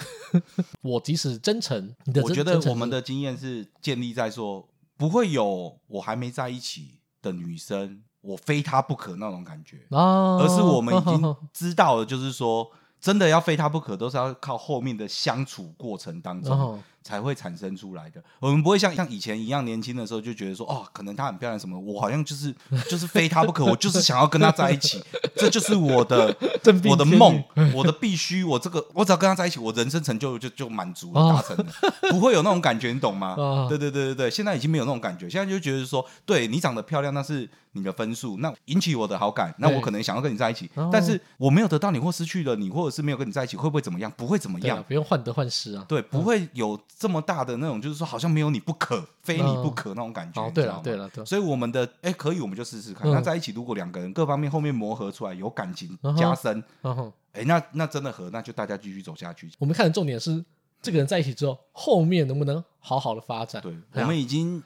[SPEAKER 1] 我即使真诚，你的
[SPEAKER 2] 我
[SPEAKER 1] 真
[SPEAKER 2] 觉得
[SPEAKER 1] 真诚
[SPEAKER 2] 我们
[SPEAKER 1] 是
[SPEAKER 2] 的经验是建立在说，不会有我还没在一起的女生，我非她不可那种感觉，
[SPEAKER 1] 啊，
[SPEAKER 2] 而是我们已
[SPEAKER 1] 哦
[SPEAKER 2] 经知道了，就是说真的要非她不可，都是要靠后面的相处过程当中。
[SPEAKER 1] 哦 <laughs>
[SPEAKER 2] 才会产生出来的。我们不会像像以前一样年轻的时候就觉得说，哦，可能她很漂亮什么，我好像就是就是非她不可，我就是想要跟她在一起，这就是我的
[SPEAKER 1] 振臂
[SPEAKER 2] 我的
[SPEAKER 1] 天
[SPEAKER 2] 梦，我的必须，我这个我只要跟她在一起，我人生成就就就满足了，
[SPEAKER 1] 哦
[SPEAKER 2] 达成了，不会有那种感觉，你懂吗？
[SPEAKER 1] 哦
[SPEAKER 2] 对对对对对，现在已经没有那种感觉，现在就觉得说，对你长得漂亮，那是你的分数，那引起我的好感，那
[SPEAKER 1] 对
[SPEAKER 2] 我可能想要跟你在一起
[SPEAKER 1] 哦，
[SPEAKER 2] 但是我没有得到你或失去了你，或者是没有跟你在一起，会不会怎么样？不会怎么
[SPEAKER 1] 对
[SPEAKER 2] 样
[SPEAKER 1] 啊，。不用患得患失啊。
[SPEAKER 2] 对，不会有这么大的那种，就是说好像没有你不可，非你不可那种感觉。
[SPEAKER 1] 哦
[SPEAKER 2] 你，
[SPEAKER 1] 对
[SPEAKER 2] 知道
[SPEAKER 1] 了
[SPEAKER 2] 吗，
[SPEAKER 1] 对。了对了，
[SPEAKER 2] 所以我们的哎、可以，我们就试试看。
[SPEAKER 1] 嗯
[SPEAKER 2] 那在一起，如果两个人各方面后面磨合出来有感情
[SPEAKER 1] 嗯哼
[SPEAKER 2] 加深，
[SPEAKER 1] 然后
[SPEAKER 2] 哎、那那真的合，那就大家继续走下去。
[SPEAKER 1] 我们看的重点是这个人在一起之后，后面能不能好好的发展？
[SPEAKER 2] 对，啊
[SPEAKER 1] 哎呀
[SPEAKER 2] 我们已经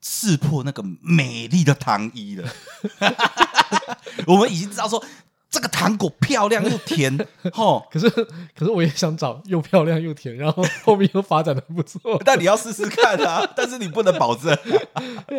[SPEAKER 2] 识破那个美丽的糖衣了， <laughs> 我们已经知道说这个糖果漂亮又甜，吼。
[SPEAKER 1] 可是 <laughs> 可是我也想找又漂亮又甜，然后 <laughs> 后面又发展的不
[SPEAKER 2] <laughs>
[SPEAKER 1] 错，
[SPEAKER 2] <laughs> 但你要试试看啊，但是你不能保证。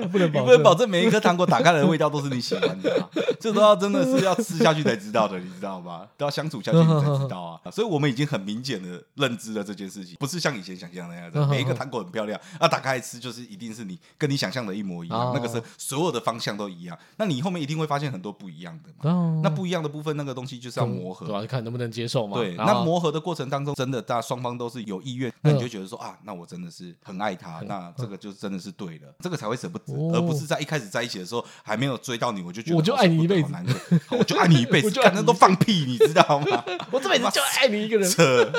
[SPEAKER 1] 不 <laughs> 能
[SPEAKER 2] 你
[SPEAKER 1] 保
[SPEAKER 2] 啊不能
[SPEAKER 1] 证。
[SPEAKER 2] 保证每一颗糖果打开来的味道都是你喜欢的、
[SPEAKER 1] <laughs>
[SPEAKER 2] 啊，这都要真的是要吃下去才知道的，你知道吗？都要相处下去你才知道
[SPEAKER 1] <laughs>
[SPEAKER 2] 啊。所以我们已经很明显的认知了这件事情，不是像以前想象那
[SPEAKER 1] <laughs>
[SPEAKER 2] 样子，每一个糖果很漂亮，啊，打开来吃就是一定是你跟你想象的一模一样，
[SPEAKER 1] 哦
[SPEAKER 2] 那个是所有的方向都一样，那你后面一定会发现很多不一样的嘛。
[SPEAKER 1] 哦
[SPEAKER 2] 那不一样的部分，那个东西就是要磨合
[SPEAKER 1] 对。吧？看能不能接受嘛。
[SPEAKER 2] 对，
[SPEAKER 1] 然
[SPEAKER 2] 那
[SPEAKER 1] 后嗯
[SPEAKER 2] 磨合的过程当中，真的大家双方都是有意愿，那你就觉得说啊，那我真的是很爱他，那这个就真的是对的，这个才会舍不得
[SPEAKER 1] 哦，
[SPEAKER 2] 而不是在一开始在一起的时候还没有追到你，我就觉得
[SPEAKER 1] 我就
[SPEAKER 2] 好舍不
[SPEAKER 1] 爱你一
[SPEAKER 2] 得
[SPEAKER 1] 辈
[SPEAKER 2] 好
[SPEAKER 1] 子
[SPEAKER 2] 难过好我就爱你一辈
[SPEAKER 1] <laughs>
[SPEAKER 2] 子，
[SPEAKER 1] 我就爱
[SPEAKER 2] 干
[SPEAKER 1] 你
[SPEAKER 2] 那都放屁，你知道
[SPEAKER 1] <laughs>
[SPEAKER 2] 吗？
[SPEAKER 1] 啊我这辈子就爱你一
[SPEAKER 2] <laughs>
[SPEAKER 1] 个人，
[SPEAKER 2] 扯，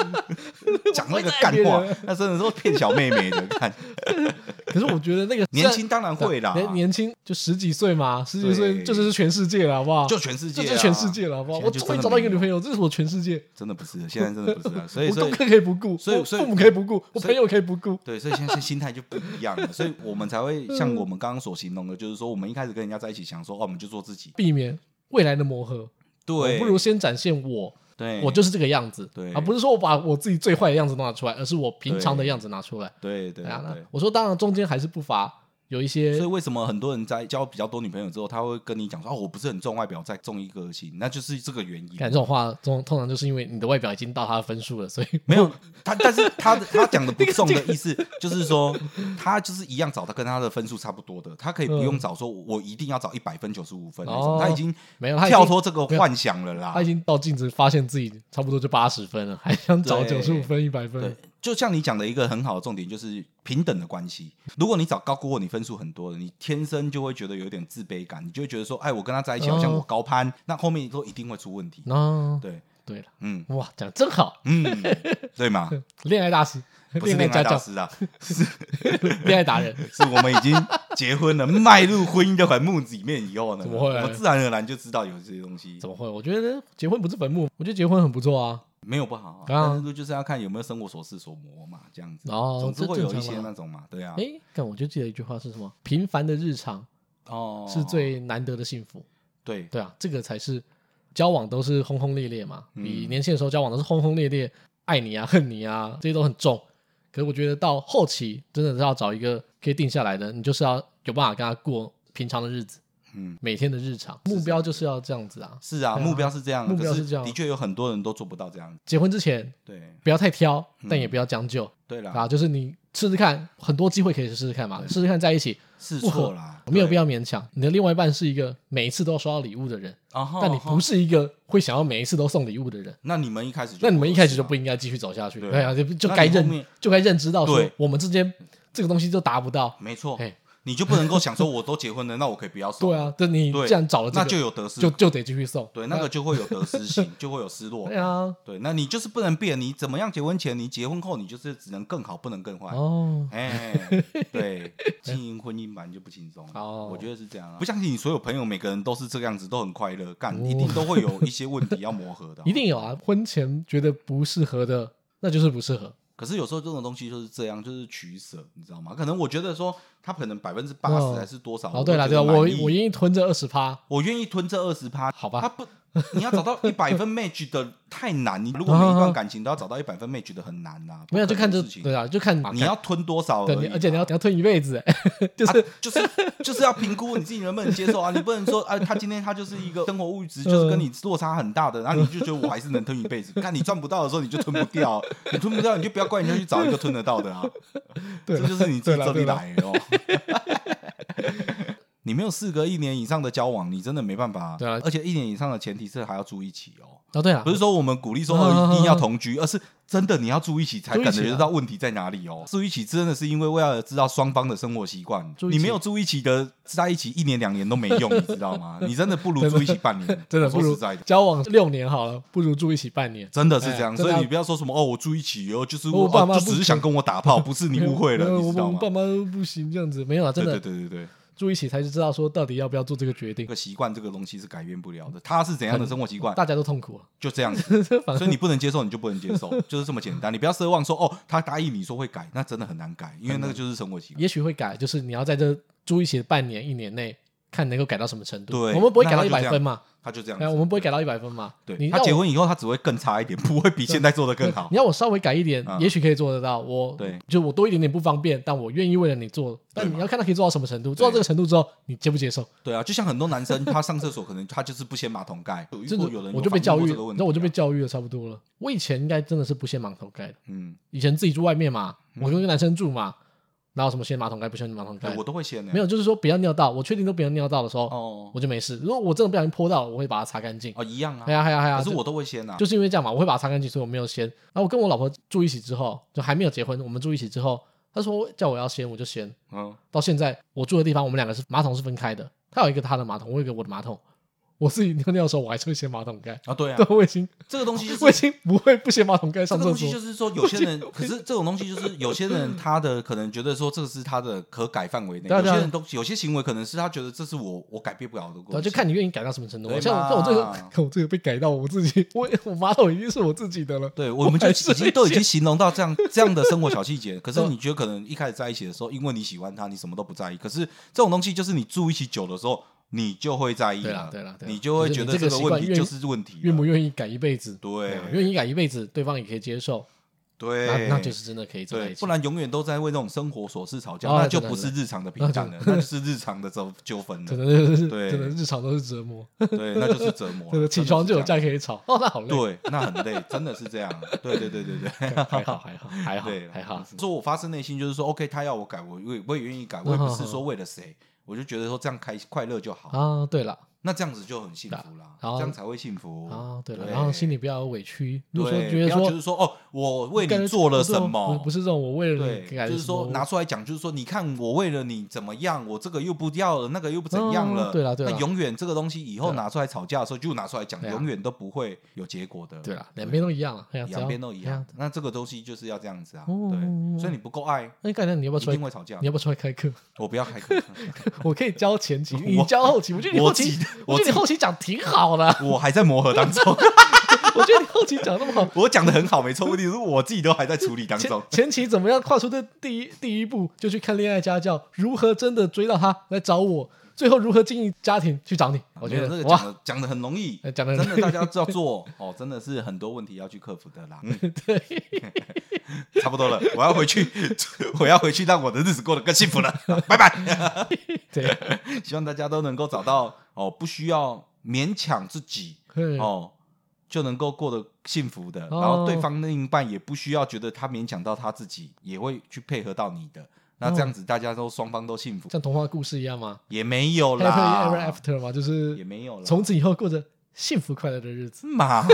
[SPEAKER 2] 讲那个干话，那真的是骗小妹妹的。
[SPEAKER 1] <laughs>
[SPEAKER 2] 看，
[SPEAKER 1] 可是我觉得那个
[SPEAKER 2] 年轻当然会啦，
[SPEAKER 1] 年年轻就十几岁嘛，十几岁
[SPEAKER 2] 对
[SPEAKER 1] 这就是全世界了，好不好？
[SPEAKER 2] 就全世界
[SPEAKER 1] 这
[SPEAKER 2] 啊，
[SPEAKER 1] 就是全世界了，好不好？
[SPEAKER 2] 现
[SPEAKER 1] 我
[SPEAKER 2] 在就
[SPEAKER 1] 终于
[SPEAKER 2] 真的
[SPEAKER 1] 找到一个
[SPEAKER 2] 没
[SPEAKER 1] 女
[SPEAKER 2] 有
[SPEAKER 1] 朋，友，这是我全世界。
[SPEAKER 2] 真的不是，现在真的不是啊，所以
[SPEAKER 1] 我
[SPEAKER 2] 所
[SPEAKER 1] 功
[SPEAKER 2] 以
[SPEAKER 1] 课可以不顾，
[SPEAKER 2] 所以
[SPEAKER 1] 我
[SPEAKER 2] 所以
[SPEAKER 1] 父母可以不顾，我
[SPEAKER 2] 所以
[SPEAKER 1] 朋友可以不顾。
[SPEAKER 2] 对，所以现在心态就不一样了，所以我们才会像我们刚刚所形容的，就是说我们一开始跟人家在一起，想说哦，我们就做自己，
[SPEAKER 1] 避免未来的磨合。
[SPEAKER 2] 对，
[SPEAKER 1] 我不如先展现我，
[SPEAKER 2] 对，
[SPEAKER 1] 我就是这个样子。
[SPEAKER 2] 对
[SPEAKER 1] 啊，不是说我把我自己最坏的样子拿出来，而是我平常的样子拿出来。
[SPEAKER 2] 对对
[SPEAKER 1] 哎呀那
[SPEAKER 2] 对。
[SPEAKER 1] 我说当然中间还是不乏有一些
[SPEAKER 2] 所以为什么很多人在交比较多女朋友之后，他会跟你讲说哦，我不是很重外表，再重一个性，那就是这个原因。
[SPEAKER 1] 感这种话，通通常就是因为你的外表已经到他的分数了，所以
[SPEAKER 2] 没有他，但是他的他讲的
[SPEAKER 1] <laughs>
[SPEAKER 2] 不重的意思，就是说他就是一样找他跟他的分数差不多的，他可以不用找说我一定要找一百分、九十五分那种，
[SPEAKER 1] 嗯哦
[SPEAKER 2] 他已经
[SPEAKER 1] 没有他已经
[SPEAKER 2] 跳脱这个幻想了啦
[SPEAKER 1] 他已。经到镜子发现自己差不多就八十分了，还想找
[SPEAKER 2] 对
[SPEAKER 1] 九十五分、一百分
[SPEAKER 2] 对
[SPEAKER 1] 了。，
[SPEAKER 2] 就像你讲的一个很好的重点，就是平等的关系。如果你找高过你分数很多的，你天生就会觉得有点自卑感，你就会觉得说，哎，我跟他在一起好像
[SPEAKER 1] 哦
[SPEAKER 2] 我高
[SPEAKER 1] <laughs>
[SPEAKER 2] 攀，那后面都一定会出问题。
[SPEAKER 1] 哦，
[SPEAKER 2] 对，
[SPEAKER 1] 对了，
[SPEAKER 2] 嗯
[SPEAKER 1] 哇，讲得真好， <laughs>
[SPEAKER 2] 嗯，对嘛，
[SPEAKER 1] 恋爱大师，
[SPEAKER 2] 不是
[SPEAKER 1] 爱
[SPEAKER 2] 恋爱
[SPEAKER 1] 家
[SPEAKER 2] 大
[SPEAKER 1] 教，
[SPEAKER 2] 师啊， <laughs>
[SPEAKER 1] 恋爱达人，
[SPEAKER 2] 是我们已经结婚了，迈入婚姻的坟墓里面以后呢，
[SPEAKER 1] 怎么会
[SPEAKER 2] 我们自然而然就知道有这些东西
[SPEAKER 1] 怎么会？我觉得结婚不是坟墓，我觉得结婚很不错啊。
[SPEAKER 2] 没有不
[SPEAKER 1] 啊
[SPEAKER 2] 好、啊，但是就是要看有没有生活琐事所磨嘛，这样子，
[SPEAKER 1] 哦
[SPEAKER 2] 总之
[SPEAKER 1] 这
[SPEAKER 2] 会有一
[SPEAKER 1] 正常
[SPEAKER 2] 些
[SPEAKER 1] 嘛
[SPEAKER 2] 那种嘛，对啊，
[SPEAKER 1] 哎，但我就记得一句话是什么？平凡的日常
[SPEAKER 2] 哦，
[SPEAKER 1] 是最难得的幸福。
[SPEAKER 2] 对，
[SPEAKER 1] 对啊，这个才是交往都是轰轰烈烈嘛。
[SPEAKER 2] 嗯
[SPEAKER 1] 你年轻的时候交往都是轰轰烈烈，爱你啊、恨你啊，这些都很重。可是我觉得到后期，真的是要找一个可以定下来的，你就是要有办法跟他过平常的日子，
[SPEAKER 2] 嗯。
[SPEAKER 1] 每天的日常目标就是要这样子啊。
[SPEAKER 2] 是啊，
[SPEAKER 1] 对啊
[SPEAKER 2] 目标是这样，
[SPEAKER 1] 目标
[SPEAKER 2] 可是
[SPEAKER 1] 是这样啊
[SPEAKER 2] 的确有很多人都做不到这样。
[SPEAKER 1] 结婚之前
[SPEAKER 2] 对，
[SPEAKER 1] 不要太挑，但也
[SPEAKER 2] 嗯
[SPEAKER 1] 不要将就、
[SPEAKER 2] 对啦，
[SPEAKER 1] 啊，就是你试试看，很多机会可以去试试看嘛，试试看在一起，
[SPEAKER 2] 试
[SPEAKER 1] 不合
[SPEAKER 2] 错啦，
[SPEAKER 1] 没有必
[SPEAKER 2] 要。
[SPEAKER 1] 要勉强。你的另外一半是一个每一次都要收到礼物的人，
[SPEAKER 2] 啊哈
[SPEAKER 1] 但你
[SPEAKER 2] 啊哈
[SPEAKER 1] 不是一个会想要每一次都送礼物的人。
[SPEAKER 2] 那你们一开始就
[SPEAKER 1] 那你们一开始就
[SPEAKER 2] 合
[SPEAKER 1] 不应该继续走下去，
[SPEAKER 2] 对
[SPEAKER 1] 对啊，就就
[SPEAKER 2] 那
[SPEAKER 1] 该
[SPEAKER 2] 你后
[SPEAKER 1] 认
[SPEAKER 2] 面
[SPEAKER 1] 就该认知到说
[SPEAKER 2] 对
[SPEAKER 1] 我们之间这个东西就达不到
[SPEAKER 2] 适，啊，没错
[SPEAKER 1] 哎，
[SPEAKER 2] 你就不能够想说我都结婚了，那我可以不要送。
[SPEAKER 1] 对啊，但你
[SPEAKER 2] 对，
[SPEAKER 1] 既然找了这
[SPEAKER 2] 那就
[SPEAKER 1] 个，
[SPEAKER 2] 有得失
[SPEAKER 1] 就，就得继续送，
[SPEAKER 2] 对，那个就会有得
[SPEAKER 1] <laughs>
[SPEAKER 2] 失心，就会有失落
[SPEAKER 1] 对。啊，
[SPEAKER 2] 对，那你就是不能变，你怎么样？结婚前，你结婚后，你就是只能更好，不能更坏。
[SPEAKER 1] 哦，
[SPEAKER 2] 哎，
[SPEAKER 1] <laughs>
[SPEAKER 2] 对，经营婚姻版就不轻松。
[SPEAKER 1] 哦
[SPEAKER 2] 我觉得是这样啊。不相信你所有朋友每个人都是这个样子，都很快乐，干一定
[SPEAKER 1] 哦
[SPEAKER 2] 都会有一些问题要磨
[SPEAKER 1] <laughs>
[SPEAKER 2] 合的。
[SPEAKER 1] 一定有啊，婚前觉得不适合的，那就是不适合，
[SPEAKER 2] 可是有时候这种东西就是这样，就是取舍，你知道吗？可能我觉得说他可能百分之八
[SPEAKER 1] 哦
[SPEAKER 2] 十还是多少，
[SPEAKER 1] 哦，对
[SPEAKER 2] 了
[SPEAKER 1] 了，对了，我
[SPEAKER 2] 我
[SPEAKER 1] 我愿意吞这二十趴，
[SPEAKER 2] 我愿意吞这二十趴，啊
[SPEAKER 1] 好吧
[SPEAKER 2] 他不，你要找
[SPEAKER 1] <laughs>
[SPEAKER 2] 到一百分 match 的太难，你如果每一段感情都要找到一百分 match 的很难呐、
[SPEAKER 1] 嗯没有就看
[SPEAKER 2] 这
[SPEAKER 1] 这，
[SPEAKER 2] 事情，
[SPEAKER 1] 对啊，就看
[SPEAKER 2] 你要吞多少而
[SPEAKER 1] 对，
[SPEAKER 2] 已
[SPEAKER 1] 你
[SPEAKER 2] 嘛，
[SPEAKER 1] 而且你要你要吞一辈子，就
[SPEAKER 2] 啊
[SPEAKER 1] 是
[SPEAKER 2] 就是就是要评估你自己能不能接受啊，你不能说啊，他今天他就是一个生活物质就是
[SPEAKER 1] 嗯
[SPEAKER 2] 跟你落差很大的，然后你就觉得我还是能吞一辈子。看你赚不到的时候，你就吞不掉，啊你吞不掉你就不要怪人家去找一个吞得到的啊。
[SPEAKER 1] 对
[SPEAKER 2] 这
[SPEAKER 1] 了
[SPEAKER 2] 就是你自
[SPEAKER 1] 对
[SPEAKER 2] 己
[SPEAKER 1] 了
[SPEAKER 2] 这里
[SPEAKER 1] 对了
[SPEAKER 2] 来的哦。 <laughs> 你没有四个一年以上的交往，你真的没办法。
[SPEAKER 1] 对啊
[SPEAKER 2] 而且一年以上的前提是还要住一起哦，
[SPEAKER 1] 哦，对啊啊
[SPEAKER 2] 不，是说我们鼓励说哦一定要同居，而是真的你要住一起才
[SPEAKER 1] 住一
[SPEAKER 2] 感
[SPEAKER 1] 起
[SPEAKER 2] 觉
[SPEAKER 1] 啊
[SPEAKER 2] 到问题在哪里哦。住一起真的是因为为了知道双方的生活习惯，
[SPEAKER 1] 住一
[SPEAKER 2] 你
[SPEAKER 1] 起
[SPEAKER 2] 没有住一起的在一起一年两年都没
[SPEAKER 1] <laughs>
[SPEAKER 2] 用，你知道吗？你真的不如住一起半年，
[SPEAKER 1] 真的
[SPEAKER 2] 说
[SPEAKER 1] 不如
[SPEAKER 2] 实在的。
[SPEAKER 1] 交往六年好了，不如住一起半年，
[SPEAKER 2] 真的是
[SPEAKER 1] 哎
[SPEAKER 2] 这样，
[SPEAKER 1] 真
[SPEAKER 2] 所
[SPEAKER 1] 的
[SPEAKER 2] 以
[SPEAKER 1] 要
[SPEAKER 2] 你不要说什么哦，我住一起哦，就是
[SPEAKER 1] 我爸
[SPEAKER 2] 哦
[SPEAKER 1] 妈
[SPEAKER 2] 就
[SPEAKER 1] 不
[SPEAKER 2] 只是
[SPEAKER 1] 行
[SPEAKER 2] 想跟我打炮，不是你误会
[SPEAKER 1] 没
[SPEAKER 2] 了，
[SPEAKER 1] 有
[SPEAKER 2] 你
[SPEAKER 1] <laughs> 我
[SPEAKER 2] 知道
[SPEAKER 1] 我
[SPEAKER 2] 吗？
[SPEAKER 1] 爸妈都不行这样子，没有啊，真
[SPEAKER 2] 对对
[SPEAKER 1] 的
[SPEAKER 2] 对对对，
[SPEAKER 1] 住一起才知道说到底要不要做这个决定
[SPEAKER 2] 这，个习惯这个东西是改变不了的。他是怎样的生活习
[SPEAKER 1] 嗯
[SPEAKER 2] 惯，
[SPEAKER 1] 大家都痛苦了。
[SPEAKER 2] 就这样子。
[SPEAKER 1] <laughs> 反
[SPEAKER 2] 所
[SPEAKER 1] 正
[SPEAKER 2] 以你不能接受，你就不能接
[SPEAKER 1] <laughs>
[SPEAKER 2] 受，就是这么简单。你不要奢望说哦，他答应你说会改，那真的很难改，因为那个就是生活习惯。
[SPEAKER 1] 也许会改，就是你要在这住一起的半年、一年内，看能够改到什么程度。
[SPEAKER 2] 对
[SPEAKER 1] 我们不会改到
[SPEAKER 2] 那他就
[SPEAKER 1] 一
[SPEAKER 2] 这
[SPEAKER 1] 百
[SPEAKER 2] 样
[SPEAKER 1] 分嘛？
[SPEAKER 2] 他就这样
[SPEAKER 1] 哎，我
[SPEAKER 2] 子。
[SPEAKER 1] 们不会改到一百分嘛？你
[SPEAKER 2] 对他
[SPEAKER 1] 让
[SPEAKER 2] 结
[SPEAKER 1] 我，
[SPEAKER 2] 婚以后，他只会更差一点，不会比现在做的更
[SPEAKER 1] <laughs>
[SPEAKER 2] 好嗯
[SPEAKER 1] 你。要我稍微改一点，也许可以做得到。我
[SPEAKER 2] 对，
[SPEAKER 1] 就我多一点点不方便，但我愿意为了你做。但你要看他可以做到什么程度，做到这个程度之后，你接不接受？
[SPEAKER 2] 对啊，就像很多男生，他上厕所可能他就是不掀马桶
[SPEAKER 1] <laughs>
[SPEAKER 2] 盖，有遇
[SPEAKER 1] 真
[SPEAKER 2] 过
[SPEAKER 1] 的
[SPEAKER 2] 有人，
[SPEAKER 1] 我
[SPEAKER 2] 有
[SPEAKER 1] 就被
[SPEAKER 2] 反
[SPEAKER 1] 教
[SPEAKER 2] 映过
[SPEAKER 1] 育，
[SPEAKER 2] 这个问
[SPEAKER 1] 你知
[SPEAKER 2] 题
[SPEAKER 1] 道
[SPEAKER 2] 啊。
[SPEAKER 1] 我就被教育的差不多了。我以前应该真的是不掀马桶盖的，
[SPEAKER 2] 嗯，
[SPEAKER 1] 以前自己住外面嘛，我跟一个男生住嘛，哪有什么掀马桶盖不掀马桶盖
[SPEAKER 2] 对？我都会掀的。
[SPEAKER 1] 没有，就是说不要尿到，我确定都不要尿到的时候，
[SPEAKER 2] 哦
[SPEAKER 1] 我就没事。如果我真的不小心泼到了，我会把它擦干净。
[SPEAKER 2] 哦，一样啊
[SPEAKER 1] 哎。呀哎呀哎呀！
[SPEAKER 2] 可是
[SPEAKER 1] 就
[SPEAKER 2] 我都会掀啊。
[SPEAKER 1] 就是因为这样嘛，我会把它擦干净，所以我没有掀。然后我跟我老婆住一起之后，就还没有结婚，我们住一起之后，她说叫我要掀，我就掀。
[SPEAKER 2] 嗯，
[SPEAKER 1] 到现在我住的地方，我们两个是马桶是分开的，她有一个她的马桶，我有一个我的马桶。我自己尿尿的时候，我还是会掀马桶盖。
[SPEAKER 2] 啊，对
[SPEAKER 1] <laughs>
[SPEAKER 2] 啊
[SPEAKER 1] 对，，我已经
[SPEAKER 2] 这个东西就是
[SPEAKER 1] 我已经不会不掀马桶盖
[SPEAKER 2] 这
[SPEAKER 1] 上
[SPEAKER 2] 个
[SPEAKER 1] 厕
[SPEAKER 2] 东西
[SPEAKER 1] 所。
[SPEAKER 2] 就是说，有些人可是这种东西就是有些人他的可能觉得说这是他的可改范围内，
[SPEAKER 1] 对啊
[SPEAKER 2] 有
[SPEAKER 1] 对啊
[SPEAKER 2] 些人东有些行为可能是他觉得这是我我改变不了的
[SPEAKER 1] 对啊，
[SPEAKER 2] 东西
[SPEAKER 1] 就。看你愿意改到什么程度。
[SPEAKER 2] 对嘛
[SPEAKER 1] 像我像我这个，看我这个被改到我自己，我我马桶已经是我自己的了。
[SPEAKER 2] 对，我们就已
[SPEAKER 1] 还是
[SPEAKER 2] 经都已经
[SPEAKER 1] 会
[SPEAKER 2] 形容到这样这样的生活小细节。可是你觉得可能一开始在一起的时候，因为你喜欢他，你什么都不在意。可是这种东西就是你住一起久的时候，你就会在意
[SPEAKER 1] 对啦
[SPEAKER 2] 了，
[SPEAKER 1] 对啦对啦
[SPEAKER 2] 你就会觉得
[SPEAKER 1] 就是
[SPEAKER 2] 这
[SPEAKER 1] 你这个
[SPEAKER 2] 个
[SPEAKER 1] 习
[SPEAKER 2] 问
[SPEAKER 1] 惯
[SPEAKER 2] 题
[SPEAKER 1] 愿
[SPEAKER 2] 就是问题了，
[SPEAKER 1] 愿不愿意改一辈子？
[SPEAKER 2] 啊对
[SPEAKER 1] 啊愿意改一辈子，对方也可以接受，那
[SPEAKER 2] 对，
[SPEAKER 1] 那就是真的可以在
[SPEAKER 2] 对，
[SPEAKER 1] 一起
[SPEAKER 2] 不。然永远都在为这种生活琐事吵架，
[SPEAKER 1] 哦
[SPEAKER 2] 那就
[SPEAKER 1] 真的
[SPEAKER 2] 不是
[SPEAKER 1] 真
[SPEAKER 2] 日常的平
[SPEAKER 1] <laughs>
[SPEAKER 2] 淡了，那就是日常的纠纠纷了
[SPEAKER 1] 真。的就是
[SPEAKER 2] 对
[SPEAKER 1] 真的日常都是折磨，
[SPEAKER 2] 对，那就是折磨了。
[SPEAKER 1] <laughs> 这个起床就有
[SPEAKER 2] 真
[SPEAKER 1] 架可以吵，哦，那好累，
[SPEAKER 2] 的是这样，对，那很累，真的是这样。对对对对对，
[SPEAKER 1] 还好还好还好
[SPEAKER 2] 对嗯
[SPEAKER 1] 还好，
[SPEAKER 2] 说我发自内心就是说，OK，他要
[SPEAKER 1] 嗯
[SPEAKER 2] 我改，我我也我也愿意改，我也不是说为了谁，我就觉得说这样开快乐就好。
[SPEAKER 1] 啊，对了，
[SPEAKER 2] 那这样子就很幸福啦，
[SPEAKER 1] 然后
[SPEAKER 2] 这样才会幸福
[SPEAKER 1] 啊，对了，然后心里不要有委屈，如果说
[SPEAKER 2] 对，
[SPEAKER 1] 觉
[SPEAKER 2] 不
[SPEAKER 1] 得
[SPEAKER 2] 要
[SPEAKER 1] 说
[SPEAKER 2] 就是说哦，我为
[SPEAKER 1] 干
[SPEAKER 2] 你做了
[SPEAKER 1] 不是
[SPEAKER 2] 什
[SPEAKER 1] 我
[SPEAKER 2] 么，
[SPEAKER 1] 不是这种我为了
[SPEAKER 2] 对
[SPEAKER 1] 你改，的
[SPEAKER 2] 就是
[SPEAKER 1] 什么
[SPEAKER 2] 说拿出来讲，就是说你看我为了你怎么样，我这个又不要了，那个又不怎样了，
[SPEAKER 1] 嗯对啦对啦
[SPEAKER 2] 那永远这个东西以后
[SPEAKER 1] 对啦
[SPEAKER 2] 拿出来吵架的时候就拿出来讲，
[SPEAKER 1] 对啊
[SPEAKER 2] 永远都不会有结果的。
[SPEAKER 1] 对了，两边都一样了，哎呀只要
[SPEAKER 2] 两边都一
[SPEAKER 1] 哎
[SPEAKER 2] 样
[SPEAKER 1] 呀，
[SPEAKER 2] 那这个东西就是要这样子啊，
[SPEAKER 1] 哦哦哦
[SPEAKER 2] 对，所以你不够爱，
[SPEAKER 1] 那你干那你要不要
[SPEAKER 2] 一
[SPEAKER 1] 出来
[SPEAKER 2] 定？会吵架
[SPEAKER 1] 你。要不要出来开课？ <laughs>
[SPEAKER 2] 我不要开口，
[SPEAKER 1] 我可以教前期，
[SPEAKER 2] 我
[SPEAKER 1] 你教后期。我觉得你
[SPEAKER 2] 我
[SPEAKER 1] 后期
[SPEAKER 2] 自己，
[SPEAKER 1] 我
[SPEAKER 2] 我
[SPEAKER 1] 觉得你
[SPEAKER 2] 自己
[SPEAKER 1] 后期讲挺好的，
[SPEAKER 2] <laughs> 我还在磨合当中， <laughs>
[SPEAKER 1] 我觉得你后期讲那么好。
[SPEAKER 2] 我讲的很好，没错，问题是我自己都还在处理当
[SPEAKER 1] 前
[SPEAKER 2] 中。
[SPEAKER 1] 前期怎么样跨出这第一第一步，就去看《恋爱家教》，如何真的追到他来找我，最后如何经营家庭去找你。我觉
[SPEAKER 2] 没有
[SPEAKER 1] 得
[SPEAKER 2] 这个讲
[SPEAKER 1] 哇，
[SPEAKER 2] 的讲的很容易
[SPEAKER 1] 呃，讲得
[SPEAKER 2] 真
[SPEAKER 1] 很
[SPEAKER 2] 的大家要做哦，真的是很多问题要去克服的啦。
[SPEAKER 1] 对，
[SPEAKER 2] 差不多了，我要回去，我要回去，让我的日子过得更幸福了。拜拜。
[SPEAKER 1] 对，
[SPEAKER 2] 希望大家都能够找到哦，不需要勉强自己
[SPEAKER 1] 嗯
[SPEAKER 2] <laughs> 哦，就能够过得幸福的。
[SPEAKER 1] 哦
[SPEAKER 2] 然后对方另一半也不需要觉得他勉强到他自己，也会去配合到你的。那这样子，大家都双方都幸福，
[SPEAKER 1] <laughs> 像童话故事一样吗
[SPEAKER 2] 也没有
[SPEAKER 1] ？Happy ever
[SPEAKER 2] 啦，
[SPEAKER 1] after 嘛，就
[SPEAKER 2] 也
[SPEAKER 1] 是
[SPEAKER 2] 没有啦。
[SPEAKER 1] 从此以后过着幸福快乐的日子。
[SPEAKER 2] 妈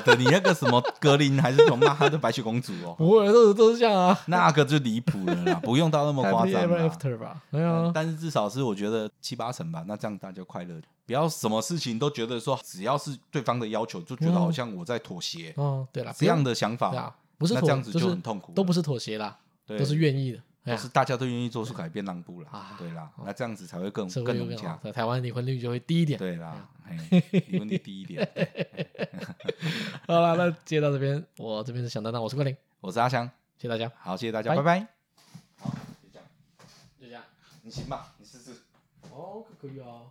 [SPEAKER 2] 的，你那个什么格林还是什么妈的白雪公主
[SPEAKER 1] <laughs>
[SPEAKER 2] 哦，
[SPEAKER 1] 不会，都是都是这样啊。
[SPEAKER 2] 那个就离谱了啦，不用到那么夸
[SPEAKER 1] Happy
[SPEAKER 2] 张
[SPEAKER 1] ever
[SPEAKER 2] 啦。
[SPEAKER 1] after 哦吧，哎没
[SPEAKER 2] 嗯
[SPEAKER 1] 有。
[SPEAKER 2] 但是至少是我觉得七八成吧，那这样大家就快乐，不要什么事情都觉得说只要是对方的要求，就觉得
[SPEAKER 1] 嗯
[SPEAKER 2] 好像我在妥协、
[SPEAKER 1] 哦，对了，
[SPEAKER 2] 这样
[SPEAKER 1] 的
[SPEAKER 2] 的想
[SPEAKER 1] 对
[SPEAKER 2] 法
[SPEAKER 1] 啊，，不是
[SPEAKER 2] 那
[SPEAKER 1] 妥
[SPEAKER 2] 这样子
[SPEAKER 1] 就
[SPEAKER 2] 就是很痛苦了，
[SPEAKER 1] 都不是妥协啦，
[SPEAKER 2] 对，
[SPEAKER 1] 都是愿意的。哎
[SPEAKER 2] 都
[SPEAKER 1] 呀
[SPEAKER 2] 是大家都愿意做出改变让步啦
[SPEAKER 1] 啊，
[SPEAKER 2] 对啦，那这样子才会更
[SPEAKER 1] 社
[SPEAKER 2] 更
[SPEAKER 1] 会又
[SPEAKER 2] 融
[SPEAKER 1] 更好
[SPEAKER 2] 洽，，
[SPEAKER 1] 对台湾离婚率就会低一点。
[SPEAKER 2] 对啦，
[SPEAKER 1] 哎
[SPEAKER 2] 嘿离婚率低一点。
[SPEAKER 1] <laughs>
[SPEAKER 2] 对
[SPEAKER 1] 好了，那接到这边，我这边是想当当，我是冠霖，
[SPEAKER 2] 我是阿香，
[SPEAKER 1] 谢谢大家，
[SPEAKER 2] 好，谢谢大家，
[SPEAKER 1] 拜
[SPEAKER 2] 拜拜。
[SPEAKER 1] 就这样。
[SPEAKER 2] 你行吧，你试试。
[SPEAKER 1] 哦，可以啊。